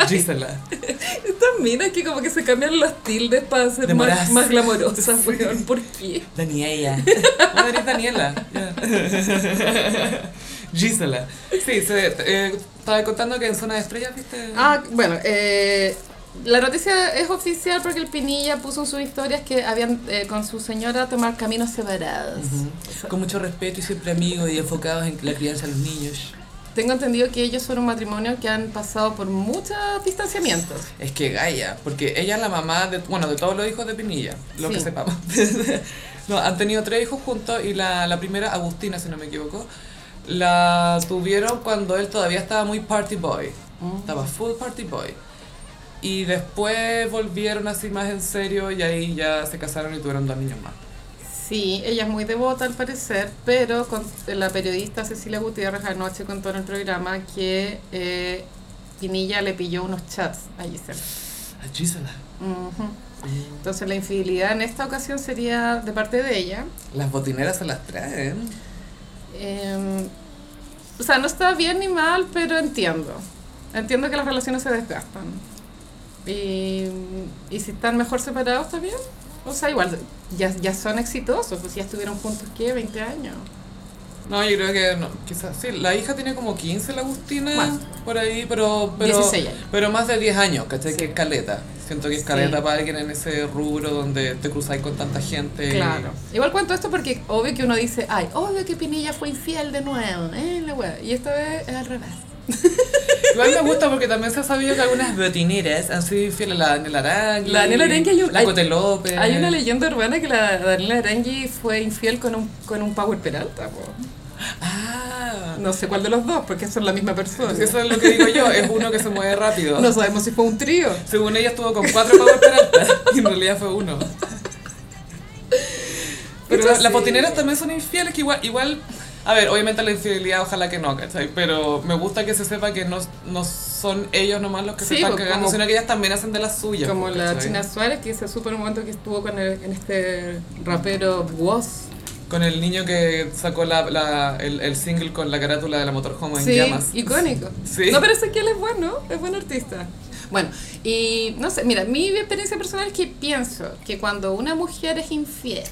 Speaker 1: Gisela.
Speaker 2: Estas minas que como que se cambian los tildes para ser
Speaker 1: De
Speaker 2: más,
Speaker 1: moras.
Speaker 2: más glamorosas. weón. ¿Por qué?
Speaker 1: Daniela. Madre es Daniela. Ya. Gisela. Sí, se, eh, estaba contando que en Zona de Estrellas, ¿viste?
Speaker 2: Ah, bueno, eh, la noticia es oficial porque el Pinilla puso en sus historias que habían eh, con su señora tomar caminos separados.
Speaker 1: Con mucho respeto y siempre amigos y enfocados en la crianza de los niños.
Speaker 2: Tengo entendido que ellos son un matrimonio que han pasado por muchos distanciamientos.
Speaker 1: Es que Gaia, porque ella es la mamá de, bueno, de todos los hijos de Pinilla, lo que
Speaker 2: Sí.
Speaker 1: sepamos. no, han tenido tres hijos juntos y la, la primera, Agustina, si no me equivoco, la tuvieron cuando él todavía estaba muy party boy. Estaba full party boy. Y después volvieron así más en serio y ahí ya se casaron y tuvieron dos niños más.
Speaker 2: Sí, ella es muy devota al parecer, pero con eh, la periodista Cecilia Gutiérrez anoche contó en el programa que eh, Pinilla le pilló unos chats a Gisela.
Speaker 1: A Gisela.
Speaker 2: Ujú. Entonces la infidelidad en esta ocasión sería de parte de ella.
Speaker 1: Las botineras se las traen.
Speaker 2: Eh, o sea, no está bien ni mal, pero entiendo. Entiendo que las relaciones se desgastan. Y, y si están mejor separados, está bien. O sea, igual, ya, ya son exitosos. Pues ya estuvieron juntos, ¿qué? 20 años.
Speaker 1: No, yo creo que no, quizás sí. La hija tiene como 15, la Agustina,
Speaker 2: Más.
Speaker 1: por ahí, pero, pero,
Speaker 2: 16 años.
Speaker 1: pero más de 10 años, ¿cachai?
Speaker 2: Sí.
Speaker 1: Que es caleta. Siento que es
Speaker 2: Sí.
Speaker 1: caleta para alguien en ese rubro donde te cruzáis con tanta gente. y-
Speaker 2: Claro. Igual cuento esto porque obvio que uno dice, ay, obvio que Pinilla fue infiel de nuevo, ¿eh? La wea". Y esta vez es al revés.
Speaker 1: Igual me gusta porque también se ha sabido que algunas botineras han sido infieles. La Daniela Arangui.
Speaker 2: La Daniela Arangui hay un-
Speaker 1: La
Speaker 2: hay-
Speaker 1: Cote López.
Speaker 2: Hay una leyenda urbana que la Daniela Arangui fue infiel con un, con un Power Peralta. po.
Speaker 1: Ah.
Speaker 2: No sé cuál de los dos, porque son la misma persona.
Speaker 1: Eso es lo que digo yo, es uno que se mueve rápido.
Speaker 2: No sabemos si fue un trío.
Speaker 1: Según ella estuvo con cuatro Power Peralta y en realidad fue uno. Pero
Speaker 2: Pucha,
Speaker 1: la- las
Speaker 2: sí.
Speaker 1: botineras también son infieles, que igual, igual, a ver, obviamente la infidelidad ojalá que no, ¿cachai? Pero me gusta que se sepa que no, no son ellos nomás los que se
Speaker 2: Sí,
Speaker 1: están
Speaker 2: pues,
Speaker 1: cagando,
Speaker 2: como-
Speaker 1: sino que ellas también hacen de las suyas.
Speaker 2: Como
Speaker 1: pues,
Speaker 2: la
Speaker 1: ¿cachai?
Speaker 2: China Suárez, que se supo en un momento que estuvo con el- en este rapero Woz.
Speaker 1: Con el niño que sacó la, la- el, el single con la carátula de la motorhome en
Speaker 2: Sí,
Speaker 1: llamas.
Speaker 2: icónico.
Speaker 1: Sí.
Speaker 2: No, pero es que él es bueno, es buen artista. Bueno, y no sé, mira, mi experiencia personal es que pienso que cuando una mujer es infiel,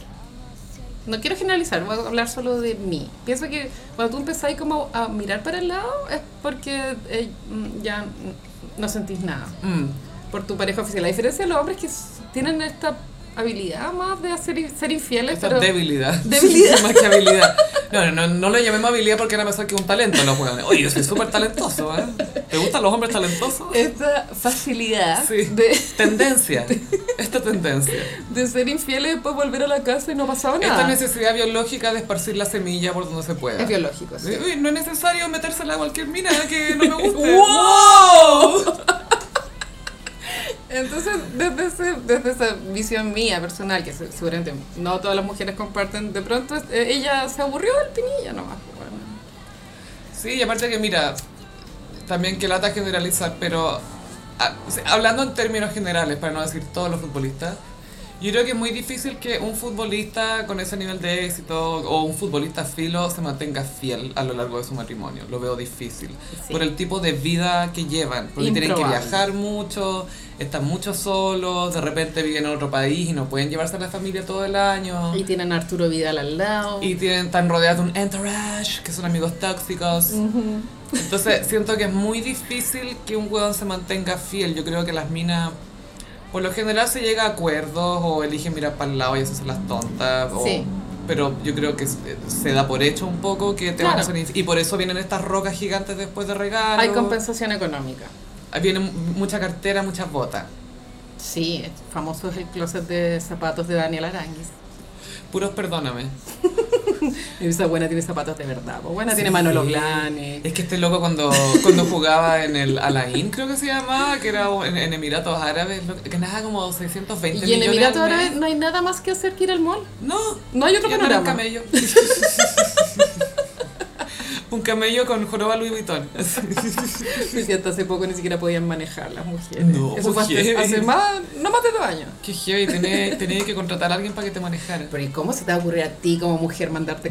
Speaker 2: no quiero generalizar, voy a hablar solo de mí. Pienso que cuando tú empezáis como a mirar para el lado es porque eh, mm, ya mm, no sentís nada
Speaker 1: Mm.
Speaker 2: por tu pareja oficial. La diferencia de los hombres es que s- tienen esta habilidad más de hacer, ser infieles,
Speaker 1: Esa
Speaker 2: pero...
Speaker 1: debilidad.
Speaker 2: Debilidad.
Speaker 1: Más que habilidad. No, no, no lo llamemos habilidad porque era pensar que es un talento los hueones. Oye, yo soy súper talentoso, ¿eh? ¿Te gustan los hombres talentosos? Ah,
Speaker 2: Esta facilidad
Speaker 1: Sí.
Speaker 2: Eh, de,
Speaker 1: Tendencia. Esta tendencia.
Speaker 2: de ser infieles y después volver a la casa y no pasaba Pues nada.
Speaker 1: Esta necesidad biológica de esparcir la semilla por donde se pueda.
Speaker 2: Es biológico, sí.
Speaker 1: Uy, no es necesario metérsela a cualquier mina que no me guste.
Speaker 2: ¡Wow! Entonces, desde, ese- desde esa visión mía personal, que se- seguramente no todas las mujeres comparten, de pronto eh, ella se aburrió del pinilla nomás. pues, bueno.
Speaker 1: Sí, y aparte que mira, también que lata generalizar, pero ah, sí, hablando en términos generales, para no decir todos los futbolistas, yo creo que es muy difícil que un futbolista con ese nivel de éxito o un futbolista filo se mantenga fiel a lo largo de su matrimonio. Lo veo difícil.
Speaker 2: Sí.
Speaker 1: Por el tipo de vida que llevan. Porque tienen que
Speaker 2: Improbable.
Speaker 1: viajar mucho, están mucho solos, de repente viven en otro país y no pueden llevarse a la familia todo el año.
Speaker 2: Y tienen a Arturo Vidal al lado.
Speaker 1: Ah. Y tienen tan rodeados de un entourage, que son amigos tóxicos. Entonces, siento que es muy difícil que un hueón se mantenga fiel. Yo creo que las minas, por lo general, se llega a acuerdos o eligen mirar para el lado y hacerse las tontas. o-
Speaker 2: Sí.
Speaker 1: Pero yo creo que se se da por hecho un poco que te van a
Speaker 2: Claro.
Speaker 1: hacer inf- Y por eso vienen estas rocas gigantes después de regalo.
Speaker 2: Hay compensación económica.
Speaker 1: Viene mu- mucha cartera, muchas botas.
Speaker 2: Sí, es- famoso es el closet de zapatos de Daniel Aranguis.
Speaker 1: Puros perdóname.
Speaker 2: Y esa buena tiene zapatos de verdad. Pues buena tiene
Speaker 1: Sí.
Speaker 2: Manolo Blanes.
Speaker 1: Es que este loco cuando, cuando jugaba en el Alain, creo que se llamaba, que era en, en Emiratos Árabes, lo- ganaba como 620
Speaker 2: Y en
Speaker 1: millones
Speaker 2: Emiratos
Speaker 1: al mes.
Speaker 2: Árabes no hay nada más que hacer que ir al mall.
Speaker 1: No,
Speaker 2: No hay otro
Speaker 1: y andar en
Speaker 2: panorama.
Speaker 1: camello. Un camello con joroba Louis Vuitton.
Speaker 2: Y hasta hace poco ni siquiera podían manejar las mujeres.
Speaker 1: No,
Speaker 2: Eso fue hace,
Speaker 1: mujeres.
Speaker 2: hace más, no más de dos años.
Speaker 1: Qué heavy, tenés, tenés que contratar a alguien para que te manejara.
Speaker 2: Pero ¿y cómo se te va a ocurrir a ti como mujer mandarte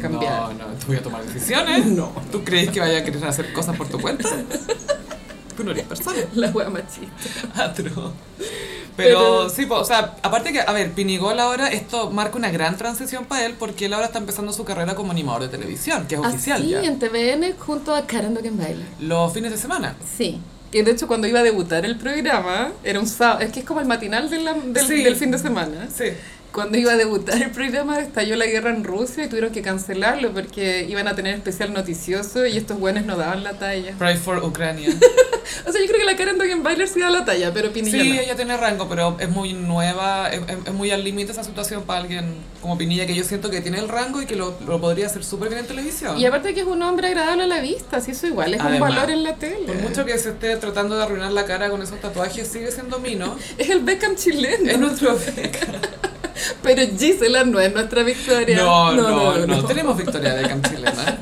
Speaker 1: No,
Speaker 2: cambiar?
Speaker 1: no, tú voy a tomar decisiones.
Speaker 2: No.
Speaker 1: ¿Tú crees que vaya a querer hacer cosas por tu cuenta? Tú no eres persona.
Speaker 2: La wea machista.
Speaker 1: Atro. Pero,
Speaker 2: Pero-
Speaker 1: sí, po, o sea, aparte que, a ver, Pinigol ahora, esto marca una gran transición para él porque él ahora está empezando su carrera como animador de televisión, que es oficial
Speaker 2: Así,
Speaker 1: ya.
Speaker 2: en TVN junto a Karen Dogenbaila.
Speaker 1: Los fines de semana.
Speaker 2: Sí. Que de hecho cuando iba a debutar el programa, era un sábado, es que es como el matinal de la- del,
Speaker 1: Sí.
Speaker 2: del fin de semana.
Speaker 1: Sí.
Speaker 2: Cuando iba a debutar el programa estalló la guerra en Rusia y tuvieron que cancelarlo porque iban a tener especial noticioso y estos buenos no daban la talla.
Speaker 1: Pray for Ucrania.
Speaker 2: O sea, yo creo que la Karen Dogenbailer sí da la talla, pero Pinilla
Speaker 1: Sí,
Speaker 2: no.
Speaker 1: ella tiene rango, pero es muy nueva, es, es- es muy al límite esa situación para alguien como Pinilla, que yo siento que tiene el rango y que lo, lo podría hacer súper bien en televisión.
Speaker 2: Y aparte que es un hombre agradable a la vista, si eso igual es
Speaker 1: Además,
Speaker 2: un valor en la tele.
Speaker 1: Por mucho que se esté tratando de arruinar la cara con esos tatuajes, sigue siendo Mino.
Speaker 2: Es el Beckham chileno.
Speaker 1: Es nuestro
Speaker 2: Pero Gisela no es nuestra victoria.
Speaker 1: No, no, no, no, tenemos Victoria Beckham chilena.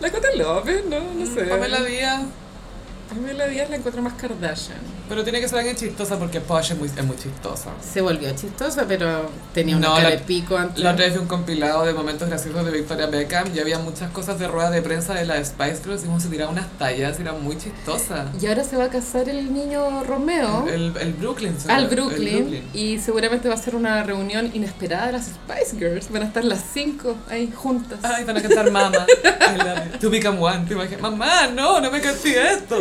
Speaker 2: La Cota López, no, no sé.
Speaker 1: Mm, Pamela Díaz,
Speaker 2: Pamela Díaz la encuentro más Kardashian.
Speaker 1: pero tiene que ser alguien chistosa porque Posh es muy, es muy chistosa.
Speaker 2: Se volvió chistosa, pero tenía
Speaker 1: No,
Speaker 2: una cara
Speaker 1: la-
Speaker 2: de pico antes.
Speaker 1: La otra vez vi un compilado de momentos graciosos de Victoria Beckham y había muchas cosas de rueda de prensa de la Spice Girls y uno se tiraba unas tallas y era muy chistosa.
Speaker 2: Y ahora se va a casar el niño Romeo
Speaker 1: El, el Brooklyn. se-
Speaker 2: al
Speaker 1: el
Speaker 2: Brooklyn, y seguramente va a ser una reunión inesperada de las Spice Girls. Van a estar las cinco ahí juntas.
Speaker 1: Ay, van a cantar mamá. To become one. Te imaginas, mamá, no, no me cantí esto.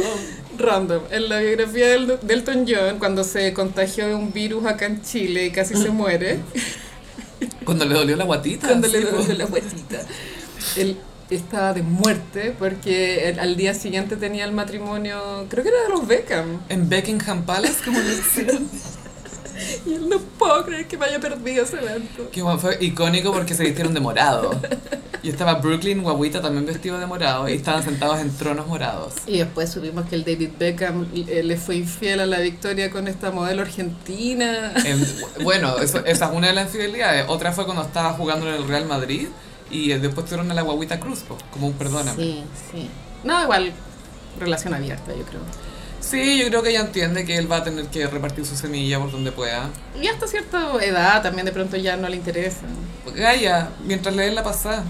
Speaker 2: Random. En la biografía del, de Elton John, cuando se contagió de un virus acá en Chile y casi se muere,
Speaker 1: Cuando le dolió la guatita.
Speaker 2: cuando le
Speaker 1: sí,
Speaker 2: dolió
Speaker 1: po.
Speaker 2: Ah, pues, la vueltita, él estaba de muerte porque él al día siguiente tenía el matrimonio, creo que era de los Beckham.
Speaker 1: En Buckingham Palace, como le decían.
Speaker 2: Y él no puedo creer que me haya perdido ese evento.
Speaker 1: Que bueno, fue icónico porque se vistieron de morado. Y estaba Brooklyn, Guaguita también vestido de morado. Y estaban sentados en tronos morados.
Speaker 2: Y después supimos que el David Beckham eh, le fue infiel a la victoria con esta modelo argentina.
Speaker 1: En- bueno, eso- esa es una de las infidelidades. Otra fue cuando estaba jugando en el Real Madrid y eh, después tuvieron a la guaguita Cruz, po, como un perdóname. Sí.
Speaker 2: Sí, sí. No, igual, relación abierta, yo creo.
Speaker 1: yo creo que ella entiende que él va a tener que repartir su semilla por donde pueda.
Speaker 2: Y hasta cierta edad también de pronto ya no le interesa.
Speaker 1: Gaia, mientras le den la pasada.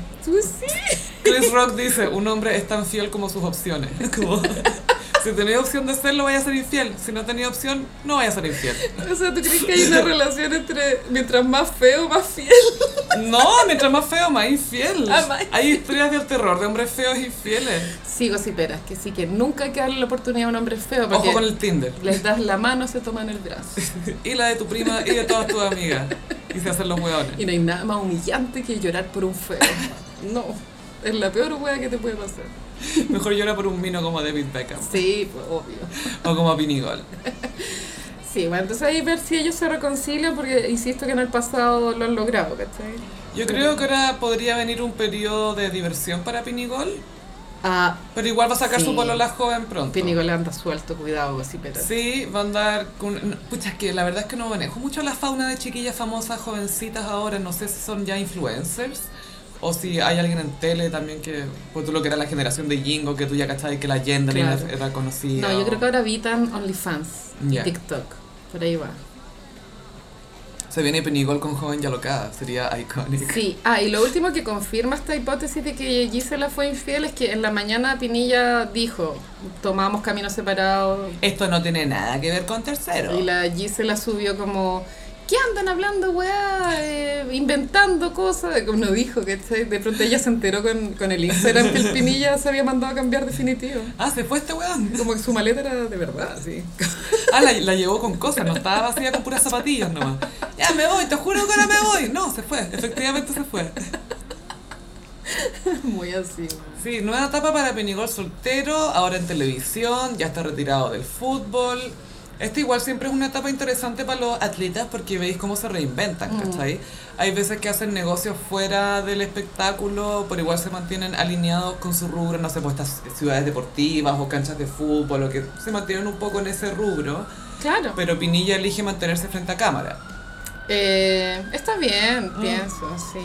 Speaker 1: Chris Rock dice, un hombre es tan fiel como sus opciones. Como, si tenés opción de serlo, vaya a ser infiel. Si no tenés opción, no vaya a ser infiel.
Speaker 2: O sea, ¿tú crees que hay una relación entre mientras más feo, más fiel?
Speaker 1: No, mientras más feo, más infiel.
Speaker 2: Ah, más
Speaker 1: Hay historias del terror de hombres feos infieles.
Speaker 2: Sí, gossiperas, que sí, que nunca hay que darle la oportunidad a un hombre feo porque
Speaker 1: Ojo con el Tinder.
Speaker 2: les das la mano, se toman el brazo.
Speaker 1: Y la de tu prima y de todas tus amigas. Y se hacen los hueones.
Speaker 2: Y no hay nada más humillante que llorar por un feo. No, es la peor wea que te puede pasar.
Speaker 1: Mejor llora por un vino como David Beckham.
Speaker 2: Sí, pues, obvio.
Speaker 1: O como Pinigol.
Speaker 2: Sí, bueno, entonces ahí ver si ellos se reconcilian porque insisto que en el pasado lo han logrado, ¿cachai?
Speaker 1: Yo creo que ahora podría venir un periodo de diversión para Pinigol.
Speaker 2: Ah,
Speaker 1: Pero igual va a sacar
Speaker 2: Sí.
Speaker 1: su polola joven pronto.
Speaker 2: Pinigola anda suelto, cuidado, gossiperas.
Speaker 1: Sí, va a andar con... no, Pucha, es que la verdad es que no manejo mucho la fauna de chiquillas famosas, jovencitas ahora. No sé si son ya influencers o si hay alguien en tele también que... Pues tú lo que era la generación de Jingo, que tú ya cachabas que la Yendra
Speaker 2: Claro.
Speaker 1: era conocida.
Speaker 2: No, yo
Speaker 1: o-
Speaker 2: creo que ahora evitan OnlyFans,
Speaker 1: Ya.
Speaker 2: TikTok, por ahí va.
Speaker 1: Se viene Penigol con joven ya locada, sería icónico.
Speaker 2: Sí, ah, y lo último que confirma esta hipótesis de que Gisela fue infiel es que en la mañana Pinilla dijo, tomamos caminos separados,
Speaker 1: Esto no tiene nada que ver con tercero.
Speaker 2: y la Gisela subió como, ¿qué andan hablando, weá? Eh, inventando cosas, como no dijo, que de pronto ella se enteró con, con el Instagram que el Pinilla se había mandado a cambiar definitivo.
Speaker 1: Ah, se fue este weón.
Speaker 2: Como que su maleta era de verdad, sí.
Speaker 1: Ah, la, la llevó con cosas, no estaba vacía con puras zapatillas nomás. Ya me voy, te juro que ahora me voy. No, se fue, efectivamente se fue.
Speaker 2: Muy así.
Speaker 1: Sí, nueva etapa para Penigol soltero, ahora en televisión, ya está retirado del fútbol. Este igual siempre es una etapa interesante para los atletas porque veis cómo se reinventan, ¿cachai? Hay veces que hacen negocios fuera del espectáculo, pero igual se mantienen alineados con su rubro, no sé, pues estas ciudades deportivas o canchas de fútbol, o que se mantienen un poco en ese rubro,
Speaker 2: Claro.
Speaker 1: pero Pinilla elige mantenerse frente a cámara.
Speaker 2: Eh, está bien, pienso, sí.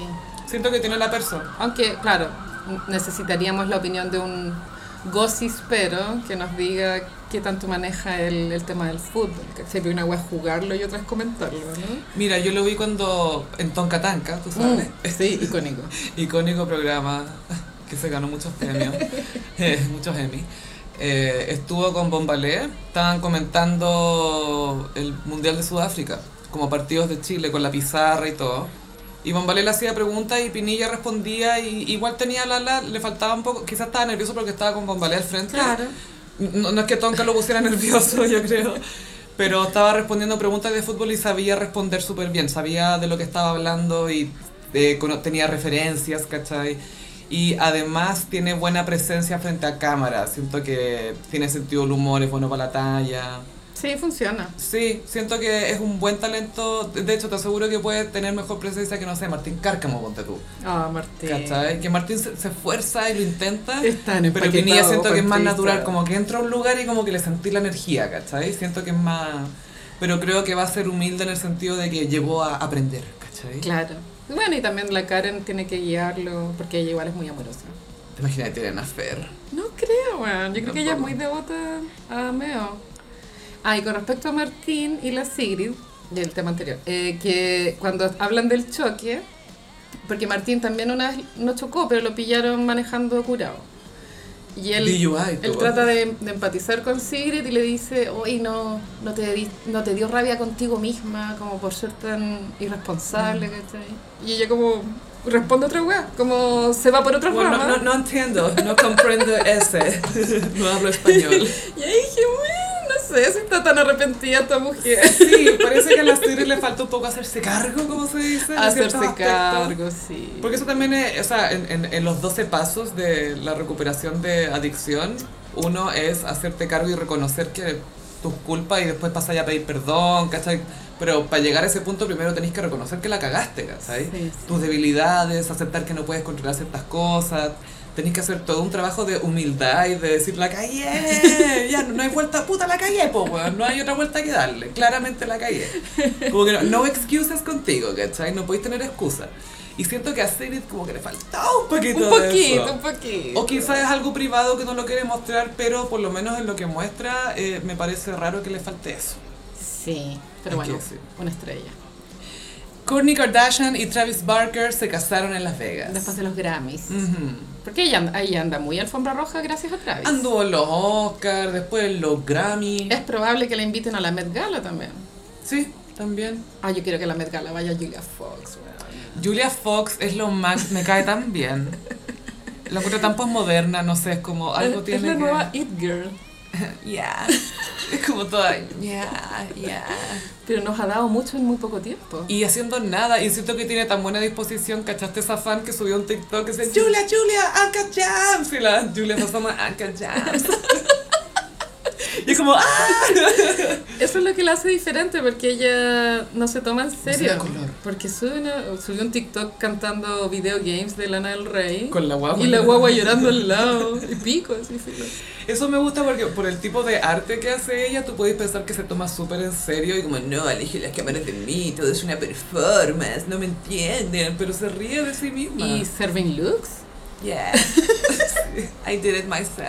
Speaker 1: Siento que tiene la persona.
Speaker 2: Aunque, claro, necesitaríamos la opinión de un gossispero que nos diga qué tanto maneja el, el tema del fútbol. Que ve una wea es jugarlo y otra es comentarlo, ¿no?
Speaker 1: Mira, yo lo vi cuando en Tonka Tanka,
Speaker 2: Mm.
Speaker 1: tú sabes.
Speaker 2: Sí, icónico.
Speaker 1: icónico programa que se ganó muchos premios, eh, muchos Emmy. Eh, estuvo con Bombalé, estaban comentando el Mundial de Sudáfrica, como partidos de Chile, con la pizarra y todo. Y Bombalé le hacía preguntas y Pinilla respondía y igual tenía la, la le faltaba un poco, quizás estaba nervioso porque estaba con Bombalé al frente. No, no es que Tonka lo pusiera nervioso, yo creo. Pero estaba respondiendo preguntas de fútbol y sabía responder súper bien. Sabía de lo que estaba hablando y eh, cono- tenía referencias, ¿cachai? Y además tiene buena presencia frente a cámara. Siento que tiene sentido del humor, es bueno para la talla.
Speaker 2: Sí, funciona.
Speaker 1: Sí, siento que es un buen talento. De hecho, te aseguro que puede tener mejor presencia que, no sé, Martín Cárcamo, ponte tú.
Speaker 2: Ah, Martín.
Speaker 1: ¿Cachai? Que Martín se, se esfuerza y lo intenta.
Speaker 2: Es tan
Speaker 1: pero Pinilla
Speaker 2: empaquetado,
Speaker 1: siento que es más
Speaker 2: cortista.
Speaker 1: natural, como que entra a un lugar y como que le sentí la energía, ¿cachai? Siento que es más... Pero creo que va a ser humilde en el sentido de que llegó a aprender, ¿cachai? ¿cachai?
Speaker 2: Claro. Bueno, y también la Karen tiene que guiarlo porque ella igual es muy amorosa.
Speaker 1: ¿Te imaginas que tienen a Fer?
Speaker 2: No creo, weón. Yo creo que ella es
Speaker 1: Tampoco.
Speaker 2: muy devota a Meo. Ah, y con respecto a Martín y la Sigrid, del tema anterior, eh, que cuando hablan del choque, porque Martín también una vez no chocó, pero lo pillaron manejando curado. Y él,
Speaker 1: DUI,
Speaker 2: él
Speaker 1: tú.
Speaker 2: trata de, de empatizar con Sigrid y le dice, oye, no, no, te di- no te dio rabia contigo misma, como por ser tan
Speaker 1: Mm.
Speaker 2: irresponsable, ¿cachai? Y ella como responde otra weá, como se va por otra
Speaker 1: Bueno,
Speaker 2: forma.
Speaker 1: no, no, no entiendo, no comprendo ese. No hablo español.
Speaker 2: Y ahí dije, bueno, no sé si está tan arrepentida esta mujer.
Speaker 1: Sí, parece que a la Siri le falta un poco hacerse cargo, como se dice. en ciertos
Speaker 2: Hacerse
Speaker 1: aspectos.
Speaker 2: cargo, sí.
Speaker 1: Porque eso también es, o sea, en, en- en los 12 pasos de la recuperación de adicción, uno es hacerte cargo y reconocer que tus culpas y después pasar a pedir perdón, ¿cachai? Pero para llegar a ese punto primero tenés que reconocer que la cagaste, ¿cachai?
Speaker 2: Sí, sí.
Speaker 1: Tus debilidades, aceptar que no puedes controlar ciertas cosas. Tenés que hacer todo un trabajo de humildad y de decir, la cagué, ya no, no hay vuelta, puta, la cagué, po, weón, no hay otra vuelta que darle, claramente la cagué. Como que no, no excuses contigo, ¿cachai? No podéis tener excusas. Y siento que a Sigrid como que le faltó un poquito
Speaker 2: un
Speaker 1: de
Speaker 2: poquito,
Speaker 1: eso.
Speaker 2: un poquito.
Speaker 1: O quizás es algo privado que no lo quiere mostrar, pero por lo menos en lo que muestra eh, me parece raro que le falte eso.
Speaker 2: Sí, pero
Speaker 1: Es
Speaker 2: bueno,
Speaker 1: que sí.
Speaker 2: una estrella.
Speaker 1: Kourtney Kardashian y Travis Barker se casaron en Las Vegas.
Speaker 2: Después de los Grammys.
Speaker 1: Ujú.
Speaker 2: Porque ella anda, ella anda muy alfombra roja gracias a Travis.
Speaker 1: Anduvo en los Oscars, después en los Grammy.
Speaker 2: Es probable que la inviten a la Met Gala también.
Speaker 1: Sí, también.
Speaker 2: Ah, yo quiero que a la Met Gala vaya Julia Fox, weón.
Speaker 1: Julia Fox es lo más, me cae tan bien. La encuentro tan posmoderna, no sé, es como algo
Speaker 2: es,
Speaker 1: tiene
Speaker 2: es la
Speaker 1: que...
Speaker 2: nueva It Girl.
Speaker 1: Yeah. Es como toda, yeah, yeah.
Speaker 2: Pero nos ha dado mucho en muy poco tiempo.
Speaker 1: Y haciendo nada, y siento que tiene tan buena disposición, ¿cachaste esa fan que subió un TikTok que dice Julia, Julia, Anka Jams? Y la Julia Fasama, Anka Jams. Y es como, ¡ah!
Speaker 2: Eso es lo que la hace diferente porque ella no se toma en
Speaker 1: da
Speaker 2: serio.
Speaker 1: color.
Speaker 2: Porque sube una- subió un TikTok cantando video games de Lana del Rey.
Speaker 1: Con la guagua.
Speaker 2: Y la guagua llorando al lado. Y pico, así filo.
Speaker 1: Eso me gusta porque por el tipo de arte que hace ella, tú puedes pensar que se toma súper en serio y como, no, elige las cámaras de mí, todo es una performance, no me entienden, pero se ríe de sí misma.
Speaker 2: Y Serving Looks.
Speaker 1: yeah. I did it myself.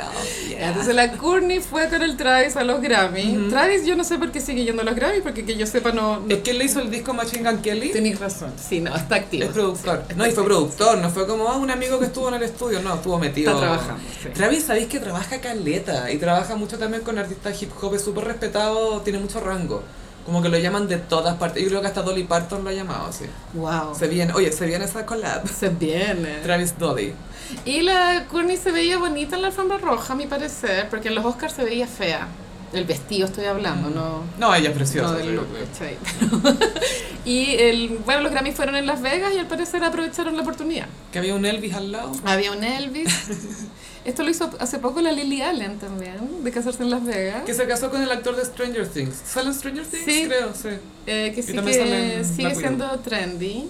Speaker 1: yeah.
Speaker 2: Entonces la Courtney fue con el Travis a los Grammy. Travis yo no sé por qué sigue yendo a los Grammy porque que yo sepa no... no
Speaker 1: Es que él le hizo el disco Machine Gun Kelly.
Speaker 2: Tenéis razón. Sí, no, está activo.
Speaker 1: Es productor. No, y fue productor, no fue como ah, un amigo que estuvo en el estudio, no, estuvo metido.
Speaker 2: Está trabajando, sí.
Speaker 1: Travis, sabéis que trabaja caleta y trabaja mucho también con artistas hip hop, es súper respetado, tiene mucho rango. Como que lo llaman de todas partes. Yo creo que hasta Dolly Parton lo ha llamado, sí.
Speaker 2: Wow.
Speaker 1: Se viene, oye, se viene esa collab.
Speaker 2: Se viene.
Speaker 1: Travis Dolly.
Speaker 2: Y la Courtney se veía bonita en la alfombra roja, a mi parecer, porque en los Oscars se veía fea. El vestido estoy hablando, no...
Speaker 1: No, ella es preciosa.
Speaker 2: No, del
Speaker 1: sí.
Speaker 2: look, ¿cachai? y el, bueno, los Grammys fueron en Las Vegas y al parecer aprovecharon la oportunidad.
Speaker 1: que había un Elvis al lado.
Speaker 2: Había un Elvis. Esto lo hizo hace poco la Lily Allen también, de casarse en Las Vegas.
Speaker 1: Que se casó con el actor de Stranger Things. ¿Sale en Stranger Things?
Speaker 2: Sí.
Speaker 1: Creo, sí.
Speaker 2: Eh, que sí
Speaker 1: también sale
Speaker 2: que
Speaker 1: en
Speaker 2: sigue
Speaker 1: Black Widow.
Speaker 2: siendo trendy,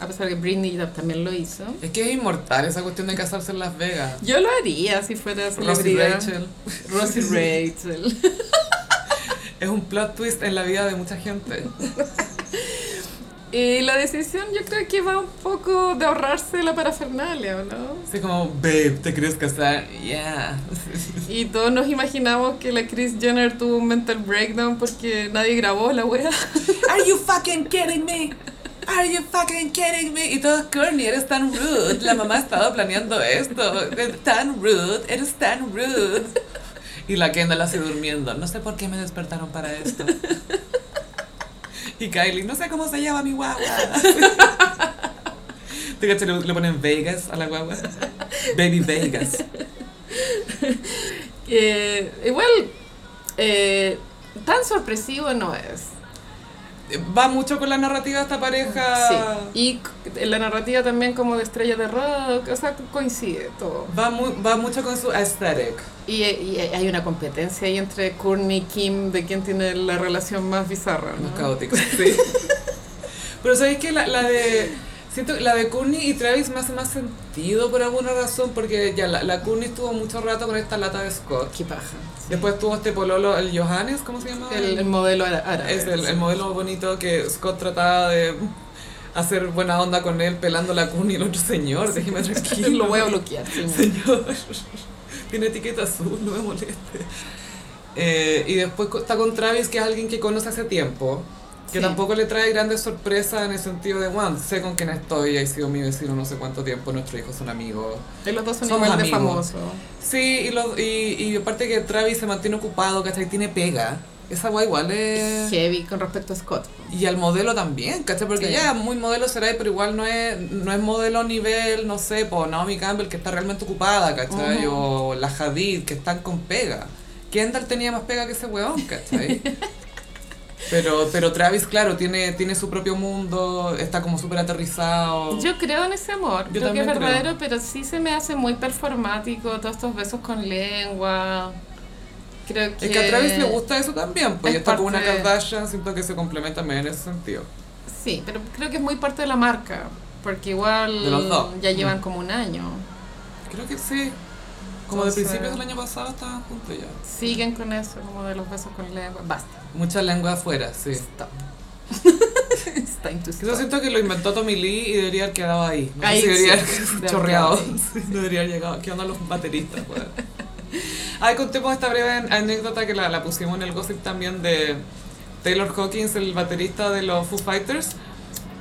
Speaker 2: a pesar que Britney ta- también lo hizo.
Speaker 1: Es que es inmortal esa cuestión de casarse en Las Vegas.
Speaker 2: Yo lo haría si fuera
Speaker 1: Rosie
Speaker 2: celebridad.
Speaker 1: Rachel.
Speaker 2: Rosie Rachel.
Speaker 1: Es un plot twist en la vida de mucha gente.
Speaker 2: Y la decisión yo creo que va un poco de ahorrarse la parafernalia, ¿o ¿no?
Speaker 1: Así como, babe, ¿te crees casar? Yeah.
Speaker 2: Y todos nos imaginamos que la Kris Jenner tuvo un mental breakdown porque nadie grabó la wea.
Speaker 1: Are you fucking kidding me? Are you fucking kidding me? Y todos, Courtney, eres tan rude. La mamá ha estado planeando esto. Eres tan rude, eres tan rude. Y la Kendall así durmiendo. No sé por qué me despertaron para esto. Y Kylie, no sé cómo se llama mi guagua. ¿Te cachas? Le, le ponen Vegas a la guagua. Baby Vegas.
Speaker 2: Eh, igual, eh, tan sorpresivo no es.
Speaker 1: Va mucho con la narrativa esta pareja.
Speaker 2: Sí. Y c- la narrativa también como de estrella de rock, o sea, coincide todo.
Speaker 1: Va, mu- va mucho con su aesthetic.
Speaker 2: Y, y hay una competencia ahí entre Courtney y Kim de quién tiene la relación más bizarra,
Speaker 1: Más
Speaker 2: ¿no?
Speaker 1: caótico. Sí. Pero sabéis que la, la de. Siento que la de Courtney y Travis me hace más sentido por alguna razón, porque ya la, la Courtney estuvo mucho rato con esta lata de Scott.
Speaker 2: Qué paja.
Speaker 1: Después tuvo este pololo, el Johannes, ¿cómo se llama?
Speaker 2: El, el modelo ara- árabe.
Speaker 1: es el, el modelo bonito que Scott trataba de hacer buena onda con él pelando la cuna y el otro señor, déjeme tranquilo.
Speaker 2: Lo voy a bloquear. sí.
Speaker 1: Señor, tiene etiqueta azul, no me moleste. Eh, y después co- está con Travis, que es alguien que conoce hace tiempo, que
Speaker 2: Sí.
Speaker 1: tampoco le trae grandes sorpresas en el sentido de, bueno, sé con quién estoy, he sido mi vecino no sé cuánto tiempo, nuestros hijos son amigos.
Speaker 2: Y Los dos son
Speaker 1: Somos
Speaker 2: igual de
Speaker 1: amigos.
Speaker 2: famosos.
Speaker 1: Sí, y, los- y, y aparte que Travis se mantiene ocupado, ¿cachai? Tiene pega. Esa guay igual es...
Speaker 2: Heavy con respecto a Scott.
Speaker 1: Y al modelo también, ¿cachai? Porque
Speaker 2: Sí.
Speaker 1: ya muy modelo será, pero igual no es, no es modelo nivel, no sé, por Naomi Campbell, que está realmente ocupada, ¿cachai? O la Hadid, que están con pega. Kendall tenía más pega que ese weón, ¿cachai? pero, pero Travis, claro, tiene, tiene su propio mundo, está como súper aterrizado.
Speaker 2: Oh. Yo creo en ese amor,
Speaker 1: Yo
Speaker 2: creo que
Speaker 1: también
Speaker 2: es
Speaker 1: creo.
Speaker 2: verdadero, pero sí se me hace muy performático todos estos besos con lengua. Creo que
Speaker 1: Es que a Travis le gusta eso también, pues
Speaker 2: Es
Speaker 1: y está con una
Speaker 2: parte-
Speaker 1: Kardashian, siento que se complementan bien en ese sentido.
Speaker 2: Sí, pero creo que es muy parte de la marca, porque igual
Speaker 1: De los dos.
Speaker 2: ya llevan
Speaker 1: Mm.
Speaker 2: como un año.
Speaker 1: Creo que sí. Como de
Speaker 2: Entonces-
Speaker 1: principios del año pasado estaban juntos ya.
Speaker 2: Siguen con eso, como de los besos con lengua. Basta.
Speaker 1: Mucha lengua afuera, sí.
Speaker 2: Stop. It's time to
Speaker 1: Que Yo
Speaker 2: stop.
Speaker 1: siento que lo inventó Tommy Lee y debería haber quedado ahí. No sé
Speaker 2: Ahí,
Speaker 1: si debería haber
Speaker 2: sí, de
Speaker 1: chorreado.
Speaker 2: acuerdo.
Speaker 1: Sí, no debería haber llegado. ¿Qué onda los bateristas? weón? Ahí contemos esta breve an- anécdota que la, la pusimos en el gossip también de Taylor Hawkins, el baterista de los Foo Fighters.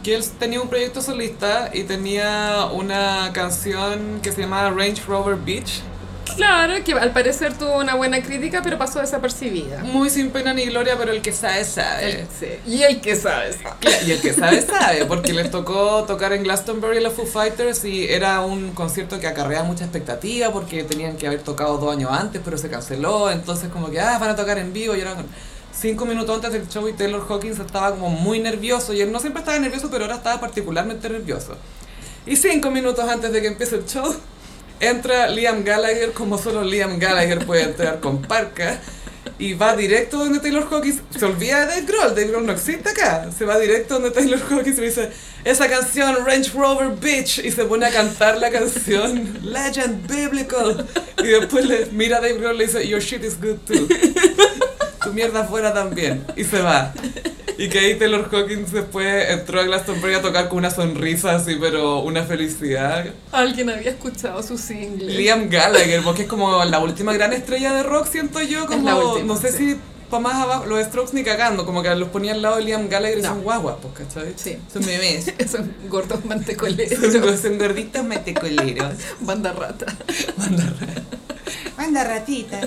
Speaker 1: Que él tenía un proyecto solista y tenía una canción que se llamaba Range Rover Beach.
Speaker 2: Claro, que al parecer tuvo una buena crítica, pero pasó desapercibida.
Speaker 1: Muy sin pena ni gloria, pero el que sabe, sabe.
Speaker 2: Ah. El- sí. Y el que sabe. sabe.
Speaker 1: Cla- Y el que sabe, sabe, porque les tocó tocar en Glastonbury a los Foo Fighters y era un concierto que acarreaba mucha expectativa porque tenían que haber tocado dos años antes, pero se canceló, entonces como que, ah, van a tocar en vivo y eran cinco minutos antes del show y Taylor Hawkins estaba como muy nervioso y él no siempre estaba nervioso, pero ahora estaba particularmente nervioso. Y cinco minutos antes de que empiece el show, entra Liam Gallagher como solo Liam Gallagher puede entrar con parca. Y va directo donde Taylor Hawkins. Se olvida de Dave Grohl. Dave Grohl no existe acá. Se va directo donde Taylor Hawkins y le dice: Esa canción, Range Rover Bitch. Y se pone a cantar la canción Legend Biblical. Y después le mira a Dave Grohl y le dice: Your shit is good too. Tu mierda fuera también. Y se va. Y que ahí Taylor Hawkins después entró a Glastonbury a tocar con una sonrisa así, pero una felicidad.
Speaker 2: Alguien había escuchado su single.
Speaker 1: Liam Gallagher, porque es como la última gran estrella de rock, siento yo, como,
Speaker 2: la última,
Speaker 1: no sé
Speaker 2: sí.
Speaker 1: si para más abajo, los Strokes ni cagando, como que los ponía al lado de Liam Gallagher y
Speaker 2: No.
Speaker 1: son guaguas, pues, ¿cachai?
Speaker 2: Sí.
Speaker 1: Son bebés.
Speaker 2: Son gordos
Speaker 1: Son,
Speaker 2: mantecoleros,
Speaker 1: son gorditos metecoleros.
Speaker 2: banda rata.
Speaker 3: Anda ratita.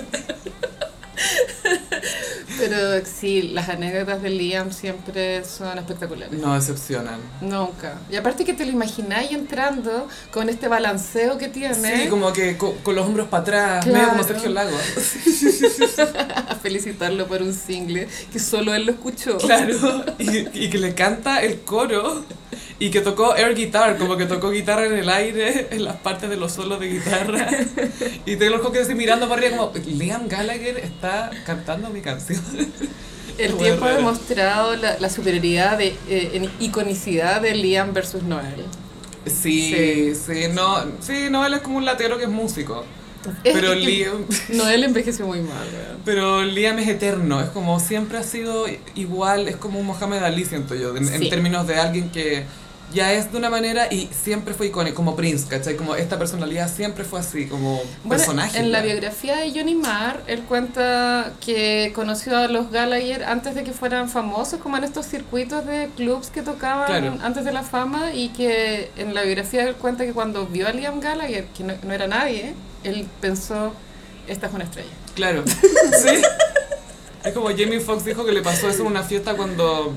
Speaker 2: Pero sí, las anécdotas de Liam siempre son espectaculares.
Speaker 1: No decepcionan.
Speaker 2: Nunca. Y aparte que te lo imagináis entrando con este balanceo que tiene
Speaker 1: Sí, como que co- con los hombros para atrás,
Speaker 2: ¿Eh? Claro.
Speaker 1: medio como Sergio Lago.
Speaker 2: a felicitarlo por un single que solo él lo escuchó.
Speaker 1: Claro, y, y que le canta el coro y que tocó air guitar, como que tocó guitarra en el aire, en las partes de los solos de guitarra. Y Taylor Hawkins así mirando para arriba como, Liam Gallagher está cantando mi canción.
Speaker 2: El
Speaker 1: Muy
Speaker 2: tiempo ha
Speaker 1: raro.
Speaker 2: demostrado la, la superioridad de, eh, en iconicidad de Liam versus Noel.
Speaker 1: Sí, sí, no, sí, no, él es como un latero que es músico.
Speaker 2: Es
Speaker 1: Pero
Speaker 2: que-
Speaker 1: Liam,
Speaker 2: Noel envejeció muy mal, weón.
Speaker 1: pero Liam es eterno, es como siempre ha sido igual, es como un Mohamed Ali, siento yo, en, en
Speaker 2: Sí.
Speaker 1: términos de alguien que ya es de una manera y siempre fue icónico, como Prince, ¿cachai? Como esta personalidad siempre fue así, como
Speaker 2: Bueno,
Speaker 1: personaje.
Speaker 2: en la
Speaker 1: ya.
Speaker 2: biografía de Johnny Marr, él cuenta que conoció a los Gallagher antes de que fueran famosos, como en estos circuitos de clubs que tocaban
Speaker 1: Claro.
Speaker 2: antes de la fama, y que en la biografía él cuenta que cuando vio a Liam Gallagher, que no, no era nadie, él pensó, esta es una estrella.
Speaker 1: Claro, sí. Es como Jamie Foxx dijo que le pasó eso en una fiesta cuando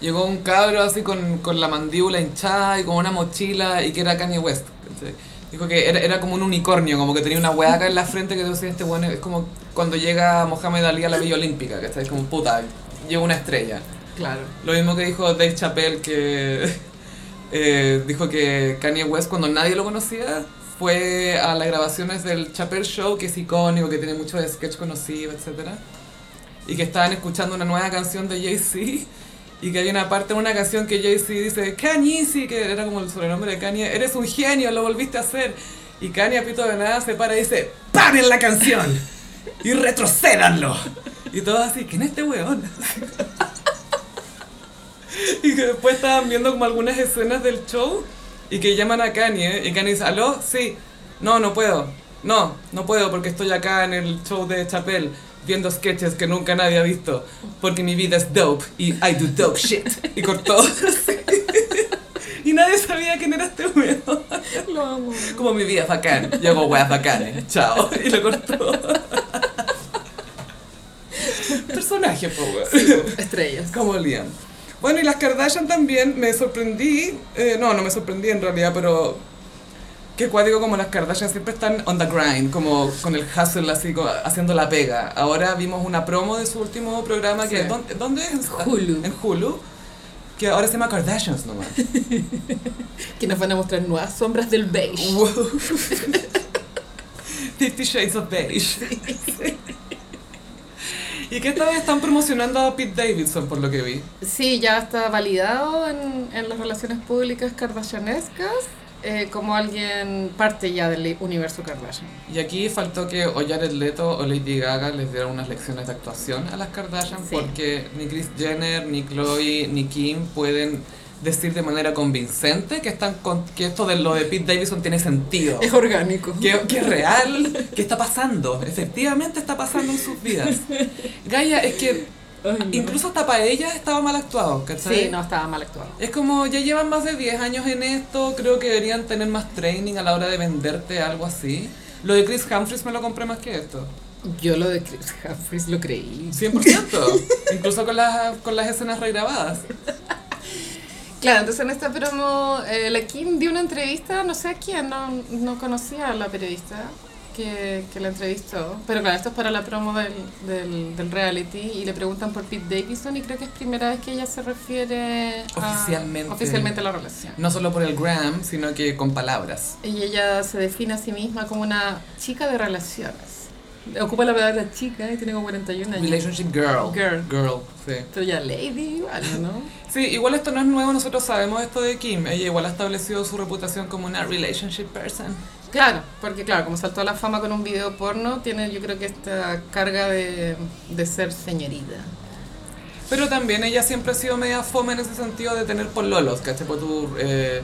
Speaker 1: llegó un cabro así con, con la mandíbula hinchada y con una mochila y que era Kanye West. ¿cachai? Dijo que era, era como un unicornio, como que tenía una hueá acá en la frente que tú decías, este bueno es como cuando llega Mohamed Ali a la Villa Olímpica, que es como puta, llegó una estrella.
Speaker 2: Claro.
Speaker 1: Lo mismo que dijo Dave Chappelle, que eh, dijo que Kanye West, cuando nadie lo conocía, fue a las grabaciones del Chappelle Show, que es icónico, que tiene muchos sketch conocidos, etc. Y que estaban escuchando una nueva canción de Jay-Z. Y que hay una parte de una canción que Jay-Z dice, Kanye, sí, que era como el sobrenombre de Kanye, eres un genio, lo volviste a hacer. Y Kanye, a pito de nada, se para y dice, ¡paren la canción! ¡Y retrocédanlo! Y todos así, ¿quién es este weón? Y que después estaban viendo como algunas escenas del show y que llaman a Kanye ¿eh? y Kanye dice, ¿aló? Sí, no, no puedo, no, no puedo porque estoy acá en el show de Chapel viendo sketches que nunca nadie ha visto porque mi vida es dope y I do dope shit y cortó. Y nadie sabía quién era este weón.
Speaker 2: Lo amo.
Speaker 1: Como mi vida es bacán, yo hago weas bacanes, chao. Y lo cortó. Personaje, po, weón.
Speaker 2: Estrellas.
Speaker 1: Como Liam. Bueno, y las Kardashian también me sorprendí. eh, no, no me sorprendí en realidad, pero. Qué cuático como las Kardashian siempre están on the grind, como con el hustle así, co- haciendo la pega. Ahora vimos una promo de su último programa que.
Speaker 2: Sí.
Speaker 1: ¿dónde, dónde es?
Speaker 2: Hulu.
Speaker 1: En Hulu. Que ahora se llama Kardashians nomás.
Speaker 2: Que nos van a mostrar nuevas sombras del beige.
Speaker 1: Wow. Fifty Shades of Beige. Y que esta vez están promocionando a Pete Davidson, por lo que vi.
Speaker 2: Sí, ya está validado en, en las relaciones públicas kardashianescas eh, como alguien parte ya del universo Kardashian.
Speaker 1: Y aquí faltó que o Jared Leto o Lady Gaga les dieran unas lecciones de actuación a las Kardashian
Speaker 2: Sí.
Speaker 1: porque ni Kris Jenner, ni Chloe, ni Kim pueden decir de manera convincente que están con, que esto de lo de Pete Davidson tiene sentido.
Speaker 2: Es orgánico.
Speaker 1: Que, que es real, que está pasando, efectivamente está pasando en sus vidas. Gaia, es que
Speaker 2: Ay, no.
Speaker 1: incluso hasta para ella estaba mal actuado, ¿cachai?
Speaker 2: Sí, no, estaba mal actuado.
Speaker 1: Es como, ya llevan más de 10 años en esto, creo que deberían tener más training a la hora de venderte algo así. Lo de Chris Humphries me lo compré más que esto.
Speaker 2: Yo lo de Chris Humphries lo creí.
Speaker 1: 100%. Incluso con las, con las escenas regrabadas.
Speaker 2: Claro, entonces en esta promo, eh, la Kim dio una entrevista, no sé a quién, no, no conocía a la periodista que, que la entrevistó. Pero claro, esto es para la promo del, del, del reality y le preguntan por Pete Davidson y creo que es primera vez que ella se refiere a-
Speaker 1: Oficialmente.
Speaker 2: oficialmente a la relación.
Speaker 1: No solo por el gram, sino que con palabras.
Speaker 2: Y ella se define a sí misma como una chica de relaciones. Ocupa la palabra chica y tiene como 41 años.
Speaker 1: Relationship girl.
Speaker 2: Girl.
Speaker 1: Girl, sí.
Speaker 2: Pero ya lady igual, ¿no?
Speaker 1: Sí, igual esto no es nuevo, nosotros sabemos esto de Kim. Ella igual ha establecido su reputación como una relationship person.
Speaker 2: Claro, porque claro, como saltó a la fama con un video porno, tiene yo creo que esta carga de, de ser señorita.
Speaker 1: Pero también ella siempre ha sido media fome en ese sentido de tener pololos, ¿cachai? Por tu eh,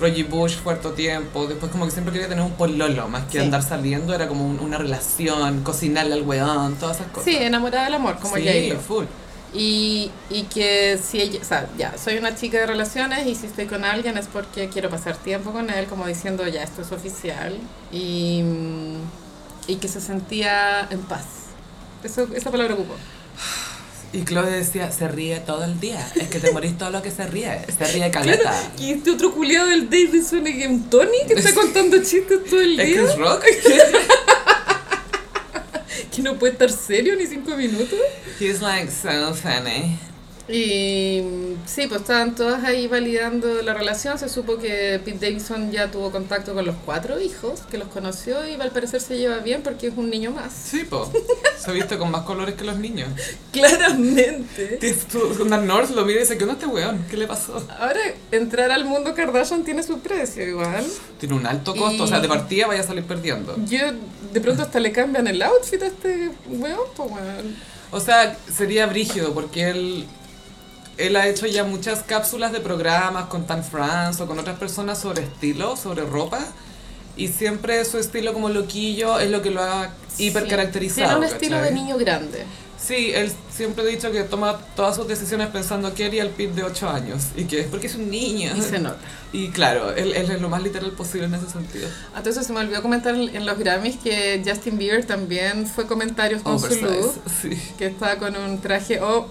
Speaker 1: Reggie Bush fue harto tiempo, después como que siempre quería tener un pololo, más que
Speaker 2: Sí.
Speaker 1: andar saliendo, era como un- una relación, cocinarle al weón, todas esas cosas.
Speaker 2: Sí, enamorada del amor, como
Speaker 1: Sí,
Speaker 2: ella dijo.
Speaker 1: full.
Speaker 2: Y, y que si ella, o sea, ya, soy una chica de relaciones y si estoy con alguien es porque quiero pasar tiempo con él, como diciendo, ya, esto es oficial. Y, y que se sentía en paz. Eso, esa palabra ocupó.
Speaker 1: Y Chloe decía, se ríe todo el día, es que te morís todo lo que se ríe, se ríe caleta.
Speaker 2: Y este otro culiado del Davidson, que es un Tony, que está contando chistes todo el
Speaker 1: ¿Es que
Speaker 2: día.
Speaker 1: es rock?
Speaker 2: que no puede estar serio ni cinco minutos.
Speaker 1: He's like so funny.
Speaker 2: Y sí, pues estaban todas ahí validando la relación. Se supo que Pete Davidson ya tuvo contacto con los cuatro hijos, que los conoció y al parecer se lleva bien porque es un niño más.
Speaker 1: Sí, po. Se ha visto con más colores que los niños.
Speaker 2: Claramente.
Speaker 1: Una North lo mira y dice, ¿qué onda este weón? ¿Qué le pasó?
Speaker 2: Ahora, entrar al mundo Kardashian tiene su precio igual.
Speaker 1: Tiene un alto costo,
Speaker 2: Y-
Speaker 1: o sea, de partida vaya a salir perdiendo.
Speaker 2: Yo, de pronto hasta le cambian el outfit a este weón, pues weón.
Speaker 1: O sea, sería brígido porque él él ha hecho ya muchas cápsulas de programas con Tan France o con otras personas sobre estilo, sobre ropa. Y siempre su estilo como loquillo es lo que lo ha hipercaracterizado.
Speaker 2: Tiene un estilo
Speaker 1: ¿cachai?
Speaker 2: de niño grande.
Speaker 1: Sí, él siempre ha dicho que toma todas sus decisiones pensando que haría el pit de 8 años. Y que es porque es un niño.
Speaker 2: Y se nota.
Speaker 1: Y claro, él, él es lo más literal posible en ese sentido.
Speaker 2: Entonces se me olvidó comentar en los Grammys que Justin Bieber también fue comentarios con su look.
Speaker 1: Oversize, sí.
Speaker 2: que estaba con un traje o-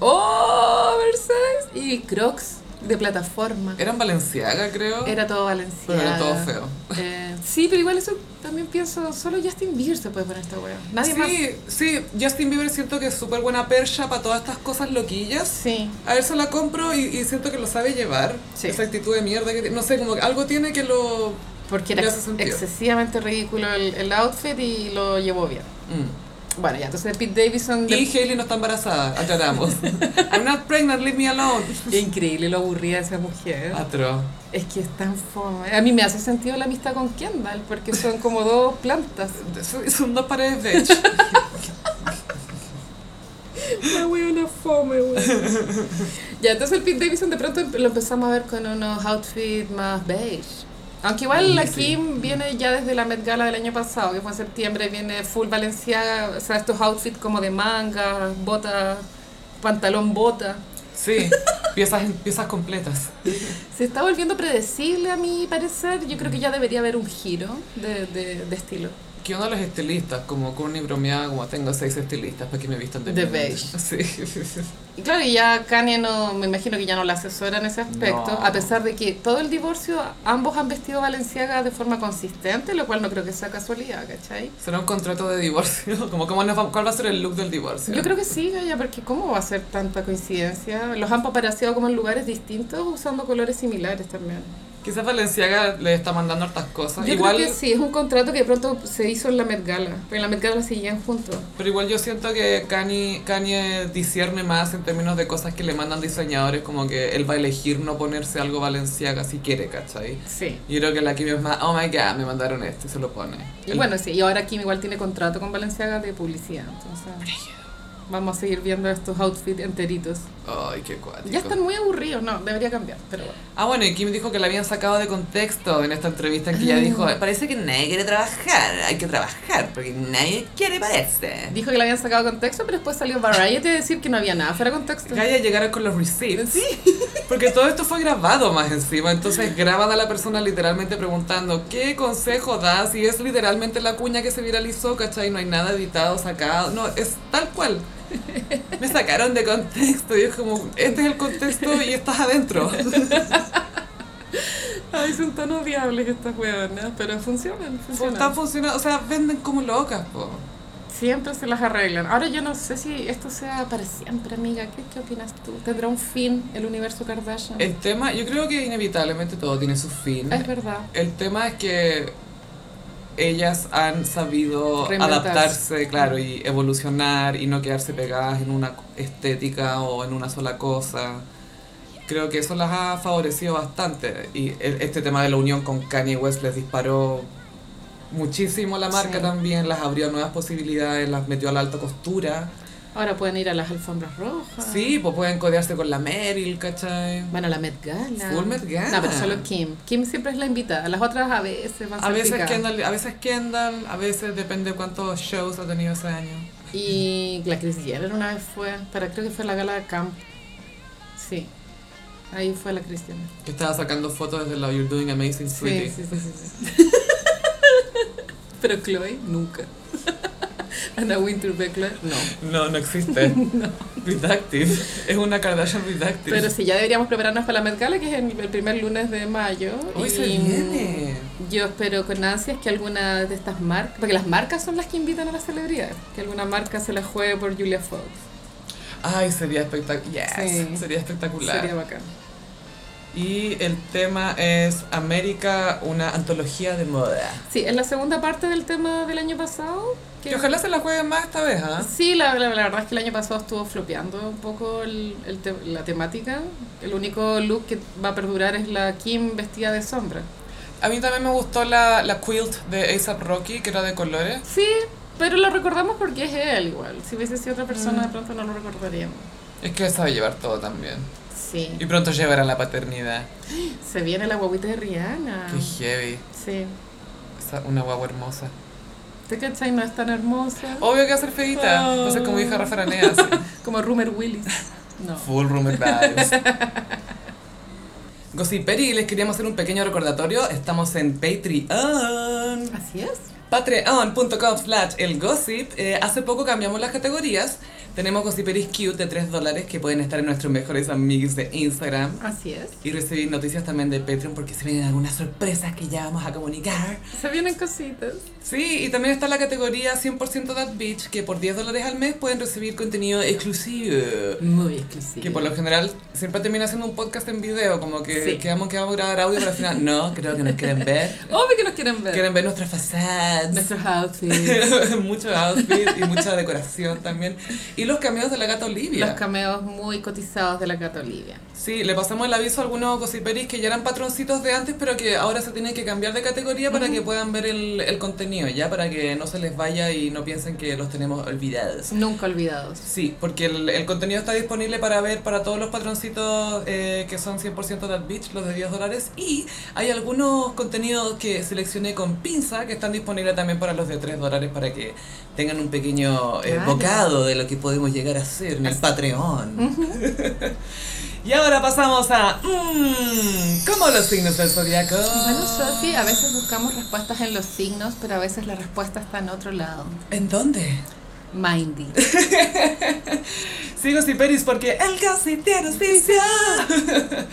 Speaker 2: oversize y crocs de plataforma.
Speaker 1: Eran Valenciaga, creo.
Speaker 2: Era todo
Speaker 1: Eh,
Speaker 2: valenciano. Eh,
Speaker 1: Pero era todo feo.
Speaker 2: sí, pero igual eso también pienso, solo Justin Bieber se puede poner esta wea. Nadie
Speaker 1: sí,
Speaker 2: más.
Speaker 1: sí, Justin Bieber siento que es súper buena percha para todas estas cosas loquillas.
Speaker 2: Sí.
Speaker 1: A él se la compro y, y siento que lo sabe llevar.
Speaker 2: Sí.
Speaker 1: Esa actitud de mierda que tiene. No sé, como que algo tiene que lo.
Speaker 2: Porque era
Speaker 1: Le hace
Speaker 2: ex-
Speaker 1: sentido.
Speaker 2: excesivamente ridículo el, el outfit y lo llevó bien.
Speaker 1: Mm.
Speaker 2: Bueno, ya, entonces Pete Davidson... de-
Speaker 1: Y Hailey no está embarazada, aclaramos. I'm not pregnant, leave me alone.
Speaker 2: Increíble lo aburrida de esa mujer.
Speaker 1: Atro.
Speaker 2: Es que es tan fome. A mí me hace sentido la amistad con Kendall, porque son como dos plantas.
Speaker 1: Son dos paredes de hecho.
Speaker 2: La weona fome, güey. ya, entonces el Pete Davidson de pronto lo empezamos a ver con unos outfits más beige. Aunque igual la Kim viene ya desde la Met Gala del año pasado, que fue en septiembre, viene full Valenciaga, o sea, estos outfits como de manga, bota, pantalón bota.
Speaker 1: Sí, piezas, piezas completas.
Speaker 2: Se está volviendo predecible a mi parecer, yo creo que ya debería haber un giro de, de, de estilo.
Speaker 1: ¿Qué onda los estilistas? Como Courtney bromeaba, como tengo seis estilistas para que me vistan de
Speaker 2: De
Speaker 1: mierda".
Speaker 2: beige.
Speaker 1: Sí.
Speaker 2: Y claro, y ya Kanye no, me imagino que ya no la asesora en ese aspecto,
Speaker 1: No.
Speaker 2: a pesar de que todo el divorcio ambos han vestido Valenciaga de forma consistente, lo cual no creo que sea casualidad, ¿cachai?
Speaker 1: Será un contrato de divorcio. Como, ¿cómo nos va- ¿Cuál va a ser el look del divorcio?
Speaker 2: Yo creo que sí, Gaya, porque ¿cómo va a ser tanta coincidencia? Los han paparazziado como en lugares distintos usando colores similares también.
Speaker 1: Quizás Valenciaga le está mandando hartas cosas.
Speaker 2: Yo
Speaker 1: Ah, igual,
Speaker 2: creo que sí, es un contrato que de pronto se hizo en la Met Gala, pero en la Met Gala seguían juntos.
Speaker 1: Pero igual yo siento que Kanye, Kanye discierne más en términos de cosas que le mandan diseñadores, como que él va a elegir no ponerse algo Valenciaga si quiere, ¿cachai?
Speaker 2: Sí.
Speaker 1: Yo creo que la Kim es más, oh my god, me mandaron esto y se lo pone.
Speaker 2: Y
Speaker 1: El-
Speaker 2: bueno, sí, y ahora Kim igual tiene contrato con Valenciaga de publicidad, entonces vamos a seguir viendo estos outfits enteritos.
Speaker 1: Ay, qué cuático.
Speaker 2: Ya están muy aburridos, no, debería cambiar, pero bueno.
Speaker 1: Ah, bueno, y Kim dijo que la habían sacado de contexto en esta entrevista en que
Speaker 2: Mm.
Speaker 1: ella dijo, parece que nadie quiere trabajar, hay que trabajar, porque nadie quiere parece.
Speaker 2: Dijo que la habían sacado de contexto, pero después salió Variety a decir que no había nada fuera de contexto.
Speaker 1: Gaia Pues llegaron con los receipts. Porque todo esto fue grabado más encima. Entonces graban a la persona literalmente preguntando, ¿qué consejo das? Y es literalmente la cuña que se viralizó, ¿cachai? No hay nada editado, sacado. No, es tal cual. Me sacaron de contexto. Y es como, este es el contexto y estás adentro.
Speaker 2: Ay, son tan odiables estas huevonas, pero funcionan,
Speaker 1: Están funcionando, o sea, venden como locas, po.
Speaker 2: Siempre se las arreglan. Ahora yo no sé si esto sea para siempre, amiga. ¿Qué, qué opinas tú? ¿Tendrá un fin el universo Kardashian?
Speaker 1: El tema, yo creo que inevitablemente todo tiene su fin.
Speaker 2: es verdad.
Speaker 1: El tema es que ellas han sabido
Speaker 2: Reinventarse.
Speaker 1: adaptarse, claro, y evolucionar y no quedarse pegadas en una estética o en una sola cosa. Creo que eso las ha favorecido bastante. Y e- este tema de la unión con Kanye West les disparó muchísimo la marca
Speaker 2: Sí.
Speaker 1: también, las abrió a nuevas posibilidades, las metió a la alta costura.
Speaker 2: Ahora pueden ir a las alfombras rojas.
Speaker 1: Sí, pues pueden codearse con la Meryl, ¿cachai?
Speaker 2: Van a la Met Gala.
Speaker 1: Full Met Gala.
Speaker 2: No, pero solo Kim. Kim siempre es la invitada. Las otras a veces van
Speaker 1: A veces,
Speaker 2: salpicadas.
Speaker 1: Kendall, a veces Kendall, a veces depende cuántos shows ha tenido ese año.
Speaker 2: Y la Kris Jenner una vez fue, pero creo que fue la gala de camp. Sí. Ahí fue la Kris Jenner.
Speaker 1: Que estaba sacando fotos desde la You're Doing Amazing Sweetie.
Speaker 2: Sí, sí, sí, sí, pero Chloe nunca. Ana Winterberg, Chloe, no.
Speaker 1: No, no existe. Redactive. Es una Kardashian Redactive.
Speaker 2: Pero sí, ya deberíamos prepararnos para la Met Gala, que es el, el primer lunes de mayo.
Speaker 1: Hoy se
Speaker 2: Y
Speaker 1: viene.
Speaker 2: Yo espero con ansias que alguna de estas marcas, porque las marcas son las que invitan a las celebridades, que alguna marca se la juegue por Julia Fox.
Speaker 1: Ay, sería espectacular.
Speaker 2: Sí.
Speaker 1: Sería espectacular.
Speaker 2: Sería bacán.
Speaker 1: Y el tema es América, una antología de moda.
Speaker 2: Sí, es la segunda parte del tema del año pasado. que-
Speaker 1: Que ojalá se la jueguen más esta vez, ¿ah?
Speaker 2: Sí, la, la, la verdad es que el año pasado estuvo flopeando un poco el, el te- la temática. El único look que va a perdurar es la Kim vestida de sombra.
Speaker 1: A mí también me gustó la, la quilt de ASAP Rocky, que era de colores.
Speaker 2: Sí, pero lo recordamos porque es él igual. Si hubiese sido otra persona, de pronto no lo recordaríamos.
Speaker 1: Es que él sabe llevar todo también.
Speaker 2: Sí.
Speaker 1: Y pronto llevará la paternidad.
Speaker 2: Se viene la guaguita de Rihanna.
Speaker 1: Qué heavy.
Speaker 2: Sí.
Speaker 1: Esa- Una guagua hermosa.
Speaker 2: ¿Te cachai? No es tan hermosa.
Speaker 1: Obvio que va a ser feita. Va a ser como hija Rafa Aranea, así.
Speaker 2: Como Rumer Willis. No.
Speaker 1: Full rumor vibes. Gossiperi, les queríamos hacer un pequeño recordatorio. Estamos en Patreon.
Speaker 2: Así es.
Speaker 1: Patreon.com slash el gossip. Eh, hace poco cambiamos las categorías. Tenemos Gossiperis Cute de 3 dólares que pueden estar en nuestros mejores amigos de Instagram.
Speaker 2: Así es.
Speaker 1: Y recibir noticias también de Patreon porque se vienen algunas sorpresas que ya vamos a comunicar.
Speaker 2: Se vienen cositas.
Speaker 1: Sí, y también está la categoría 100% That Bitch que por 10 dólares al mes pueden recibir contenido exclusivo.
Speaker 2: Muy exclusivas.
Speaker 1: Que por lo general siempre termina haciendo un podcast en video, como que
Speaker 2: Sí.
Speaker 1: quedamos que vamos a grabar audio, pero al final no, creo que nos quieren ver.
Speaker 2: Obvio que nos quieren ver.
Speaker 1: Quieren ver nuestras fachadas,
Speaker 2: Nuestros outfits.
Speaker 1: mucho outfit y mucha decoración también. Y los cameos de la gata Olivia.
Speaker 2: Los cameos muy cotizados de la Gata Olivia.
Speaker 1: Sí, le pasamos el aviso a algunos gossiperis que ya eran patroncitos de antes, pero que ahora se tienen que cambiar de categoría para que puedan ver el, el contenido, ya para que no se les vaya y no piensen que los tenemos olvidados.
Speaker 2: Nunca olvidados.
Speaker 1: Sí, porque el, el contenido está disponible para ver para todos los patroncitos eh, que son 100% That Beach, los de 10 dólares. Y hay algunos contenidos que seleccioné con pinza que están disponibles también para los de 3 dólares para que tengan un pequeño eh,
Speaker 2: Claro.
Speaker 1: bocado de lo que podemos llegar a hacer en el Patreon. y ahora pasamos a. Mmm, ¿Cómo los signos del zodiaco?
Speaker 2: Bueno, Sofi, a veces buscamos respuestas en los signos, pero a veces la respuesta está en otro lado.
Speaker 1: ¿En dónde?
Speaker 2: Mindy.
Speaker 1: Sí, Gossiperis, porque el gossip tiene auspicia.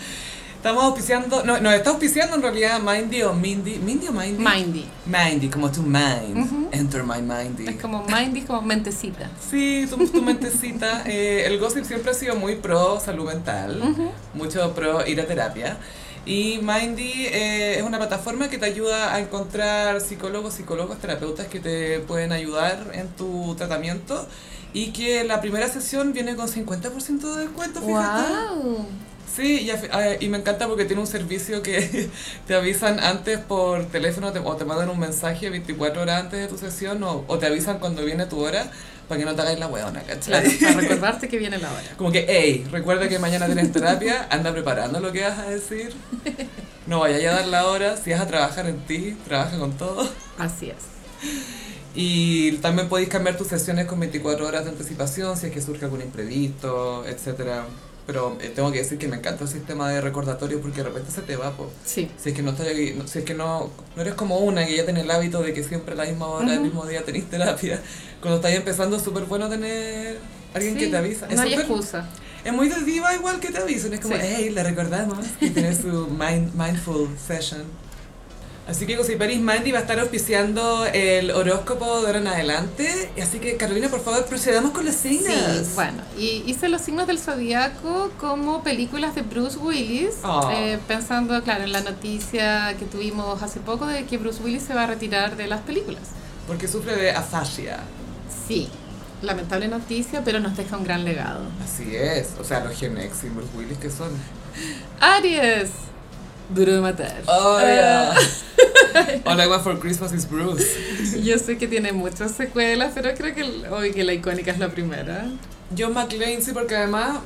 Speaker 1: Estamos auspiciando, no, nos está auspiciando en realidad Mindy o Mindy, Mindy o Mindy.
Speaker 2: Mindy.
Speaker 1: Mindy, como tu mind.
Speaker 2: Ujú.
Speaker 1: Enter my Mindy.
Speaker 2: Es como Mindy, es como mentecita.
Speaker 1: Sí, tu, tu mentecita. Eh, el gossip siempre ha sido muy pro salud mental, mucho pro ir a terapia. Y Mindy eh, es una plataforma que te ayuda a encontrar psicólogos, psicólogos, terapeutas que te pueden ayudar en tu tratamiento. Y que la primera sesión viene con 50% de descuento, fíjate.
Speaker 2: ¡Wow!
Speaker 1: Sí, y, afi- ah, y me encanta porque tiene un servicio que te avisan antes por teléfono te- o te mandan un mensaje 24 horas antes de tu sesión o, o te avisan cuando viene tu hora para que no te hagáis la hueona,
Speaker 2: Claro,
Speaker 1: ¿cachai?
Speaker 2: para recordarte que viene la hora.
Speaker 1: Como que, hey, recuerda que mañana tienes terapia, anda preparando lo que vas a decir. No vayas a dar la hora, si vas a trabajar en ti, trabaja con todo.
Speaker 2: Así es.
Speaker 1: Y también podéis cambiar tus sesiones con 24 horas de anticipación si es que surge algún imprevisto, etcétera. Pero eh, tengo que decir que me encanta el sistema de recordatorios porque de repente se te va, po.
Speaker 2: Sí.
Speaker 1: Si es que no estás ahí- no- si es que no, no eres como una que ya tiene el hábito de que siempre a la misma hora, el
Speaker 2: Ujú.
Speaker 1: mismo día tenés terapia. Cuando estás empezando es súper bueno tener alguien que
Speaker 2: Sí,
Speaker 1: te avisa. Es,
Speaker 2: No hay
Speaker 1: súper-
Speaker 2: excusa.
Speaker 1: es muy de diva igual que te avisen. Es como,
Speaker 2: Sí.
Speaker 1: hey, le recordamos que tiene su mind- mindful session. Así que Gossiperis Mandy va a estar auspiciando el horóscopo de ahora en adelante. Así que Carolina, por favor, procedamos con las signos.
Speaker 2: Sí, bueno, y hice los signos del zodiaco como películas de Bruce Willis,
Speaker 1: Oh.
Speaker 2: eh, pensando, claro, en la noticia que tuvimos hace poco de que Bruce Willis se va a retirar de las películas.
Speaker 1: Porque sufre de afasia.
Speaker 2: Sí, lamentable noticia, pero nos deja un gran legado.
Speaker 1: Así es. O sea, los Gen X y Bruce Willis que son.
Speaker 2: Aries, duro de matar.
Speaker 1: Oh,
Speaker 2: Eh,
Speaker 1: yeah. All I want for Christmas is Bruce.
Speaker 2: Yo sé que tiene muchas secuelas, pero creo que, el- hoy que la icónica es la primera.
Speaker 1: John McClane, sí, porque además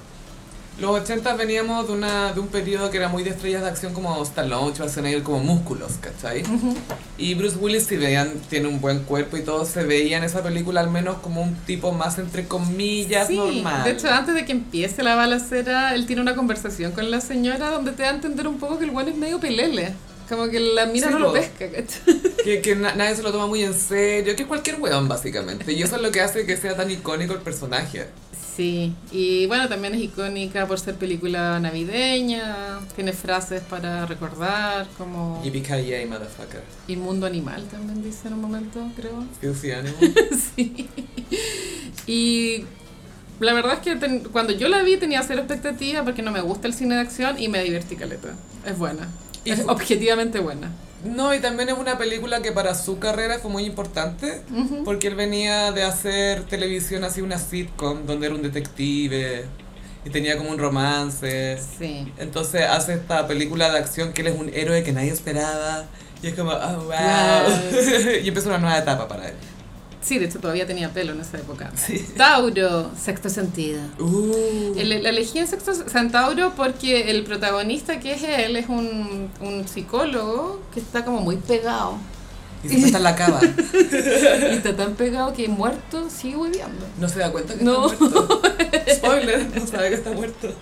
Speaker 1: los 80 veníamos de, una, de un periodo que era muy de estrellas de acción como Stallone, Schwarzenegger, como músculos, ¿cachai? Y Bruce Willis, si veían, tiene un buen cuerpo y todo, se veía en esa película al menos como un tipo más entre comillas
Speaker 2: sí,
Speaker 1: normal.
Speaker 2: de hecho, ah. antes de que empiece la balacera, él tiene una conversación con la señora donde te da a entender un poco que el bueno es medio pelele. Como que la mina
Speaker 1: Sí,
Speaker 2: no lo
Speaker 1: po.
Speaker 2: pesca, ¿cachai?
Speaker 1: Que, que na- nadie se lo toma muy en serio, que es cualquier weón básicamente. Y eso es lo que hace que sea tan icónico el personaje.
Speaker 2: Sí, y bueno, también es icónica por ser película navideña, tiene frases para recordar, como
Speaker 1: Y BKA, motherfucker.
Speaker 2: Inmundo Animal también dice en un momento, creo.
Speaker 1: Filthy animal.
Speaker 2: Sí. Y la verdad es que ten- cuando yo la vi tenía cero expectativa porque no me gusta el cine de acción y me divertí caleta. Es buena.
Speaker 1: Y
Speaker 2: es
Speaker 1: fu-
Speaker 2: objetivamente buena.
Speaker 1: No, y también es una película que para su carrera fue muy importante, porque él venía de hacer televisión así una sitcom, donde era un detective y tenía como un romance.
Speaker 2: Sí.
Speaker 1: Entonces hace esta película de acción que él es un héroe que nadie esperaba y es como, oh, wow.
Speaker 2: Wow.
Speaker 1: y empieza una nueva etapa para él.
Speaker 2: Sí, de hecho todavía tenía pelo en esa época.
Speaker 1: Sí.
Speaker 2: Tauro, sexto sentido.
Speaker 1: Uh.
Speaker 2: El- La elegí en Sexto Centauro porque el protagonista que es él es un, un psicólogo que está como muy pegado.
Speaker 1: Y se está en la cava.
Speaker 2: Y está tan pegado que muerto sigue hueveando.
Speaker 1: No se da cuenta que
Speaker 2: No.
Speaker 1: está muerto. Spoiler, no sabe que está muerto.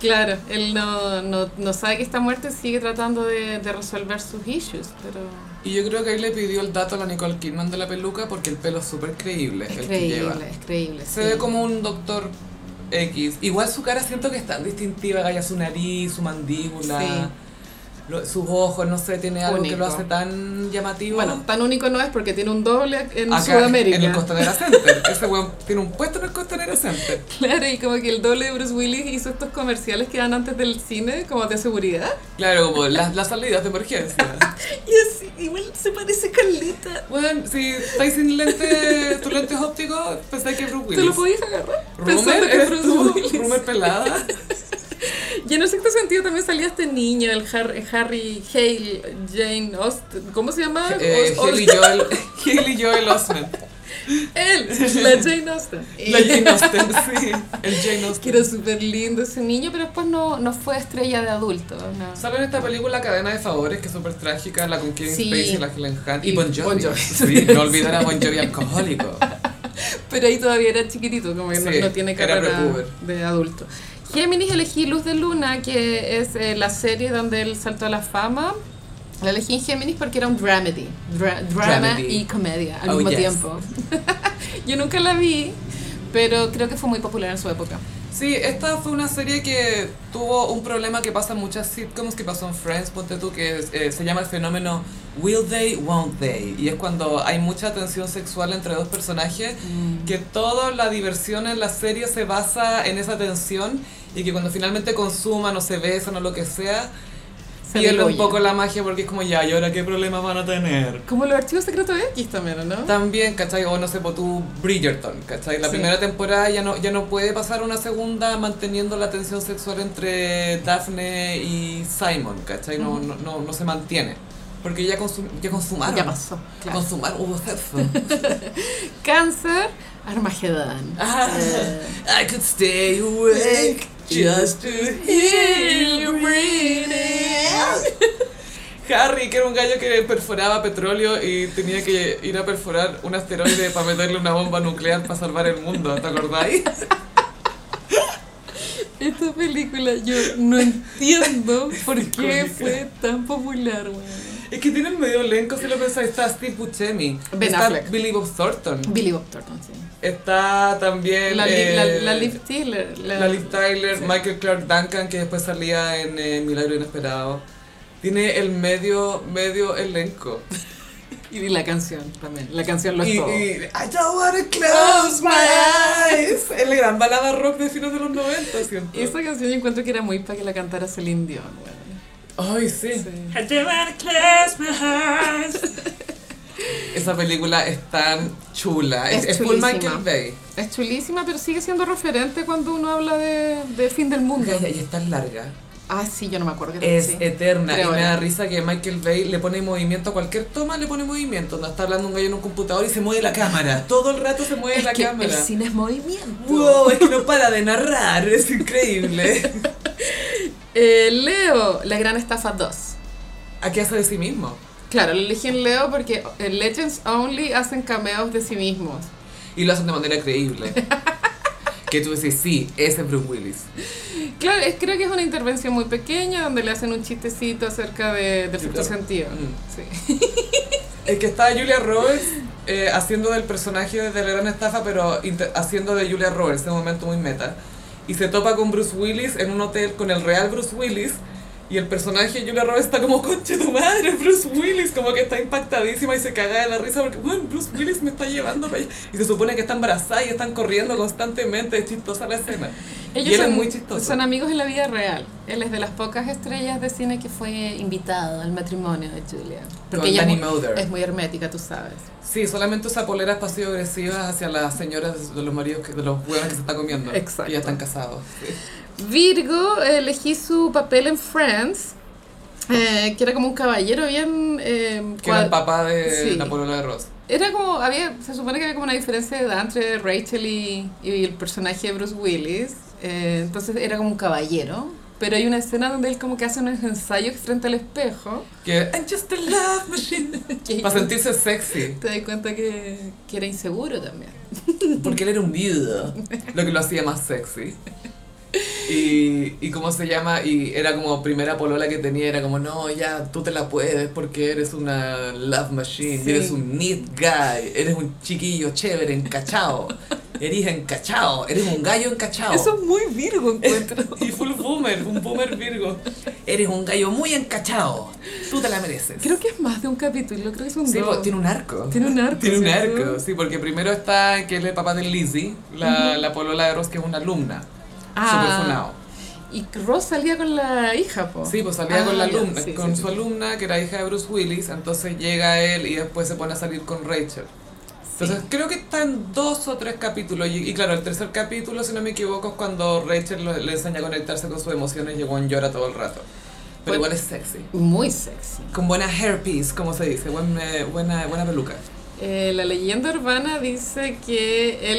Speaker 2: Claro, él no, no, no sabe que está muerto y sigue tratando de, de resolver sus issues, pero
Speaker 1: Y yo creo que ahí le pidió el dato a la Nicole Kidman de la peluca porque el pelo es súper creíble.
Speaker 2: es
Speaker 1: el que lleva.
Speaker 2: creíble, es creíble.
Speaker 1: Se
Speaker 2: sí.
Speaker 1: ve como un doctor X. Igual su cara siento que es tan distintiva, Gaya, su nariz, su mandíbula, lo- sus ojos, no sé, tiene algo que
Speaker 2: Único.
Speaker 1: lo hace tan llamativo.
Speaker 2: Bueno, tan único no es porque tiene un doble en
Speaker 1: Acá,
Speaker 2: Sudamérica.
Speaker 1: En el Costanera Center. Ese weón tiene un puesto en el Costanera Center.
Speaker 2: Claro, y como que el doble de Bruce Willis hizo estos comerciales que dan antes del cine, como de seguridad.
Speaker 1: Claro, como las, las salidas de emergencia.
Speaker 2: Y, así- y igual se parece Carlita.
Speaker 1: Bueno, si estáis sin lentes, tus lentes ópticos, pensáis que es Bruce Willis.
Speaker 2: ¿Te lo podías agarrar? Pensando
Speaker 1: Rumer,
Speaker 2: que
Speaker 1: ¿eres
Speaker 2: Bruce
Speaker 1: tú?
Speaker 2: Willis.
Speaker 1: Rumer pelada.
Speaker 2: Y en el sexto sentido también salía este niño, el Harry, Harry Hale, Jane Austen. ¿Cómo se llama?
Speaker 1: Eh,
Speaker 2: Os- Os-
Speaker 1: Haley Joel, Haley Joel Osment.
Speaker 2: él, la Jane Austen.
Speaker 1: La Jane Austen, sí. El Jane
Speaker 2: Que
Speaker 1: Austen.
Speaker 2: era súper lindo ese niño, pero después no, no fue estrella de adulto. No.
Speaker 1: Sale en esta película Cadena de Favores, que es súper trágica, la con Kevin
Speaker 2: Sí.
Speaker 1: Spacey, la Helen Hunt y,
Speaker 2: Y
Speaker 1: Bon Jovi.
Speaker 2: Bon Jovi.
Speaker 1: Sí, no olvidar a Bon Jovi alcohólico.
Speaker 2: Pero ahí todavía era chiquitito, como que no,
Speaker 1: Sí,
Speaker 2: no tiene
Speaker 1: era
Speaker 2: carrera
Speaker 1: prepuber.
Speaker 2: de adulto. Géminis elegí Luz de Luna, que es eh, la serie donde él saltó a la fama. La elegí en Géminis porque era un dramedy. Dra- drama
Speaker 1: Dramedy.
Speaker 2: y comedia al
Speaker 1: Oh,
Speaker 2: mismo
Speaker 1: yes.
Speaker 2: tiempo. Yo nunca la vi, pero creo que fue muy popular en su época.
Speaker 1: Sí, esta fue una serie que tuvo un problema que pasa en muchas sitcoms, que pasó en Friends, ponte tú, que es, eh, se llama el fenómeno Will they, won't they? Y es cuando hay mucha tensión sexual entre dos personajes, que toda la diversión en la serie se basa en esa tensión y que cuando finalmente consuman o se besan o lo que sea,
Speaker 2: Se
Speaker 1: pierde un
Speaker 2: degolla.
Speaker 1: poco la magia porque es como ya, ¿y ahora qué problemas van a tener?
Speaker 2: Como los archivos secretos de X también, ¿o ¿no?
Speaker 1: También, ¿cachai? O no sé, por tu Bridgerton, ¿cachai? La
Speaker 2: Sí.
Speaker 1: primera temporada ya no, ya no puede pasar una segunda manteniendo la tensión sexual entre Daphne y Simon, ¿cachai? No, no, no, no se mantiene. Porque ya, consum- ya consumaron. oh,
Speaker 2: Ya pasó. claro.
Speaker 1: Consumaron, hubo sexo.
Speaker 2: Cáncer, Armagedón.
Speaker 1: Ah.
Speaker 2: Eh,
Speaker 1: I could stay awake just to hear you breathing. Harry, que era un gallo que perforaba petróleo y tenía que ir a perforar un asteroide para meterle una bomba nuclear para salvar el mundo, ¿te acordáis?
Speaker 2: Esta película yo no entiendo por qué fue tan popular, weón.
Speaker 1: Es que tiene el medio elenco, si lo pensáis, está Steve Buscemi,
Speaker 2: Ben
Speaker 1: está
Speaker 2: Affleck.
Speaker 1: Billy Bob Thornton,
Speaker 2: Billy Bob Thornton, sí.
Speaker 1: está también
Speaker 2: La, Liv-
Speaker 1: eh,
Speaker 2: la, la Liv Tyler. La,
Speaker 1: la Liv Tyler,
Speaker 2: sí.
Speaker 1: Michael Clark Duncan, que después salía en eh, Milagro Inesperado. Tiene el medio, medio elenco.
Speaker 2: Y la canción también. La canción lo es
Speaker 1: y,
Speaker 2: todo.
Speaker 1: y- I don't wanna close my eyes. Es la gran balada rock de fines de los 90, ¿cierto?
Speaker 2: Esa canción yo encuentro que era muy para que la cantara Celine Dion, weón.
Speaker 1: Ay, sí.
Speaker 2: Sí.
Speaker 1: I don't wanna close my eyes. Esa película es tan chula. Es,
Speaker 2: Es
Speaker 1: es full
Speaker 2: chulísima.
Speaker 1: Michael Bay.
Speaker 2: Es chulísima, pero sigue siendo referente cuando uno habla de, de fin del mundo.
Speaker 1: Gaya, y es tan larga.
Speaker 2: Ah, sí, yo no me acuerdo. que
Speaker 1: Es
Speaker 2: sí.
Speaker 1: eterna.
Speaker 2: Tres
Speaker 1: y me da
Speaker 2: horas.
Speaker 1: risa que Michael Bay le pone movimiento a cualquier toma, le pone movimiento. Cuando está hablando un gallo en un computador y se mueve la cámara. Todo el rato se mueve
Speaker 2: Es
Speaker 1: la
Speaker 2: que el
Speaker 1: cámara.
Speaker 2: cine es movimiento.
Speaker 1: Wow, es que no para de narrar. Es increíble.
Speaker 2: Eh, Leo, La Gran Estafa 2.
Speaker 1: ¿A qué hace de sí mismo?
Speaker 2: Claro, lo elegí en Leo porque eh, Legends Only hacen cameos de sí mismos.
Speaker 1: Y lo hacen de manera creíble. que tú decís, sí, ese es Bruce Willis.
Speaker 2: Claro, es, creo que es una intervención muy pequeña donde le hacen un chistecito acerca de, del
Speaker 1: Sí,
Speaker 2: sexto
Speaker 1: claro. Mm.
Speaker 2: sentido. Sí.
Speaker 1: Es que está Julia Roberts eh, haciendo del personaje de la gran estafa, pero inter- haciendo de Julia Roberts en un momento muy meta. Y se topa con Bruce Willis en un hotel con el real Bruce Willis. Y el personaje de Julia Roberts está como, conche tu madre, Bruce Willis. Como que está impactadísima y se caga de la risa porque, bueno, Bruce Willis me está llevando para allá. Y se supone que está embarazada y están corriendo constantemente. Es chistosa la escena. y él es muy chistoso.
Speaker 2: son amigos en la vida real. Él es de las pocas estrellas de cine que fue invitado al matrimonio de Julia. Porque
Speaker 1: Con
Speaker 2: ella
Speaker 1: Danny
Speaker 2: es, muy,
Speaker 1: Mulder.
Speaker 2: es muy hermética, tú sabes.
Speaker 1: Sí, solamente usa poleras pasivo-agresivas hacia las señoras de los maridos, que- de los huevones que se está comiendo.
Speaker 2: Exacto.
Speaker 1: Y ya están casados. sí.
Speaker 2: Virgo, eh, elegí su papel en Friends, eh, que era como un caballero bien... eh,
Speaker 1: Que era el
Speaker 2: cuad-
Speaker 1: papá de
Speaker 2: Sí.
Speaker 1: la polola de Ross.
Speaker 2: Era como, había, se supone que había como una diferencia de edad entre Rachel y, y el personaje de Bruce Willis. Eh, entonces era como un caballero. Pero hay una escena donde él como que hace unos ensayos frente al espejo.
Speaker 1: Que I'm just a love machine.
Speaker 2: Que
Speaker 1: Para sentirse sexy.
Speaker 2: te das cuenta que, que era inseguro también.
Speaker 1: Porque él era un viudo. Lo que lo hacía más sexy. Y, y cómo se llama, y era como primera polola que tenía, era como, no, ya, tú te la puedes porque eres una love machine,
Speaker 2: Sí.
Speaker 1: eres un neat guy, eres un chiquillo chévere, encachado, eres encachado, eres un gallo encachado.
Speaker 2: Eso es muy Virgo, encuentro.
Speaker 1: Y full boomer, un boomer virgo. Eres un gallo muy encachado. Tú te la mereces.
Speaker 2: creo que es más de un capítulo, creo que es un
Speaker 1: Sí,
Speaker 2: dos.
Speaker 1: po, tiene un arco.
Speaker 2: Tiene un arco,
Speaker 1: Tiene un
Speaker 2: ¿cierto?
Speaker 1: arco, sí, porque primero está que él es el papá de Lizzie, la, la polola de Ross, que es una alumna.
Speaker 2: Ah.
Speaker 1: Súper funado.
Speaker 2: Y Ross salía con la hija, po.
Speaker 1: Sí, pues salía
Speaker 2: Ah,
Speaker 1: con la
Speaker 2: ya,
Speaker 1: alumna,
Speaker 2: sí,
Speaker 1: con
Speaker 2: sí,
Speaker 1: su
Speaker 2: sí.
Speaker 1: alumna, que era hija de Bruce Willis, entonces llega él y después se pone a salir con Rachel. Entonces creo que están dos o tres capítulos, y, y claro, el tercer capítulo, si no me equivoco, es cuando Rachel lo- le enseña a conectarse con sus emociones y Juan llora todo el rato. Pero
Speaker 2: Bueno.
Speaker 1: igual es sexy.
Speaker 2: Muy sexy.
Speaker 1: Con buena hairpiece, como se dice, buen, eh, buena, buena peluca.
Speaker 2: Eh, la leyenda urbana dice que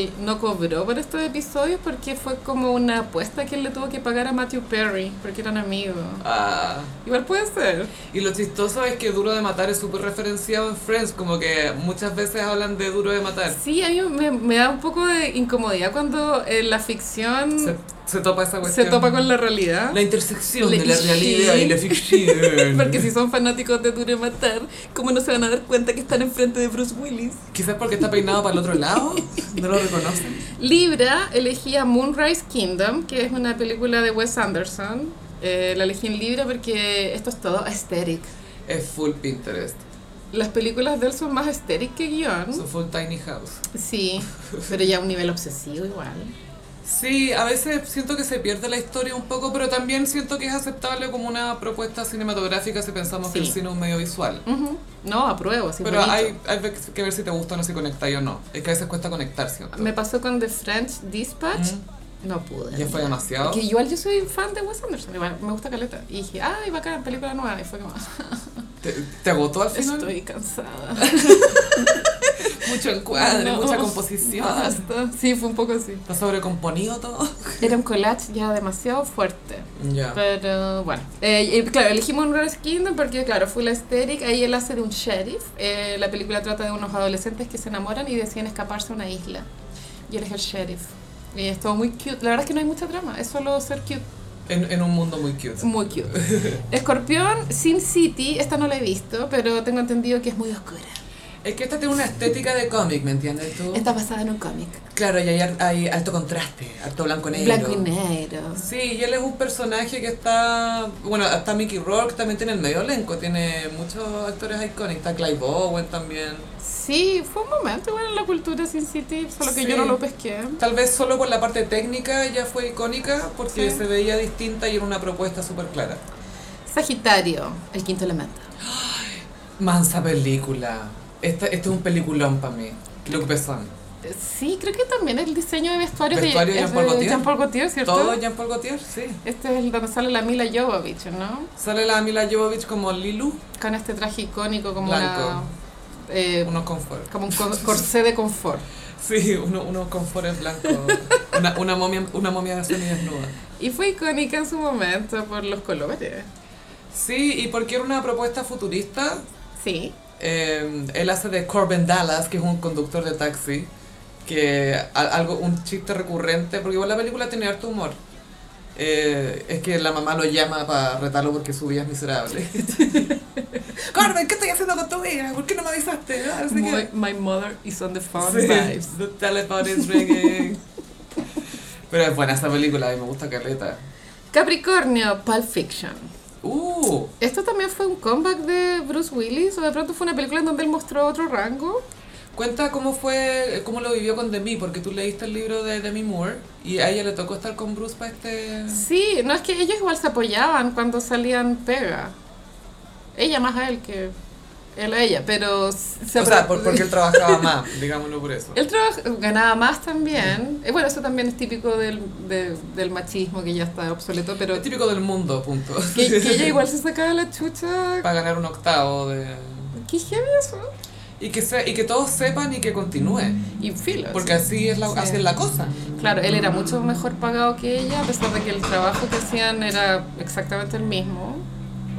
Speaker 2: él no cobró por estos episodios porque fue como una apuesta que él le tuvo que pagar a Matthew Perry porque eran amigos.
Speaker 1: Ah.
Speaker 2: Igual puede ser.
Speaker 1: Y lo chistoso es que Duro de Matar es súper referenciado en Friends, como que muchas veces hablan de Duro de Matar.
Speaker 2: Sí, a mí me, me da un poco de incomodidad cuando eh, la ficción
Speaker 1: Se,
Speaker 2: se,
Speaker 1: se topa esa cuestión.
Speaker 2: topa con la realidad.
Speaker 1: La intersección
Speaker 2: Le-
Speaker 1: de la realidad y la ficción.
Speaker 2: Porque si son fanáticos de Duro de Matar, ¿cómo no se van a dar cuenta que están enfrente de Bruce Willis?
Speaker 1: Quizás porque está peinado para el otro lado, no lo reconocen.
Speaker 2: Libra elegía Moonrise Kingdom, que es una película de Wes Anderson. Eh, la elegí en Libra porque esto es todo aesthetic.
Speaker 1: Es full Pinterest.
Speaker 2: Las películas de él son más aesthetic que
Speaker 1: Es
Speaker 2: guión.
Speaker 1: full tiny house.
Speaker 2: Sí, pero ya a un nivel obsesivo igual.
Speaker 1: Sí, a veces siento que se pierde la historia un poco, pero también siento que es aceptable como una propuesta cinematográfica si pensamos que el
Speaker 2: Sí.
Speaker 1: cine es un medio visual.
Speaker 2: Ujú. No, apruebo, sí,
Speaker 1: Pero
Speaker 2: bonito.
Speaker 1: hay, hay veces que ver si te gusta o no, si conectáis o no. Es que a veces cuesta conectar, ¿cierto?
Speaker 2: Me pasó con The French Dispatch.
Speaker 1: Mm.
Speaker 2: No pude.
Speaker 1: Ya fue demasiado.
Speaker 2: Que igual yo soy fan de Wes Anderson, igual me gusta Caleta. Y dije, ay, bacán, película nueva. Y fue como, "Ah,
Speaker 1: ¿Te, te agotó al final?
Speaker 2: estoy cansada.
Speaker 1: Mucho encuadre,
Speaker 2: No,
Speaker 1: mucha composición.
Speaker 2: basta. Sí, fue un poco así.
Speaker 1: Está sobrecomponido todo.
Speaker 2: Era un collage ya demasiado fuerte.
Speaker 1: Ya.
Speaker 2: Pero bueno, Eh, eh, claro, elegimos Moonrise Kingdom porque, claro, fue la aesthetic. Ahí él hace de un sheriff. Eh, la película trata de unos adolescentes que se enamoran y deciden escaparse a una isla. Y él es el sheriff. Y es todo muy cute. La verdad es que no hay mucha trama, es solo ser cute.
Speaker 1: En, en un mundo muy cute.
Speaker 2: Muy cute. Escorpión, Sin City, esta no la he visto, pero tengo entendido que es muy oscura.
Speaker 1: Es que esta tiene una estética de cómic, ¿me entiendes tú?
Speaker 2: Está basada en un cómic.
Speaker 1: Claro, y hay, ar- hay alto contraste, alto blanco negro.
Speaker 2: Blanco y negro.
Speaker 1: Sí, y él es un personaje que está. Bueno, está Mickey Rourke, también tiene el medio elenco, tiene muchos actores icónicos. Está Clive Owen también.
Speaker 2: Sí, fue un momento igual en la cultura Sin City, solo que
Speaker 1: Sí.
Speaker 2: yo no lo pesqué.
Speaker 1: Tal vez solo por la parte técnica ya fue icónica porque
Speaker 2: Sí.
Speaker 1: se veía distinta y era una propuesta súper clara.
Speaker 2: Sagitario, el quinto elemento.
Speaker 1: Mansa película. Esta, este es un peliculón para mí. Luke Besson.
Speaker 2: Eh, Sí, creo que también el diseño de vestuario,
Speaker 1: Vestuario
Speaker 2: que
Speaker 1: de Jean-Paul
Speaker 2: es de
Speaker 1: Gaultier.
Speaker 2: Jean-Paul Gaultier, ¿cierto?
Speaker 1: Todo Jean-Paul Gaultier, sí.
Speaker 2: Este es el donde sale la Mila Jovovich, ¿no?
Speaker 1: Sale la Mila Jovovich como Lilu,
Speaker 2: Con este traje icónico como
Speaker 1: Blanco.
Speaker 2: una... eh,
Speaker 1: unos confort.
Speaker 2: como un co- corsé de confort.
Speaker 1: Sí, uno- unos confortes blancos. Una, una momia, una momia de Sony desnuda.
Speaker 2: Y fue icónica en su momento por los colores.
Speaker 1: Sí, y porque era una propuesta futurista,
Speaker 2: Sí.
Speaker 1: eh, él hace de Corbin Dallas, que es un conductor de taxi, que al- algo un chiste recurrente, porque igual la película tiene harto humor. Eh, es que la mamá lo llama para retarlo porque su vida es miserable. Corbin, ¿qué estoy haciendo con tu vida? ¿Por qué no me avisaste? Ah, así que-
Speaker 2: Muy- my mother is on the phone
Speaker 1: Sí,
Speaker 2: vibes.
Speaker 1: The telephone is ringing. Pero es buena esta película y me gusta Carleta.
Speaker 2: Capricornio, Pulp Fiction.
Speaker 1: Uh,
Speaker 2: ¿Esto también fue un comeback de Bruce Willis? ¿O de pronto fue una película en donde él mostró otro rango?
Speaker 1: cuenta cómo fue, cómo lo vivió con Demi, porque tú leíste el libro de Demi Moore y a ella le tocó estar con Bruce para este.
Speaker 2: Sí, no es que ellos igual se apoyaban cuando salían pega. Ella más a él que él a ella, pero s- se
Speaker 1: o sea,
Speaker 2: apro-
Speaker 1: por- porque él trabajaba más, digámoslo por eso.
Speaker 2: él trabaj- ganaba más también. Eh, bueno, eso también es típico del, de- del machismo que ya está obsoleto, pero
Speaker 1: Es
Speaker 2: que,
Speaker 1: típico del mundo, punto.
Speaker 2: que ella igual se sacaba la chucha.
Speaker 1: para ganar un octavo de.
Speaker 2: ¿Qué heavy eso?
Speaker 1: Y que, se, y que todos sepan y que continúe.
Speaker 2: Y filo.
Speaker 1: Porque así es la,
Speaker 2: Mm, Sí.
Speaker 1: así es la cosa.
Speaker 2: Claro, él era mucho mejor pagado que ella, a pesar de que el trabajo que hacían era exactamente el mismo.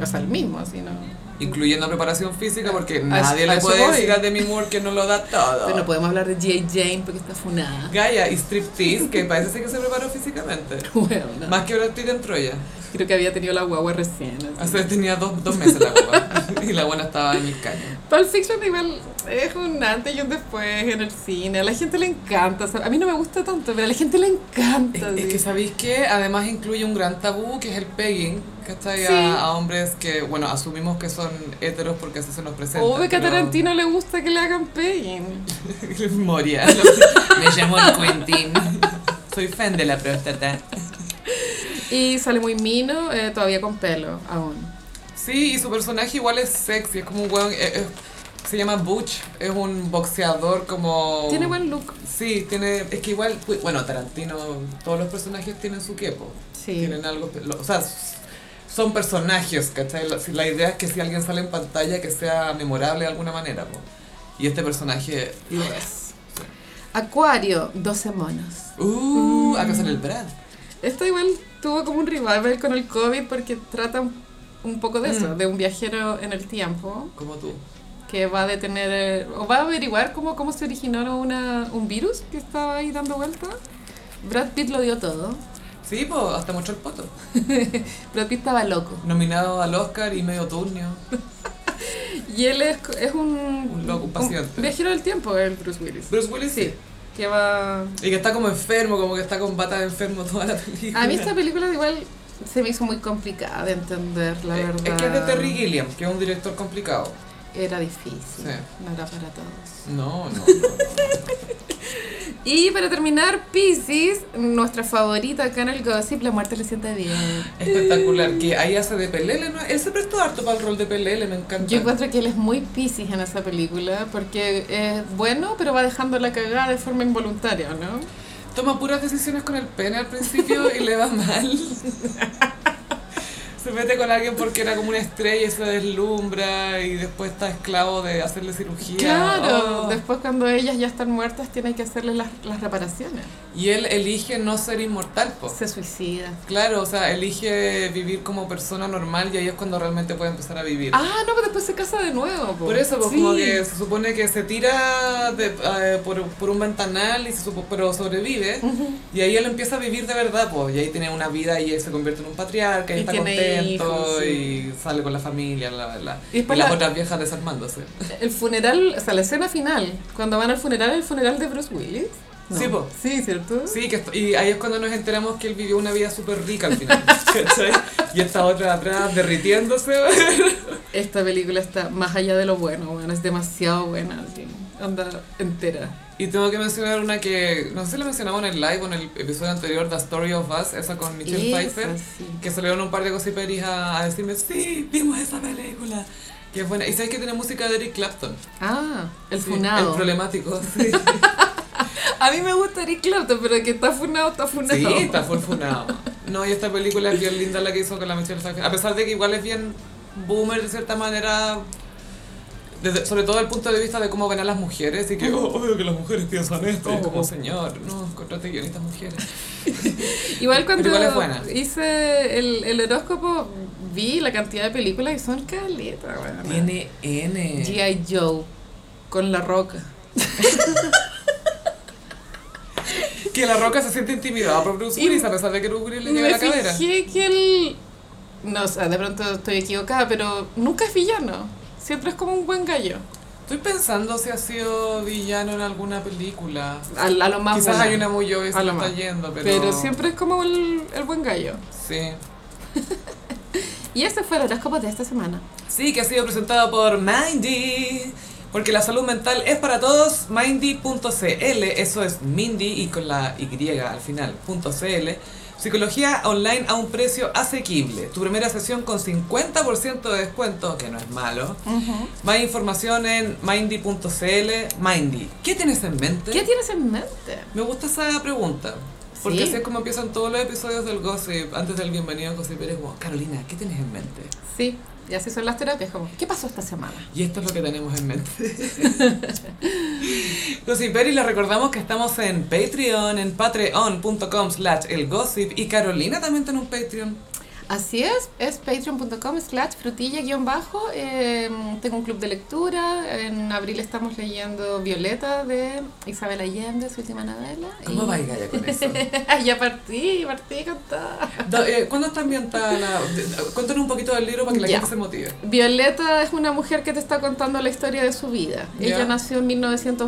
Speaker 2: O sea, el mismo, así, ¿no?
Speaker 1: Ah. Incluyendo preparación física, porque nadie
Speaker 2: a
Speaker 1: le
Speaker 2: eso
Speaker 1: puede
Speaker 2: voy.
Speaker 1: decir a Demi Moore que no lo da todo.
Speaker 2: Pero no podemos hablar de J. Jane porque está funada.
Speaker 1: Gaia y striptease, que parece ser que se preparó físicamente.
Speaker 2: Bueno,
Speaker 1: Más que Brad Pitt en Troya.
Speaker 2: creo que había tenido la guagua recién.
Speaker 1: O
Speaker 2: así.
Speaker 1: sea, tenía dos, dos meses la guapa. y la buena estaba en el caño.
Speaker 2: Pulp Fiction igual es un antes y un después en el cine. A la gente le encanta. o sea, a mí no me gusta tanto, pero a la gente le
Speaker 1: Es,
Speaker 2: encanta.
Speaker 1: es
Speaker 2: así.
Speaker 1: que sabéis que además incluye un gran tabú que es el pegging, ¿cachai?
Speaker 2: Sí.
Speaker 1: A, a hombres que, bueno, asumimos que son héteros porque así se nos presentan.
Speaker 2: Obvio que a
Speaker 1: pero-
Speaker 2: Tarantino le gusta que le hagan pegging.
Speaker 1: Moria. Me llamo Quentin. Soy fan de la próstata.
Speaker 2: Y Y sale muy mino, eh, todavía con pelo, aún.
Speaker 1: Sí, y su personaje igual es sexy, es como un weón, eh, eh, se llama Butch, es un boxeador como...
Speaker 2: Tiene buen look.
Speaker 1: Sí, tiene, es que igual, pu- bueno, Tarantino, todos los personajes tienen su quepo,
Speaker 2: Sí.
Speaker 1: tienen algo, lo- o sea, s- son personajes, ¿cachai? La, si- la idea es que si alguien sale en pantalla que sea memorable de alguna manera, po. y este personaje lo es.
Speaker 2: Acuario, 12 monos.
Speaker 1: Uh, acá
Speaker 2: Mm.
Speaker 1: sale el Brad.
Speaker 2: Esto igual tuvo como un revival con el COVID porque trata un, un poco de eso,
Speaker 1: Mm.
Speaker 2: de un viajero en el tiempo
Speaker 1: Como tú.
Speaker 2: que va a detener eh, o va a averiguar cómo, cómo se originó una, un virus que estaba ahí dando vuelta. Brad Pitt lo dio todo.
Speaker 1: Sí, pues, hasta mucho el poto.
Speaker 2: Brad Pitt estaba loco.
Speaker 1: Nominado al Oscar y medio turno.
Speaker 2: Y él es, es un,
Speaker 1: Un loco, un paciente.
Speaker 2: viajero del tiempo, el Bruce Willis.
Speaker 1: Bruce Willis sí.
Speaker 2: Sí, que va...
Speaker 1: Y que está como enfermo, como que está con bata de enfermo toda la película.
Speaker 2: A mí esta película igual se me hizo muy complicada de entender, la
Speaker 1: Eh,
Speaker 2: verdad.
Speaker 1: Es que es de Terry Gilliam, que es un director complicado.
Speaker 2: Era difícil,
Speaker 1: Sí.
Speaker 2: no era para todos.
Speaker 1: No, no, no.
Speaker 2: Y para terminar, Pisces, nuestra favorita acá en el Gossip, la muerte le sienta bien.
Speaker 1: Espectacular. Que ahí hace de Pelele, ¿no? Él se prestó harto para el rol de Pelele, me encanta.
Speaker 2: Yo encuentro que él es muy Pisces en esa película, porque es bueno, pero va dejando la cagada de forma involuntaria, ¿no?
Speaker 1: Toma puras decisiones con el pene al principio y le va mal. Se mete con alguien porque era como una estrella y se deslumbra y después está esclavo de hacerle cirugía.
Speaker 2: Claro,
Speaker 1: Oh.
Speaker 2: después cuando ellas ya están muertas, tiene que hacerles las, las reparaciones.
Speaker 1: Y él elige no ser inmortal, po.
Speaker 2: Se suicida.
Speaker 1: Claro, o sea, elige vivir como persona normal y ahí es cuando realmente puede empezar a vivir.
Speaker 2: Ah, no, pero después se casa de nuevo. po.
Speaker 1: Por eso, pues,
Speaker 2: Sí.
Speaker 1: como que se supone que se tira de- eh, por, por un ventanal, y se supo- pero sobrevive. Y ahí él empieza a vivir de verdad, pues. Y ahí tiene una vida y él se convierte en un patriarca y,
Speaker 2: Y
Speaker 1: está
Speaker 2: tiene
Speaker 1: contento
Speaker 2: hijos, sí.
Speaker 1: y sale con la familia, la verdad. Y,
Speaker 2: Y después
Speaker 1: las
Speaker 2: la-
Speaker 1: otras viejas desarmándose.
Speaker 2: El funeral, o sea, la escena final, cuando van al funeral, el funeral de Bruce Willis.
Speaker 1: Sí, po.
Speaker 2: Sí, ¿cierto?
Speaker 1: Sí, que esto- y ahí es cuando nos enteramos que él vivió una vida súper rica al final. ¿cachai? Y esta otra atrás derritiéndose.
Speaker 2: Esta película está más allá de lo bueno, bueno, es demasiado buena, así, onda entera.
Speaker 1: Y tengo que mencionar una que, no sé si la mencionamos en el live o en el episodio anterior, The Story of Us, esa con Michelle
Speaker 2: Esa,
Speaker 1: Pfeiffer.
Speaker 2: sí.
Speaker 1: que salieron un par de gossiperis a, a decirme, sí, vimos esa película. Que es buena. Y sabes que tiene música de Eric Clapton.
Speaker 2: Ah, el
Speaker 1: Sí,
Speaker 2: funado.
Speaker 1: El problemático. Sí,
Speaker 2: A mí me gusta Eric Clapton, pero que está funado, está funado.
Speaker 1: Sí, está full funado. No, y esta película es bien linda la que hizo con la Michelle Pfeiffer. A pesar de que igual es bien boomer de cierta manera. desde- sobre todo desde el punto de vista de cómo ven a las mujeres y que, oh, obvio que las mujeres piensan esto. Y es como, señor, no, contrate guionistas mujeres.
Speaker 2: Igual cuando
Speaker 1: Pero igual es buena.
Speaker 2: hice el, el horóscopo, vi la cantidad de películas y son caletas, weona.
Speaker 1: Tiene N.
Speaker 2: G.I. Joe, con La Roca.
Speaker 1: Que la roca se siente intimidada por Bruce Willis a pesar de que Bruce Willis le llega a
Speaker 2: Me
Speaker 1: la cadera.
Speaker 2: fijé que él... No, o sea, de pronto estoy equivocada, pero nunca es villano. Siempre es como un buen gallo.
Speaker 1: Estoy pensando si ha sido villano en alguna película.
Speaker 2: A, a lo más
Speaker 1: Quizás
Speaker 2: bueno.
Speaker 1: hay una muy obvia y
Speaker 2: Ah, A
Speaker 1: se
Speaker 2: lo
Speaker 1: me está
Speaker 2: más.
Speaker 1: yendo, pero...
Speaker 2: Pero siempre es como el, el buen gallo.
Speaker 1: Sí.
Speaker 2: Y ese fue el horóscopo de esta semana.
Speaker 1: Sí, que ha sido presentado por Mindy. Porque la salud mental es para todos. Mindy.cl, eso es Mindy y con la Y al final, punto .cl. Psicología online a un precio asequible. Tu primera sesión con 50% de descuento, que no es malo. Más información en mindy.cl. Mindy, ¿qué tienes en mente?
Speaker 2: ¿Qué tienes en mente?
Speaker 1: Me gusta esa pregunta. Porque
Speaker 2: Sí.
Speaker 1: así es como empiezan todos los episodios del Gossip. Antes del bienvenido a Gossip eres como, Carolina, ¿qué tienes en mente?
Speaker 2: Sí, y así son las terapias, como, ¿qué pasó esta semana?
Speaker 1: Y esto es lo que tenemos en mente. Gossiperis, les recordamos que estamos en Patreon, en patreon.com slash elgossip. Y Carolina también tiene un Patreon.
Speaker 2: Así es, es patreon.com slash frutilla guión bajo. Eh, tengo un club de lectura. En abril estamos leyendo Violeta de Isabel Allende, su última novela.
Speaker 1: ¿Cómo
Speaker 2: y-
Speaker 1: va ya con eso?
Speaker 2: ya partí, partí con todo.
Speaker 1: Do- eh, ¿Cuándo está ambientada la...? de- Cuéntanos un poquito del libro para que la
Speaker 2: Ya.
Speaker 1: gente se motive.
Speaker 2: Violeta es una mujer que te está contando la historia de su vida.
Speaker 1: Ya.
Speaker 2: Ella nació en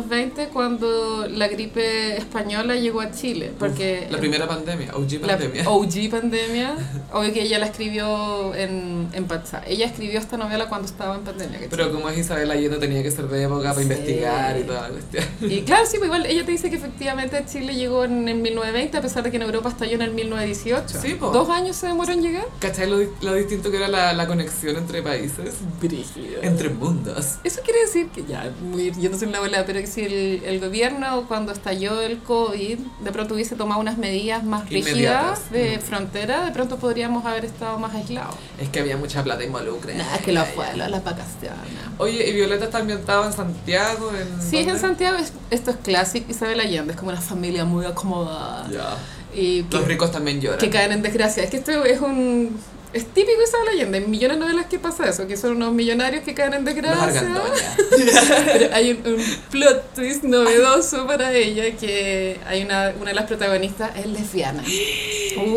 Speaker 2: 1920 cuando la gripe española llegó a Chile. Porque
Speaker 1: La primera pandemia, OG
Speaker 2: la
Speaker 1: pandemia.
Speaker 2: OG pandemia. Obvio que ella la escribió en, en Patsá. Ella escribió esta novela cuando estaba en pandemia. ¿cachai?
Speaker 1: Pero como es Isabel Allende tenía que ser de época para
Speaker 2: Sí.
Speaker 1: investigar y toda la cuestión.
Speaker 2: Y claro, sí, pues igual ella te dice que efectivamente a Chile llegó en, en 1920, a pesar de que en Europa estalló en el 1918.
Speaker 1: Sí, po.
Speaker 2: Dos años se demoró en llegar.
Speaker 1: ¿Cachai lo, di- lo distinto que era la, la conexión entre países?
Speaker 2: Brígido.
Speaker 1: Entre mundos.
Speaker 2: Eso quiere decir que ya, muy yéndose en la bola, pero que si el, el gobierno cuando estalló el COVID de pronto hubiese tomado unas medidas más rígidas
Speaker 1: Inmediatas.
Speaker 2: de
Speaker 1: Mm.
Speaker 2: frontera, de pronto podríamos haber estado más aislados.
Speaker 1: Es que había mucha plata involucrada.
Speaker 2: Nada, Ah, es que los pueblos, las vacaciones.
Speaker 1: Oye, ¿y Violeta está ambientada en Santiago? En
Speaker 2: Sí, es en
Speaker 1: dónde?
Speaker 2: Santiago, es- esto es clásico, Isabel Allende, es como una familia muy acomodada.
Speaker 1: Ya.
Speaker 2: Y que-
Speaker 1: Los ricos también lloran.
Speaker 2: que caen en desgracia. Es que esto es un. Es típico esa leyenda. En millones de novelas que pasa eso, que son unos millonarios que caen en
Speaker 1: Los
Speaker 2: desgracia.
Speaker 1: argandoñas.
Speaker 2: Pero hay un, un plot twist novedoso para ella, que hay una, una de las protagonistas es lesbiana.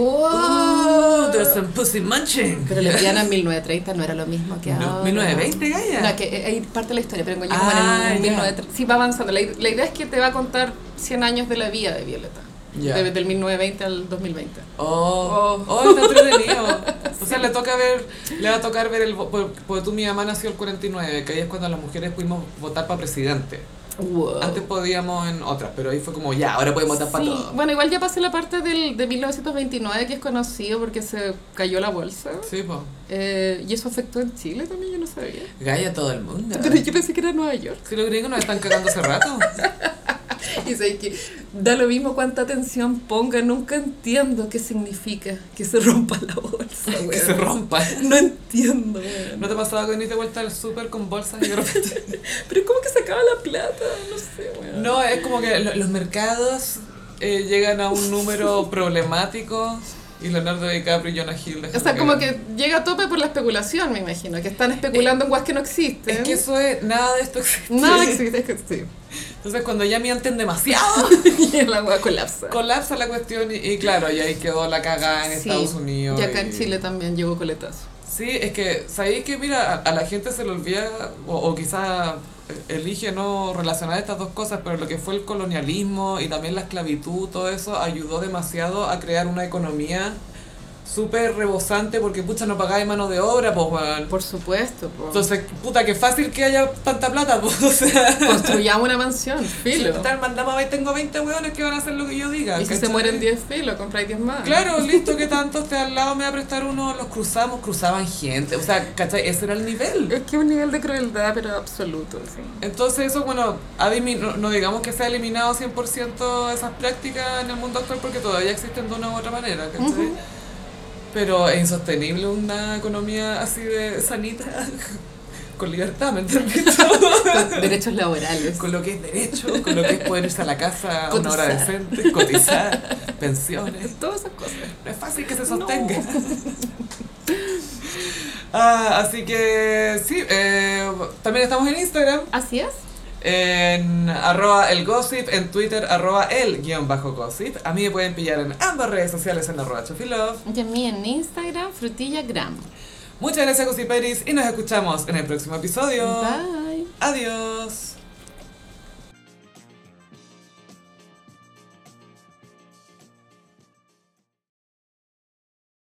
Speaker 2: ¡Wow!
Speaker 1: Uh, there's some pussy munching.
Speaker 2: Uh, Oh, Pero lesbiana en 1930 no era lo mismo que
Speaker 1: No,
Speaker 2: ahora.
Speaker 1: 1920, Gaia.
Speaker 2: No, que eh, ahí parte de la historia, pero yo como en
Speaker 1: Ah,
Speaker 2: el
Speaker 1: ya.
Speaker 2: 1930. Sí, va avanzando. La, i- la idea es que te va a contar 100 años de la vida de Violeta.
Speaker 1: Ya.
Speaker 2: De- del 1920 al 2020.
Speaker 1: Oh,
Speaker 2: Oh.
Speaker 1: oh. está entretenido. O sea, le toca ver, le va a tocar ver el vo- por- porque tú mi mamá nació el 49, que ahí es cuando las mujeres pudimos votar para presidente.
Speaker 2: Wow.
Speaker 1: Antes podíamos en otras, pero ahí fue como ya, ahora podemos votar para
Speaker 2: Oh. Sí,
Speaker 1: todo.
Speaker 2: Bueno, igual ya pasé la parte del, de 1929 que es conocido porque se cayó la bolsa.
Speaker 1: Sí, po.
Speaker 2: Eh, y eso afectó en Chile también, yo no sabía.
Speaker 1: Gaya todo el mundo.
Speaker 2: Pero yo pensé que era Nueva York.
Speaker 1: Si los gringos nos están cagando hace rato.
Speaker 2: Y sé que da lo mismo cuánta atención ponga, nunca entiendo qué significa que se rompa la bolsa.
Speaker 1: que
Speaker 2: weón.
Speaker 1: se rompa.
Speaker 2: No entiendo. weón.
Speaker 1: ¿No te pasaba que venís de vuelta al súper con bolsas y de repente
Speaker 2: Pero ¿cómo que se acaba la plata? No sé, weón.
Speaker 1: No, es como que lo- los mercados eh, llegan a un número problemático y Leonardo DiCaprio y Jonah Hill.
Speaker 2: O
Speaker 1: dejan
Speaker 2: sea,
Speaker 1: de
Speaker 2: como
Speaker 1: caer.
Speaker 2: que llega a tope por la especulación, me imagino. Que están especulando en guas que no existen.
Speaker 1: Es que eso es, nada de esto existe.
Speaker 2: Nada existe, es que sí.
Speaker 1: Entonces cuando ya mienten demasiado,
Speaker 2: y la agua colapsa.
Speaker 1: colapsa la cuestión y, y claro, y ahí quedó la cagada en
Speaker 2: Sí,
Speaker 1: Estados Unidos.
Speaker 2: Y acá en
Speaker 1: y-
Speaker 2: Chile también llegó coletazo.
Speaker 1: Sí, es que, ¿sabéis que mira, a, a la gente se le olvida o, o quizá eh, elige no relacionar estas dos cosas, pero lo que fue el colonialismo y también la esclavitud, todo eso ayudó demasiado a crear una economía súper rebosante porque pucha no pagáis mano de obra, pues weón.
Speaker 2: Por supuesto, po.
Speaker 1: Entonces, puta, que fácil que haya tanta plata, pues. O sea,
Speaker 2: construyamos una mansión, filo.
Speaker 1: Tal, mandamos a ver, tengo 20 weones que van a hacer lo que yo diga.
Speaker 2: Y si se
Speaker 1: ¿cachai?
Speaker 2: mueren 10 filos, compráis 10 más.
Speaker 1: Claro, listo, que tanto te al lado me va a prestar uno, los cruzamos, cruzaban gente. O sea, ¿cachai? Ese era el nivel.
Speaker 2: Es que es un nivel de crueldad, pero absoluto, sí.
Speaker 1: Entonces eso, bueno, ha dismi- no, no digamos que se ha eliminado 100% esas prácticas en el mundo actual porque todavía existen de una u otra manera, ¿cachai?
Speaker 2: Ujú.
Speaker 1: Pero es insostenible una economía así de sanita, con libertad, ¿me entiendes?
Speaker 2: Con derechos laborales.
Speaker 1: con lo que es derecho, con lo que es poder irse a la casa a una hora
Speaker 2: Cotizar.
Speaker 1: decente, cotizar, pensiones.
Speaker 2: Todas esas cosas.
Speaker 1: No es fácil que se sostenga. Ah, así que sí, eh, también estamos en Instagram.
Speaker 2: Así es.
Speaker 1: en arroba el gossip, en Twitter arroba el guión bajo gossip. A mí me pueden pillar en ambas redes sociales en arroba chofilove.
Speaker 2: Y a mí en Instagram, frutillagram. Ah.
Speaker 1: Muchas gracias Gossiperis y nos escuchamos en el próximo episodio.
Speaker 2: Bye.
Speaker 1: Adiós.